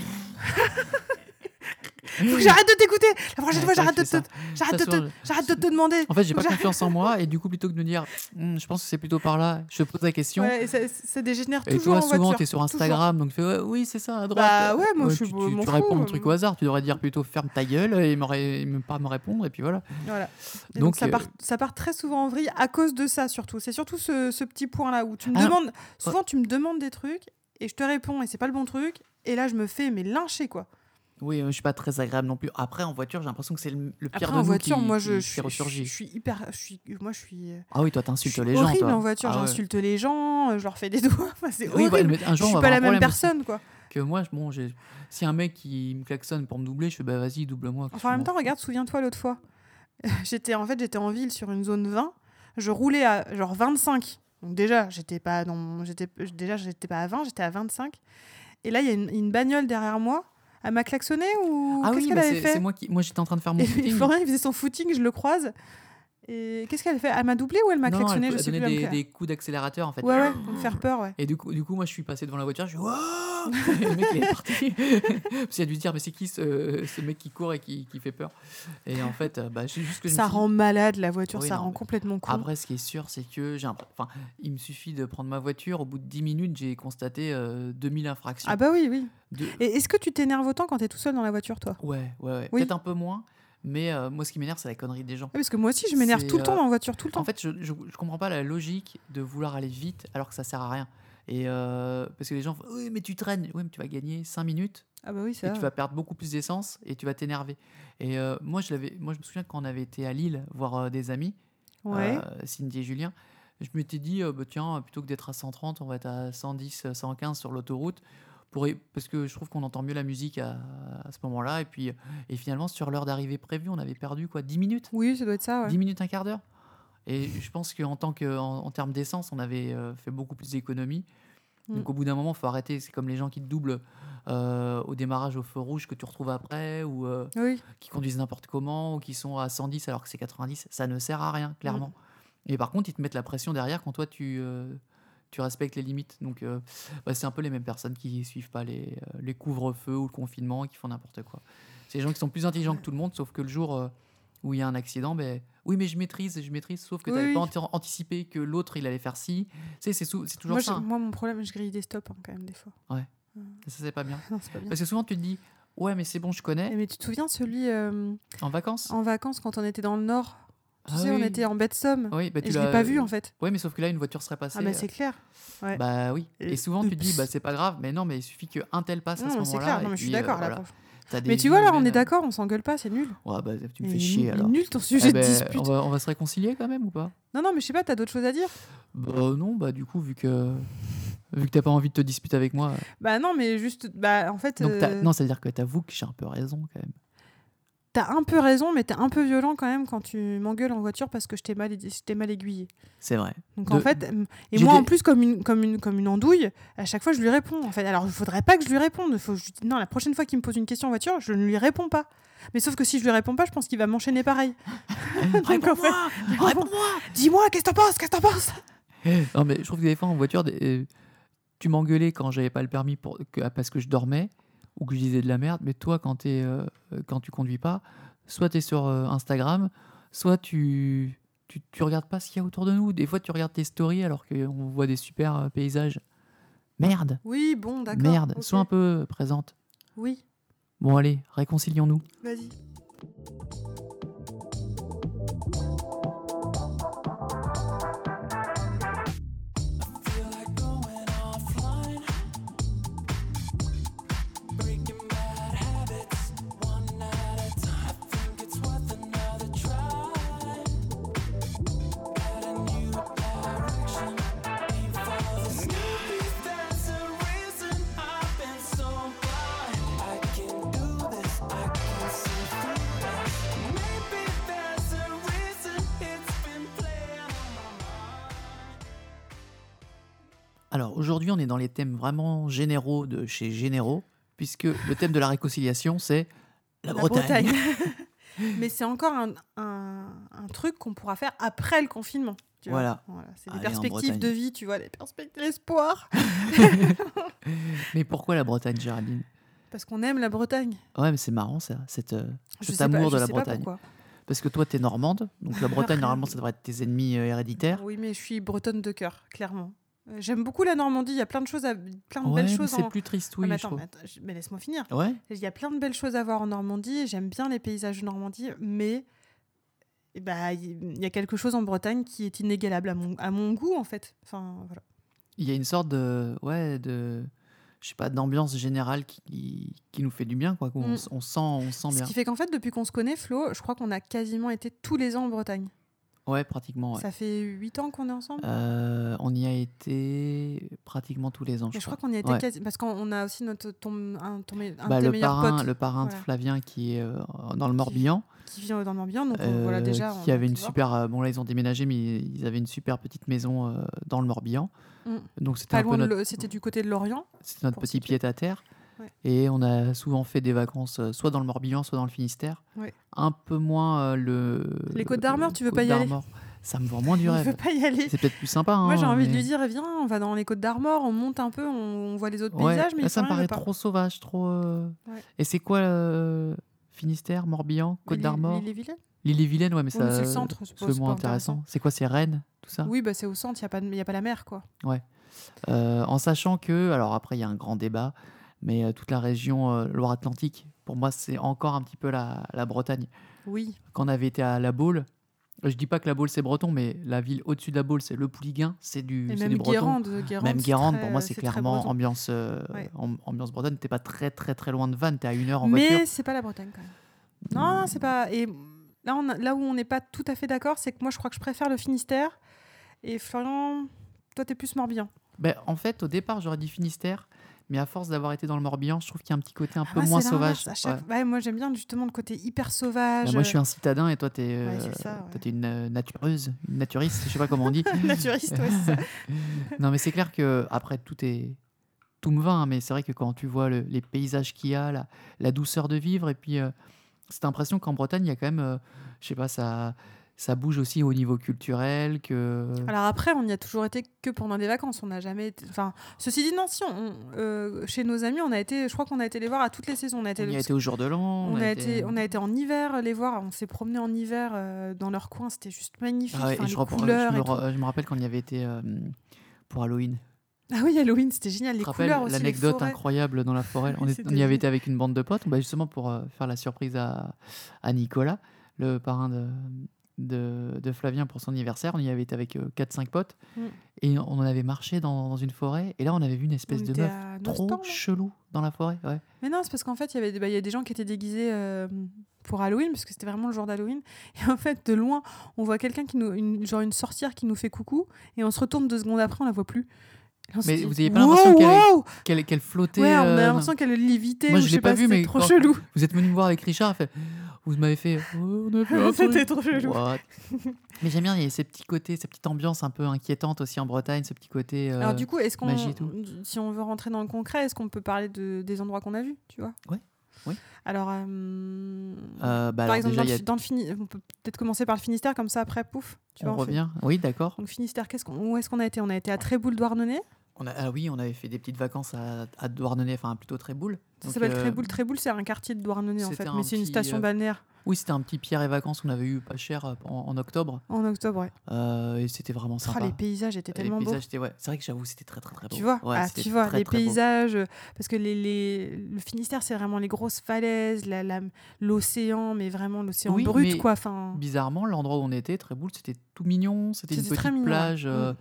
Faut que j'arrête de t'écouter La prochaine
Ouais,
fois,
c'est vrai
j'arrête de,
que je fais
te... j'arrête, de
Ça,
te...
souvent,
j'arrête de te demander.
En fait, j'ai pas
Faut que
confiance en moi. Et du coup, plutôt que de me dire, Hum, je pense que c'est plutôt par là, je te pose la question.
Ouais, et ça, ça dégénère
Et
toujours
toi,
en
souvent,
voiture.
tu es sur
toujours.
Instagram, donc tu fais ouais, oui, c'est ça, à droite.
Bah ouais, moi, je suis
tu,
beau-
tu-
m'en
tu
fous,
réponds le
euh,
truc au hasard, tu devrais dire plutôt ferme ta gueule et m'aurait- me, pas me répondre, et puis voilà.
Voilà. Et
Donc,
donc, ça,
euh,
part, ça part très souvent en vrille à cause de ça, surtout. C'est surtout ce, ce petit point-là où tu me
Ah non.
demandes. Souvent, tu me demandes des trucs et je te réponds et c'est pas le bon truc. Et là, je me fais mais lyncher quoi.
Oui, euh, je suis pas très agréable non plus. Après, en voiture, j'ai l'impression que c'est le, le pire
Après
de
en
nous
voiture,
qui,
moi
qui-
je,
qui
je suis-
ressurgit.
je suis hyper, je suis, moi je suis, euh,
Ah oui, toi,
je
t'insultes
suis
les gens.
horrible
toi.
en voiture.
Ah ouais.
J'insulte les gens, euh, je leur fais des doigts. Enfin, c'est
Oui, bah,
horrible.
mais un
je
jour, on
suis
va
pas
avoir
la
un
même
problème aussi.
personne quoi.
Que moi, je- bon, j'ai- si un mec qui me klaxonne pour me doubler, je fais bah vas-y, double-moi.
Enfin, en même temps, regarde, souviens-toi l'autre fois. j'étais en fait, j'étais en ville sur une zone 20. Je roulais à genre 25. Donc déjà, j'étais pas dans mon- j'étais déjà j'étais pas à 20, j'étais à 25. Et là, il y a une, une bagnole derrière moi. Elle m'a klaxonné ou
Ah
qu'est-ce
oui,
qu'elle
mais
avait
c'est
fait
c'est moi qui, moi j'étais en train de faire mon
Et puis,
footing.
Florian, il faisait son footing, je le croise. Et qu'est-ce qu'elle fait Elle m'a doublé ou elle m'a
Non,
klaxonné
elle-
Je
elle
sais plus.
donnait
elle me
des,
cla-
des coups d'accélérateur en fait.
Ouais, ouais, pour me faire peur, ouais.
Et du coup, du coup, moi, je suis passé devant la voiture, je suis Waouh Le mec, il est parti. Parce qu'il a dû se dire, mais c'est qui ce, ce mec qui court et qui, qui fait peur Et en fait, euh, bah, c'est juste que je me
Ça
suis dit-
rend malade la voiture,
Oui,
ça
non,
rend
mais-
complètement con.
Après, ce qui est sûr, c'est que j'ai un- enfin, il me suffit de prendre ma voiture. Au bout de 10 minutes, j'ai constaté euh, 2000 infractions.
Ah bah oui, oui.
De-
Et est-ce que tu t'énerves autant quand t'es tout seul dans la voiture, toi
Ouais, ouais, ouais.
Oui.
Peut-être un peu moins, mais euh, moi, ce qui m'énerve, c'est la connerie des gens.
Ouais, Ah, Parce que moi aussi, je m'énerve
C'est,
tout le temps
euh,
dans la voiture, tout le temps.
En fait, je, je, je comprends pas la logique de vouloir aller vite alors que ça sert à rien. Et euh, parce que les gens font, oui, mais tu traînes. Oui, mais tu vas gagner 5 minutes.
Ah bah oui, ça.
et tu vas perdre beaucoup plus d'essence et tu vas t'énerver. Et euh, moi, je l'avais, moi, je me souviens quand on avait été à Lille voir euh, des amis,
Ouais.
euh, Cindy et Julien, je m'étais dit, euh, bah, tiens, plutôt que d'être à 130, on va être à 110, euh, 115 sur l'autoroute, pour, é- parce que je trouve qu'on entend mieux la musique à, à ce moment-là. Et puis, euh, et finalement, sur l'heure d'arrivée prévue, on avait perdu quoi, 10 minutes,
Oui, ça doit être ça. ouais.
10 minutes, un quart d'heure. Et je pense qu'en tant que, en, en termes d'essence, on avait euh, fait beaucoup plus d'économies. Donc
Mm.
au bout d'un moment, faut arrêter. C'est comme les gens qui te doublent euh, au démarrage au feu rouge que tu retrouves après, ou euh,
Oui.
qui conduisent n'importe comment, ou qui sont à 110 alors que c'est 90. Ça ne sert à rien, clairement.
Mm.
Et par contre, ils te mettent la pression derrière quand toi, tu, euh, tu respectes les limites. Donc euh, bah, c'est un peu les mêmes personnes qui suivent pas les, euh, les couvre-feux ou le confinement, et qui font n'importe quoi. C'est les gens qui sont plus intelligents que tout le monde, sauf que le jour euh, où il y a un accident, ben, oui, mais je maîtrise, je maîtrise, sauf que tu
Oui,
n'avais
oui.
pas anti- anticipé que l'autre, il allait faire ci. Tu sais, C'est sou- c'est toujours
Moi, je-
ça. hein.
moi, mon problème, je grille des stops hein, quand même des fois.
Ça, c'est pas bien.
Non, c'est pas bien.
Parce que souvent, tu te dis, ouais, mais c'est bon, je
Eh,
connais.
Mais tu te souviens celui euh,
En vacances
en vacances quand on était dans le nord Tu
Ah
sais, on
oui.
était en baie de Somme.
Oui, bah,
et
tu
je l'ai
l'as-
pas vu en fait.
Oui, mais sauf que là, une voiture serait passée.
Ah, mais
euh,
c'est clair. ouais.
Bah oui. Et
Euh,
souvent, tu te dis,
oups.
bah c'est pas grave, mais non, mais il suffit qu'un tel passe à
Non,
ce
mais
moment-là.
c'est clair.
et
Non, mais je suis
puis, euh,
d'accord là.
voilà.
pauvre.
T'as des
Mais tu vois, là, on
humaines,
est
euh,
d'accord, on s'engueule pas, c'est nul.
Ouais, bah tu me
Et
fais
il- il
chier
est
alors.
Nul ton
Eh
sujet de
ben,
dispute.
on, va, on va se réconcilier quand même ou pas
Non, non, mais je sais pas, t'as d'autres choses à dire
Bah non, bah du coup, vu que. Vu que t'as pas envie de te disputer avec moi.
Bah non, mais juste, bah en fait.
Donc, t'as-
euh,
non, ça veut dire que t'avoues que j'ai un peu raison quand même.
T'as un peu raison, mais t'es un peu violent quand même quand tu m'engueules en voiture parce que je t'ai mal, je t'ai mal aiguillé.
C'est vrai.
Donc
De-
en fait, euh, et
j'ai
moi
des-
en plus comme une, comme, une, comme une andouille, à chaque fois je lui réponds. En fait, alors il faudrait pas que je lui réponde. Faut, que je lui dise, non, la prochaine fois qu'il me pose une question en voiture, je ne lui réponds pas. Mais sauf que si je lui réponds pas, je pense qu'il va m'enchaîner pareil. Donc, en fait,
Réponds-moi Réponds-moi
Dis-moi, qu'est-ce que t'en penses Qu'est-ce que t'en penses
Non, mais je trouve que des fois en voiture, des- euh, tu m'engueulais quand j'avais pas le permis pour, que- ah, parce que je dormais ou que je disais de la merde, mais toi, quand, t'es, euh, quand tu conduis pas, soit tu es sur euh, Instagram, soit tu, tu, tu regardes pas ce qu'il y a autour de nous. Des fois, tu regardes tes stories alors qu'on voit des super euh, paysages. Merde,
Oui, bon, d'accord.
merde,
ok.
sois un peu euh, présente.
Oui,
Bon, allez, réconcilions-nous.
vas-y.
Feel like going offline, breaking bad habits one at a time. Think it's worth another try. Got a new direction, aim for the sky. There's a reason I've been so blind. I can do this. I can see through this. Maybe there's a reason it's been playing on my mind.
Alors aujourd'hui, on est dans les thèmes vraiment généraux de chez Généraux, puisque le thème de la réconciliation, c'est la, Bretagne.
Bretagne. mais c'est encore un, un- un truc qu'on pourra faire après le confinement. tu vois.
Voilà.
C'est
Aller
des
en Bretagne.
perspectives de vie, tu vois, les perspectives d'espoir.
Mais pourquoi la Bretagne, Géraldine
Parce qu'on aime la Bretagne.
Ouais, mais c'est marrant ça, cette, euh,
Je
cet
sais pas-
amour
je
de la
sais pas
Bretagne.
pourquoi.
Parce que toi, t'es normande, donc la Bretagne, normalement, ça devrait être tes ennemis euh, héréditaires.
Oui, mais je suis bretonne de cœur, clairement. Euh, J'aime beaucoup la Normandie. Il y a plein de choses, à, plein de
Ouais,
belles
mais
choses.
c'est
en-
plus triste,
Ah,
oui,
mais
je
attends,
trouve.
mais attends, je- mais laisse-moi finir.
Ouais,
Il y a plein de belles choses à voir en Normandie. J'aime bien les paysages de Normandie, mais eh ben, il y a quelque chose en Bretagne qui est inégalable à mon, à mon goût, en fait. Enfin, voilà.
il y a une sorte de, ouais, de, je sais pas, d'ambiance générale qui, qui, qui nous fait du bien, quoi. qu'on-
Mm.
On, sent, on sent
Ce
bien.
qui fait qu'en fait, depuis qu'on se connaît, Flo, je crois qu'on a quasiment été tous les ans en Bretagne.
Ouais, pratiquement. ouais.
Ça fait 8 ans qu'on est ensemble.
Euh, on y a été pratiquement tous les ans.
Mais je crois
crois.
qu'on y a été
Ouais.
quasi. Parce qu'on a aussi notre, ton, un, ton me- un
Bah,
de tes
le
meilleurs
parrain,
potes
le parrain de
Voilà.
Flavien qui est euh, dans le Morbihan,
qui vit dans l'ambiance. Donc on-
euh,
voilà, déjà.
qui
on-
avait une
tu vois.
super. euh, bon, là, ils ont déménagé, mais ils avaient une super petite maison euh, dans le Morbihan.
Mm.
Donc, c'était
Pas
un peu
loin de
notre,
le- C'était du côté de l'Orient.
c'était notre
pour
petit
situer.
pied à terre.
Ouais.
Et on a souvent fait des vacances euh, soit dans le Morbihan, soit dans le Finistère.
Ouais.
Un peu moins euh, le.
Les Côtes d'Armor, tu veux pas
Côtes
y aller
d'Armor. Ça me vend moins du
Il veut
rêve.
pas y aller.
C'est peut-être plus sympa.
Moi,
hein,
j'ai envie de
mais-
lui dire viens, on va dans les Côtes d'Armor, on monte un peu, on, on voit les autres
Ouais,
paysages. Mais
là,
il
ça
faut
me
rien de
paraît
pas-
trop sauvage, trop. euh,
Ouais.
Et c'est quoi euh, Finistère, Morbihan, Côte
L'île-
d'Armor,
l'île est vilaine.
L'île-et-Vilaine, ouais, mais
Oui, mais
ça.
c'est le centre, c'est
C'est
pas-
le
c'est
moins
pas
intéressant. C'est quoi, c'est Rennes, tout ça
Oui, bah, c'est au centre, il n'y a, pas de- y a pas la mer, quoi.
Euh, En sachant que, alors après, il y a un grand débat, mais euh, toute la région euh, Loire-Atlantique, pour moi, c'est encore un petit peu la, la Bretagne.
Oui.
Quand on avait été à La Baule, je dis pas que La Baule c'est breton, mais la ville au-dessus de La Baule, c'est le Pouliguen, c'est du,
Et
c'est
même
du breton.
Guérande. Guérande,
Même
c'est
Guérande,
très-
pour moi, c'est
très
clairement
breton.
ambiance, euh,
Ouais.
amb- ambiance bretonne. T'es pas très très très loin de Vannes, t'es à une heure en voiture. Hmm.
Mais c'est pas la Bretagne quand même. Non, non, c'est pas. Et là, on a- là où on n'est pas tout à fait d'accord, c'est que moi, je crois que je préfère le Finistère. Et Florian, toi, t'es plus Morbihan.
Ben, en fait, au départ, j'aurais dit Finistère, mais à force d'avoir été dans le Morbihan, je trouve qu'il y a un petit côté un
Ah,
peu
moi,
moins
c'est l'inverse.
sauvage.
À
Ouais.
chaque- ouais, moi, j'aime bien justement le côté hyper
Ben,
sauvage.
moi, je suis un citadin et toi, t'es euh,
Ouais, c'est ça, ouais.
toi, t'es une euh, natureuse, une naturiste, je sais pas comment on dit.
naturiste. ouais, c'est ça.
non, mais c'est clair que après tout est tout me va, hein, mais c'est vrai que quand tu vois le- les paysages qu'il y a, la, la douceur de vivre, et puis euh, cette impression qu'en Bretagne, il y a quand même, euh, je sais pas, ça ça bouge aussi au niveau culturel que.
Alors après, on n'y a toujours été que pendant des vacances. On n'a jamais. Été... Enfin, ceci dit, non, si on- euh, chez nos amis, on a été. Je crois qu'on a été les voir à toutes les saisons. On a été.
on y a
parce
été au jour de l'an.
On a, été,
euh,
on a été en hiver les voir, on s'est promené en hiver euh, dans leur coin, c'était juste magnifique.
Ah ouais, et
enfin,
je,
les
reprends- je
couleurs
me
et
re- je me rappelle quand il y avait été euh, pour Halloween.
tout. Ah oui, Halloween, c'était génial,
Je
les
te rappelle
couleurs aussi. les
l'anecdote
forêts.
incroyable dans la forêt. On, est-
C'était
on y avait
génial.
été avec une bande de potes, bah, justement pour euh, faire la surprise à, à Nicolas, le parrain de, de, de Flavien pour son anniversaire. On y avait été avec 4-5 potes
Mm.
et on avait marché dans, dans une forêt. Et là, on avait vu une
On
espèce de
était
meuf
à
trop
Nostan, là.
chelou dans la forêt. ouais.
Mais non, c'est parce qu'en fait, il y avait des- bah, il y a des gens qui étaient déguisés euh, pour Halloween, parce que c'était vraiment le jour d'Halloween. Et en fait, de loin, on voit quelqu'un qui nous. Une, genre une sorcière qui nous fait coucou, et on se retourne deux secondes après, on la voit plus. Et on s'est
Mais
dit,
vous n'avez pas l'impression
Wow,
qu'elle est-
wow
qu'elle qu'elle flottait
Ouais, on
euh,
a
dans-
l'impression qu'elle est lévitée.
Moi,
ou
je
je
l'ai
sais
pas vu,
c'était
mais
trop
quand-
chelou.
Vous êtes venu me voir avec Richard, elle fait, vous m'avez fait. Oh, on a fait un truc.
C'était trop chelou.
What Mais j'aime bien, il y a ces petits côtés, cette petite ambiance un peu inquiétante aussi en Bretagne, ce petit côté. euh,
Alors du coup, est-ce qu'on,
magie et tout.
si on veut rentrer dans le concret, est-ce qu'on peut parler de, des endroits qu'on a vus, tu vois
Ouais, oui.
Alors, euh,
euh, bah,
par
alors,
exemple,
déjà,
dans,
il y
le,
a-
fi- dans le Fini- on peut peut-être commencer par le Finistère, comme ça après, pouf, tu
on
vois, on fait-
revient. Oui, d'accord.
Donc Finistère, qu'est-ce qu'on, où est-ce qu'on a été On a été à Tréboul-Douarnenez.
On a- Ah oui, on avait fait des petites vacances à, à Douarnenez, enfin plutôt Tréboul.
Ça
Donc,
s'appelle
euh,
Tréboul. Tréboul, c'est un quartier de Douarnenez en
c'était
fait,
un
mais c'est une
petit,
station
euh,
balnéaire
Oui, c'était un petit Pierre et vacances qu'on avait eu pas cher euh, en, en octobre.
en octobre. Ouais.
Euh, et c'était vraiment
Oh,
sympa.
les paysages étaient
Les
tellement beaux.
paysages étaient- ouais. C'est vrai que j'avoue, c'était très très très beau.
Tu vois,
Ouais,
ah,
c'était
tu vois
très,
les
très beau.
paysages, euh, parce que les, les- le Finistère, c'est vraiment les grosses falaises, la- la- l'océan, mais vraiment l'océan
Oui,
brut,
mais-
quoi. Enfin,
Bizarrement, l'endroit où on était, Tréboul, c'était tout mignon. C'était une
C'était
petite
très mignon, ouais. Mm.
plage. euh,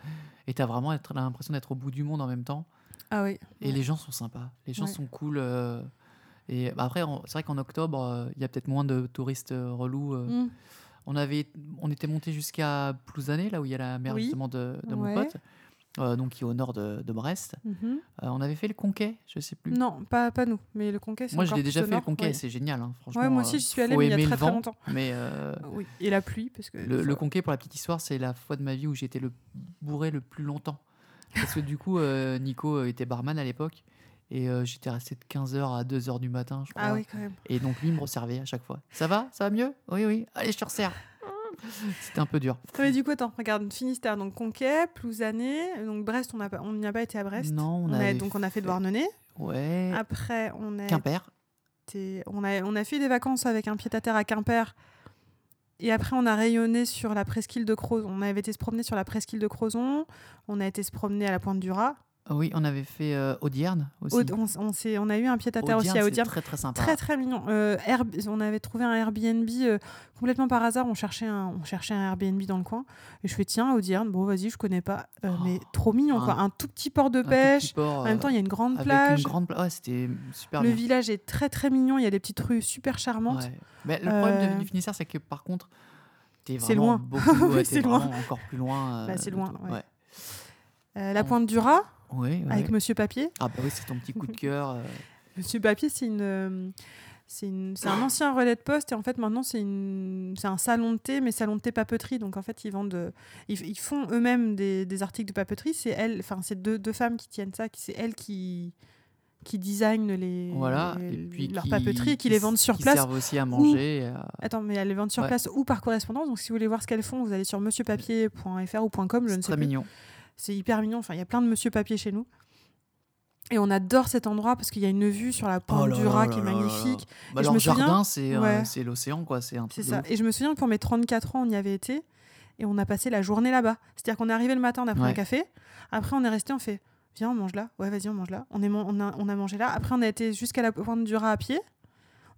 Et t'as vraiment être- l'impression d'être au bout du monde en même temps.
ah oui.
Et les gens sont sympas. Les gens
Ouais.
sont cool. euh, Et bah, après, on- c'est vrai qu'en octobre, euh, il y a peut-être moins de touristes euh, relous. euh.
Mm.
On, avait, on était monté jusqu'à Plouzané, là où il y a la mer
Oui.
justement de, de mon
Ouais.
pote, euh, donc qui est au nord de, de Brest.
Mhm.
Euh, on avait fait le Conquet, je sais plus.
Non, pas, pas nous, mais le Conquet, c'est
Moi, je
encore
l'ai
plus
déjà
au
fait
nord,
le Conquet,
ouais.
c'est génial. hein, franchement,
Ouais, moi
euh,
aussi, je suis
faut
allée, mais il y a
aimer
très
le
très
vent,
longtemps.
Mais euh,
Oui. Et la pluie, parce que.
Le, le
enfin,
Conquet, pour la petite histoire, c'est la fois de ma vie où j'étais le bourré le plus longtemps. Parce que du coup, euh, Nico euh, était barman à l'époque. Et euh, j'étais resté de 15h à 2h du matin, je crois.
Ah oui, quand même.
Et donc, lui me resservait à chaque fois. Ça va Ça va mieux Oui, oui. Allez, je te resserre.
Ah.
C'était un peu dur.
Non, mais du coup, attends, regarde, Finistère, donc Conquet, Plouzané, donc Brest, on n'a pas- on n'y a pas été à Brest.
Non, on
a-
avait
donc on a fait
fait-
Douarnenez.
Ouais.
Après, on a
Quimper.
été- on a, on a fait des vacances avec un pied-à-terre à Quimper. Et après, on a rayonné sur la presqu'île de Crozon. On avait été se promener sur la presqu'île de Crozon. On a été se promener à la pointe du Rat.
Ah Oui, on avait fait euh, Audierne aussi.
Au- on, s- on, s'est- on a eu un pied-à-terre aussi à
c'est
Audierne.
Très, très sympa.
Très très mignon. Euh, Airb- On avait trouvé un Airbnb euh, complètement par hasard. On cherchait, un, on cherchait un Airbnb dans le coin. Et je fais tiens, Audierne, bon vas-y, je connais pas. Euh,
Oh,
mais trop mignon quoi. Un tout petit port de
Un tout petit
pêche.
port, euh,
En même temps, il y a une grande
avec
plage.
Une grande pla- Ouais, c'était super
Le
bien.
village est très très mignon. Il y a des petites rues super charmantes.
Ouais. Mais le problème
Euh,
de, du Finistère, c'est que par contre, t'es
c'est
vraiment
loin.
beaucoup-
Oui,
ouais, t'es
c'est loin.
vraiment encore plus loin.
Bah, c'est
de
loin,
tout.
ouais.
Ouais.
Euh, la pointe du Rat
Ouais, ouais.
avec Monsieur Papier.
Ah bah oui, c'est ton petit coup de cœur. euh.
Monsieur Papier, c'est une, euh, c'est une- c'est un ancien relais de poste et en fait maintenant c'est une, c'est un salon de thé, mais salon de thé papeterie. Donc en fait ils vendent, euh, ils, ils font eux-mêmes des, des articles de papeterie. C'est elle, enfin c'est deux, deux femmes qui tiennent ça, qui c'est elles qui qui designent les,
Voilà.
les-
Et puis
leurs
qui-
papeteries et qui les
s-
vendent sur
qui
place.
servent aussi à manger. euh, et à-
Attends, mais elles les vendent sur
Ouais.
place ou par correspondance. Donc si vous voulez voir ce qu'elles font, vous allez sur monsieurpapier.fr ou .com, je
C'est
ne sais
très
plus.
mignon.
C'est hyper mignon. Enfin, il y a plein de Monsieur Papier chez nous. Et on adore cet endroit parce qu'il y a une vue sur la pointe
Oh là
du
là
Rat
là
qui est
là là
magnifique.
Bah,
Et je
leur
me souviens-
jardin, c'est euh,
Ouais.
c'est l'océan, quoi. C'est un
C'est
truc de
ça.
ouf.
Et je me souviens que pour mes 34 ans, on y avait été et on a passé la journée là-bas. C'est-à-dire qu'on est arrivé le matin, on a pris un
Ouais.
café. Après, on est resté, on fait Viens, on mange là. Ouais, vas-y, on mange là. On, est man- on, a, on a mangé là. Après, on a été jusqu'à la pointe du rat à pied.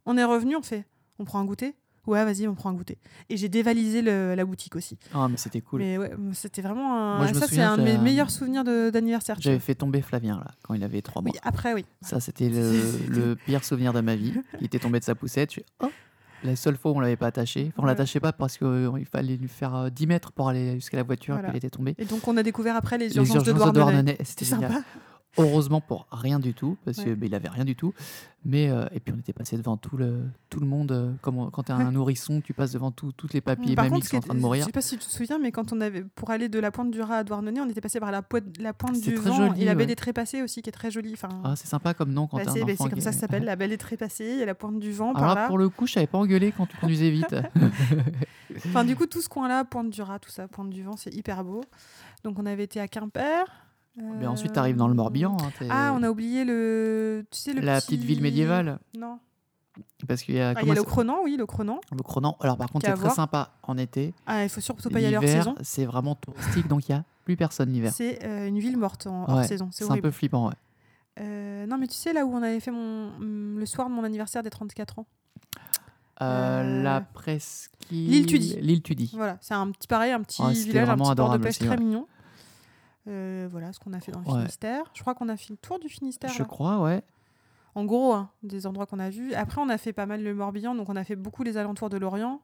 On est revenu, on fait On prend un goûter Ouais, vas-y, on prend un goûter. Et j'ai dévalisé le- la boutique aussi.
Ah, mais c'était cool.
Mais ouais, c'était vraiment un.
Moi, je me
ça, c'est
souviens,
un de mes
j'ai-
meilleurs souvenirs de- d'anniversaire. tu
J'avais
vois.
fait tomber Flavien, là, quand il avait trois mois.
Oui, ah. après, oui.
Ça, c'était le, le pire souvenir de ma vie. Il était tombé de sa poussette. Je... Oh la seule fois où on l'avait pas attaché. Enfin, on
Ouais.
l'attachait pas parce qu'il fallait lui faire euh, 10 mètres pour aller jusqu'à la voiture,
Voilà.
puis il était tombé.
Et donc, on a découvert après les
Les
urgences, de
urgences de
Douarnenez.
Douarnenez, c'était
C'était
génial.
sympa.
Heureusement pour rien du tout, parce que
Ouais.
qu'il avait rien du tout. Mais, euh, et puis on était passé devant tout le, tout le monde. euh, comme on- quand tu as un nourrisson, tu passes devant tout- toutes les papilles et
Par
mamies
contre,
qui
ce
sont en
qui
train de
est-
mourir.
Je sais pas si tu te souviens, mais quand on avait pour aller de la pointe du Rat à Douarnenez, on était passé par la, pointe- la pointe
C'était
du
très
vent
joli,
et la baie
ouais.
des Trépassés aussi, qui est très jolie. Enfin,
Ah, c'est sympa comme nom quand
bah,
t'as un
c'est bah,
enfant
c'est comme
qui-
ça que ça s'appelle, la baie des Trépassés, il y a la pointe du vent
Alors
par
là,
là.
pour le coup, je savais pas engueuler quand tu conduisais vite.
Enfin, du coup, tout ce coin-là, pointe du Rat, tout ça, pointe du vent, c'est hyper beau. Donc, on avait été à Quimper.
Mais
euh,
ensuite, tu arrives dans le Morbihan. hein, t'es-
Ah, on a oublié le. Tu sais, le
la
petit-
petite ville médiévale.
Non.
Parce qu'il y a,
Ah, il y
comment
a le
ça-
Cronan, oui, le Cronan.
le Cronan. Alors par contre,
Qu'à
c'est très
voir.
sympa en été.
Ah, il faut surtout pas y aller hors
L'hiver,
saison.
c'est vraiment touristique, donc il n'y a plus personne l'hiver.
C'est euh, une ville morte en hors
Ouais,
saison. C'est
C'est un
horrible.
peu flippant, ouais.
Euh, non, mais tu sais, là où on avait fait mon, mm, le soir de mon anniversaire des 34 ans.
Euh,
Euh,
La presqu'île.
l'île Tudy.
L'île Tudy.
Voilà, c'est un petit pareil, un petit
Ouais, c'était
village, un
vraiment
petit port de
adorable
pêche
aussi,
très
ouais.
mignon. Euh, voilà ce qu'on a fait dans le
Ouais.
Finistère. Je crois qu'on a fait le tour du Finistère.
Je
là.
crois, ouais.
En gros, hein, des endroits qu'on a vus. Après, on a fait pas mal le Morbihan, donc on a fait beaucoup les alentours de l'Orient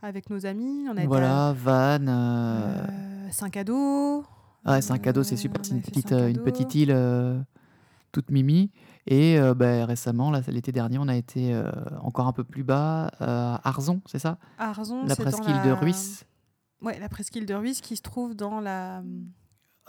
avec nos amis. On a été
Voilà, Vannes. euh,
à euh, Saint-Cado,
Ouais, c'est un cadeau, c'est
Euh,
super. C'est
on a
une
fait ça
petite,
en
euh, une
cadeau.
petite île euh, toute mimi. Et euh, ben, récemment, là, l'été dernier, on a été euh, encore un peu plus bas, euh, à Arzon, c'est ça
Arzon,
La
c'est dans
presqu'île de
la-
Ruisse.
Ouais, la presqu'île de Ruisse qui se trouve dans la. mm,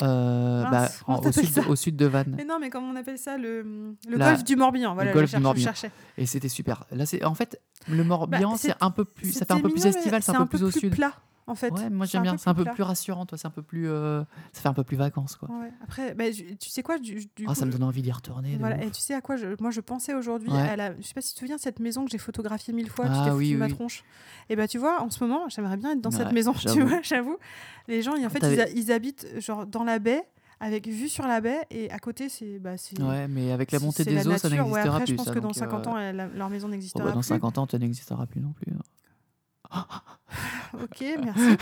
euh, bah,
Mince, comment
en- au,
t'appelles
sud,
ça
au sud de Vannes.
Mais non, mais comment on appelle ça Le, mm, le
La-
golfe du Morbihan. Voilà,
golfe du
je, cherche- je
Morbihan.
cherchais.
Et c'était super. Là, c'est en fait, le Morbihan,
Bah, c'est-
c'est un peu plus, ça fait un
C'était
peu plus
mignon, mais
estival, c'est un peu plus au sud.
plat, en fait.
Ouais, moi
C'est
j'aime
un
bien.
peu
C'est un peu
plat.
plus rassurant, toi. C'est un peu plus, euh, ça fait un peu plus vacances, quoi.
Ouais, ouais. Après, bah, je- tu sais quoi du, du
Ah,
coup,
ça me
je-
donne envie d'y retourner. de
voilà.
ouf.
Et tu sais à quoi je, moi je pensais aujourd'hui
Ouais.
à la- Je sais pas si tu te souviens de cette maison que j'ai photographiée mille fois.
Ah
tu t'es
oui,
foutu de ma
oui, oui.
tronche. Et bah tu vois, en ce moment, j'aimerais bien être dans
Ouais,
cette maison. Tu
j'avoue. Ah,
vois, j'avoue. Les gens, ils- en fait, ils,
T'avais-
a- ils habitent genre dans la baie, avec vue sur la baie, et à côté c'est bah, c'est
Ouais, mais avec la
c'est-
montée
c'est
des eaux, ça
nature. Ouais,
n'existera
après,
plus.
Je pense
ça,
que dans
donc,
50
euh,
ans, elle- la- leur maison
oh, bah,
n'existera
dans
plus.
50 ans, ça n'existera plus non plus. hein.
Ok, merci.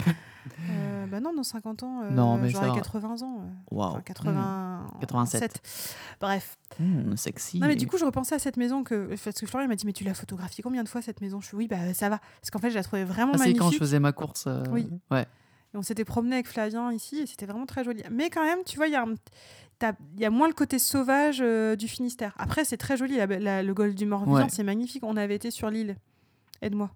Euh, bah non, dans 50 ans, euh,
Non, mais
j'aurai
ça-
80 ans. euh,
Waouh.
enfin,
Hmm.
80...
87.
7. Bref.
Hmm, sexy.
Non, mais du coup, je repensais à cette maison que. Parce que Florian il m'a dit, mais tu l'as photographiée combien de fois cette maison Je suis, oui, bah ça va. Parce qu'en fait, je la trouvais vraiment
Ah, c'est
magnifique.
quand je faisais ma course. euh,
Oui.
Ouais.
Et on s'était promené avec Flavien ici et c'était vraiment très joli. Mais quand même, tu vois, il y, a un- t'as- il y a moins le côté sauvage euh, du Finistère. Après, c'est très joli, la- la- le golfe du Morbihan,
Ouais.
c'est magnifique. On avait été sur l'île. Aide-moi.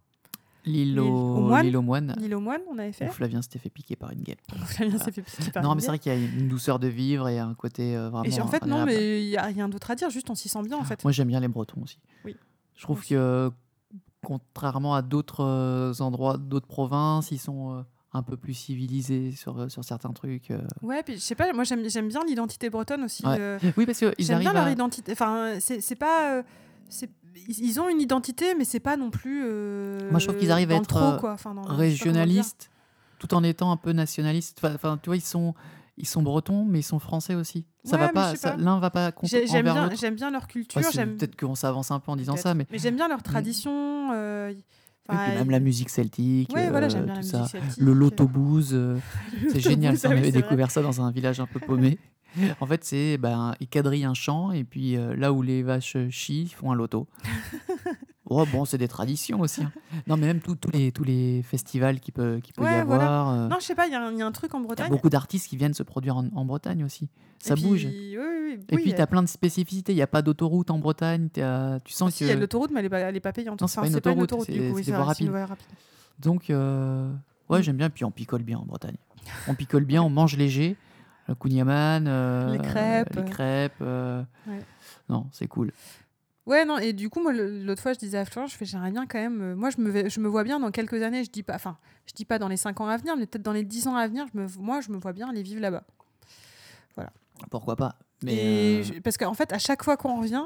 L'île
L'île aux
aux
moines.
l'île aux moines.
L'île aux moines, on avait
Où
fait.
Flavien s'était fait piquer par une guêpe.
Flavien s'est fait piquer par
non,
une
mais c'est vrai qu'il y a une douceur de vivre et un côté euh, vraiment.
Et j'ai- en fait, non,
agréable.
mais il n'y a rien d'autre à dire, juste on s'y sent bien en fait.
Moi, j'aime bien les Bretons aussi.
Oui.
Je trouve
Aussi.
que, contrairement à d'autres euh, endroits, d'autres provinces, ils sont euh, un peu plus civilisés sur, euh, sur certains trucs. euh.
Ouais, puis je sais pas, moi j'aime j'aime bien l'identité bretonne aussi.
Ouais.
euh,
Oui, parce qu'ils
j'aime
arrivent
bien leur
à-
identité. Enfin, c'est c'est pas. euh, c'est- ils ils ont une identité, mais c'est pas non plus. euh,
Moi, je trouve qu'ils arrivent à
dans le
être,
trop,
euh,
quoi. Enfin, dans- je sais pas comment dire.
régionalistes, tout en étant un peu nationalistes. Enfin, Enfin, tu vois, ils sont, ils sont Bretons, mais ils sont Français aussi. Ça
Ouais,
va
mais je
pas,
sais
ça-
pas.
l'un va pas contre
J'ai- J'aime
envers
bien,
l'autre.
j'aime bien leur culture.
Enfin, c'est
j'aime-
Peut-être Mm. qu'on s'avance un peu en disant
peut-être.
ça, mais
Mais j'aime bien leur tradition. euh, y-
Oui,
enfin,
puis même la musique celtique,
Ouais, voilà,
euh,
j'aime bien la
tout
musique
ça.
celtique.
Le lotobuse, euh, c'est génial.
L'autobus,
Ça,
ah
on
oui,
avait
c'est vrai.
découvert ça dans un village un peu paumé. En fait, c'est ben ils quadrillent un champ et puis euh, là où les vaches chient, ils font un loto. oh bon, c'est des traditions aussi. hein. Non, mais même tous tous les tous les festivals qui peut qui peut y
Ouais, voilà.
avoir. euh,
Non, je sais pas, il y, a un- il y a un truc en
t'as
Bretagne.
beaucoup d'artistes qui viennent se produire en, en Bretagne aussi.
et
Ça
puis-
bouge.
oui, oui, oui,
Et puis
oui,
tu as plein de spécificités. Il n'y a pas d'autoroute en Bretagne. t'as- Tu sens
Ah, Si, il y a
que
de l'autoroute, mais elle est pas, elle est pas payante.
Non, c'est
Enfin,
pas une autoroute,
du
c'est-
coup, oui,
c'est des
vrai,
voies
c'est
rapides.
une voie rapide.
Donc, euh, ouais,
Mm.
j'aime bien. Puis on picole bien en Bretagne. On picole bien, on mange léger. Le kouniaman, euh,
Les crêpes.
Les crêpes. euh,
Ouais.
Non, c'est cool.
Ouais, non, et du coup, moi, le- l'autre fois, je disais à Florent, je fais, j'aimerais bien quand même. euh, moi, je me, vais- je me vois bien dans quelques années, je dis pas, enfin, je dis pas dans les 5 ans à venir, mais peut-être dans les 10 ans à venir, je me, moi, je me vois bien aller vivre là-bas.
Pourquoi pas
Et
Mais euh,
je- parce qu'en fait, à chaque fois qu'on revient,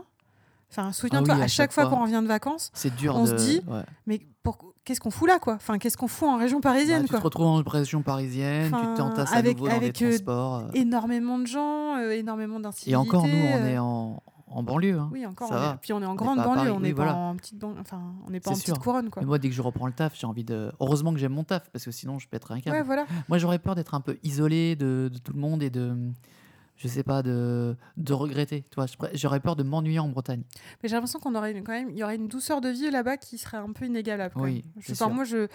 enfin, souviens-toi,
Ah oui,
à, chaque fois, qu'on
fois.
revient de vacances,
c'est dur
on
de.
se dit,
ouais.
mais pour- qu'est-ce qu'on fout là, quoi Enfin, qu'est-ce qu'on fout en région
Bah,
parisienne,
tu te
quoi
retrouves en région parisienne, tu
Enfin,
t'entasses à
avec-
nouveau dans
avec,
les
euh,
transports. euh,
Énormément de gens, euh, énormément d'incivilités.
Et encore, nous, on
euh,
est en, en banlieue. hein.
Oui, encore.
Ça
on est-
va.
Puis on est en
n'est
grande
pas à
banlieue,
Paris,
on
oui,
n'est pas
voilà.
en petite ban- enfin, on n'est pas en
C'est
petite
sûr.
couronne, quoi.
Mais moi, dès que je reprends le taf, j'ai envie de. Heureusement que j'aime mon taf, parce que sinon, je pèterais un câble.
Ouais, voilà.
Moi, j'aurais peur d'être un peu isolé de, de tout le monde et de, je sais pas, de, de regretter. tu vois. Je pr- J'aurais peur de m'ennuyer en Bretagne.
Mais j'ai l'impression qu'on aurait une- quand même, il y aurait une douceur de vie là-bas qui serait un peu inégalable. quand
Oui,
même. Je-
c'est
enfin,
sûr.
moi, je,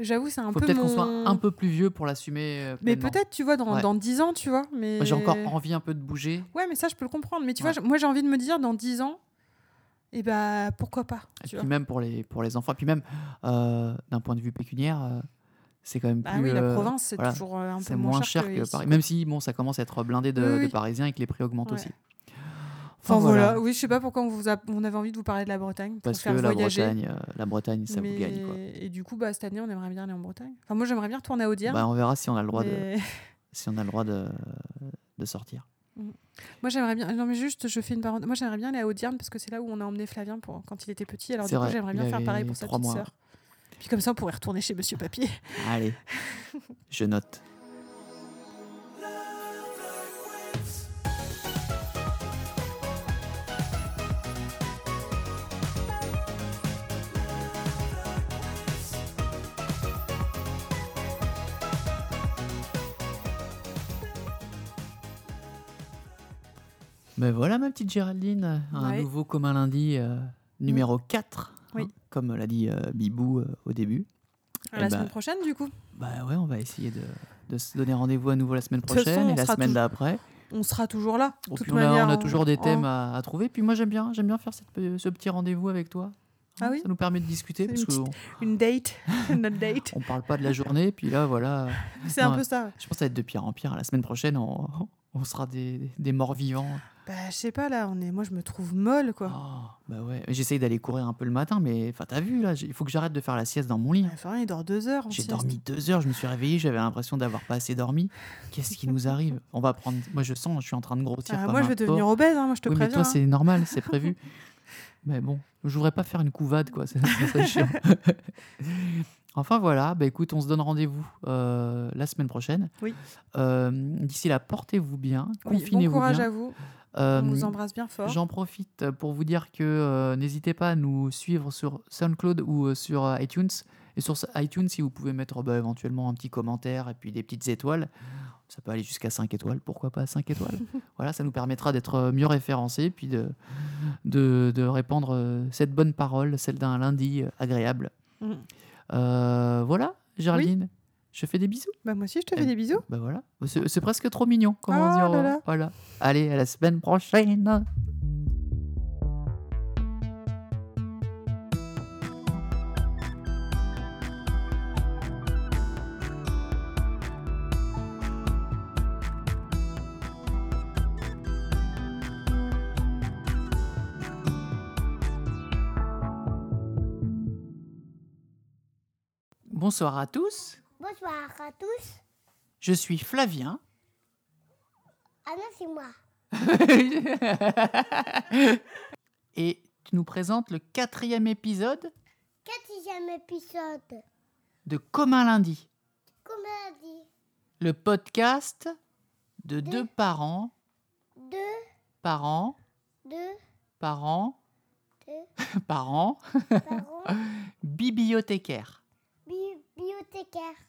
j'avoue, c'est un
Faut
peu.
peut-être qu'on soit
mon-
un peu plus vieux pour l'assumer. euh,
Mais
pleinement.
peut-être, tu vois, dans,
Ouais.
dans 10 ans, tu vois. Mais...
Moi, J'ai encore envie un peu de bouger.
Ouais, mais ça, je peux le comprendre. Mais tu
Ouais.
vois, je- moi, j'ai envie de me dire, dans 10 ans, et eh bah, pourquoi pas.
Et
Tu
puis
vois.
même pour les, pour les enfants. Et puis même, euh, d'un point de vue pécuniaire, euh, c'est quand même
Bah
plus...
oui, la
euh,
province, c'est
voilà,
toujours euh, un
c'est
peu
moins cher que,
ici.
Paris. Même si, bon, ça commence à être blindé de,
Oui,
de
oui.
Parisiens et que les prix augmentent
Ouais.
aussi.
Enfin, voilà. Oui, je sais pas pourquoi on, vous a- on avait envie de vous parler de la Bretagne. Pour
Parce que
faire
la
voyager.
Bretagne, euh, la Bretagne, ça vous
Mais-
gagne. Quoi.
Et du coup, bah, cette année, on aimerait bien aller en Bretagne. Enfin, moi, j'aimerais bien retourner à Audierne.
Bah, on verra si on a le droit, de,
mais-
si on a le droit de, de sortir.
Moi, j'aimerais bien. Non, mais juste, je fais une parenthèse. Moi, j'aimerais bien aller à Audierne parce que c'est là où on a emmené Flavien pour... quand il était petit. Alors,
C'est
du coup,
vrai,
j'aimerais
il
bien faire
avait
pareil pour sa
trois
petite
mois.
sœur. Puis comme ça, on pourrait retourner chez Monsieur Papier.
Allez, je note. Ben voilà ma petite Géraldine, un
Ouais. Mm.
nouveau commun lundi euh, numéro hein, 4,
Oui.
comme l'a dit euh, Bibou euh, au début.
À
Eh
la
ben,
semaine prochaine, du coup.
Bah ouais, on va essayer de, de se donner rendez-vous à nouveau la semaine
toute façon,
prochaine et
on
la
sera
semaine
toujours-
d'après.
On sera toujours là. De
Bon,
toute
puis on, a,
manière, hein.
on a toujours des
on-
thèmes à, à trouver. Puis moi, j'aime bien, j'aime bien faire cette pe- ce petit rendez-vous avec toi. hein.
Ah oui
Ça nous permet de discuter
C'est
parce
une
qu'on
Une date, notre date.
on parle pas de la journée. Puis là, voilà.
C'est
Non,
un peu ça. ouais.
Je pense que ça va être de pire en pire. La semaine prochaine, on, on sera des, des morts vivants.
Bah, je sais pas, là, on est... moi, je me trouve molle, quoi.
Oh, bah ouais. J'essaye d'aller courir un peu le matin, mais enfin, t'as vu, là, j'ai- il faut que j'arrête de faire la sieste dans mon lit.
Enfin, il dort deux heures.
Ah.
en
J'ai
Ah, sieste.
dormi deux heures, je me suis réveillé, j'avais l'impression d'avoir pas assez dormi. Qu'est-ce qui nous arrive On va prendre. Moi, je sens, je suis en train de grossir.
Ah,
comme
moi,
un
je vais
porc.
devenir obèse, hein, moi, je te
oui, mais toi,
préviens. hein.
c'est normal, c'est prévu. mais bon, je voudrais pas faire une couvade, quoi. Ça, ça serait chiant. enfin, voilà. Bah, écoute, on se donne rendez-vous euh, la semaine prochaine.
Oui.
Euh, D'ici là, portez-vous bien,
Oui,
confinez-vous
bon courage
bien.
à vous.
Euh,
On vous embrasse bien fort.
J'en profite pour vous dire que euh, n'hésitez pas à nous suivre sur SoundCloud ou euh, sur euh, iTunes. Et sur ce- iTunes, si vous pouvez mettre bah, éventuellement un petit commentaire et puis des petites étoiles, ça peut aller jusqu'à 5 étoiles, pourquoi pas 5 étoiles Voilà, ça nous permettra d'être euh, mieux référencés puis de, de, de répandre euh, cette bonne parole, celle d'un lundi euh, agréable.
Mm.
Euh, voilà, Géraldine, je fais des bisous.
Bah, moi aussi, je te
Eh,
fais des bisous.
Bah voilà, c'est c'est presque trop mignon, comment
Ah
dire.
là là.
Voilà, allez, à la semaine prochaine Bonsoir à tous,
Bonsoir à tous.
je suis Flavien.
Ah non, c'est moi.
Et tu nous présentes le quatrième épisode
Quatrième épisode.
de Commun Lundi,
Comédie.
le podcast de
Des-
deux parents,
Deux,
parents,
deux,
parents,
deux.
parents,
Parents,
bibliothécaires.
bibliothécaire.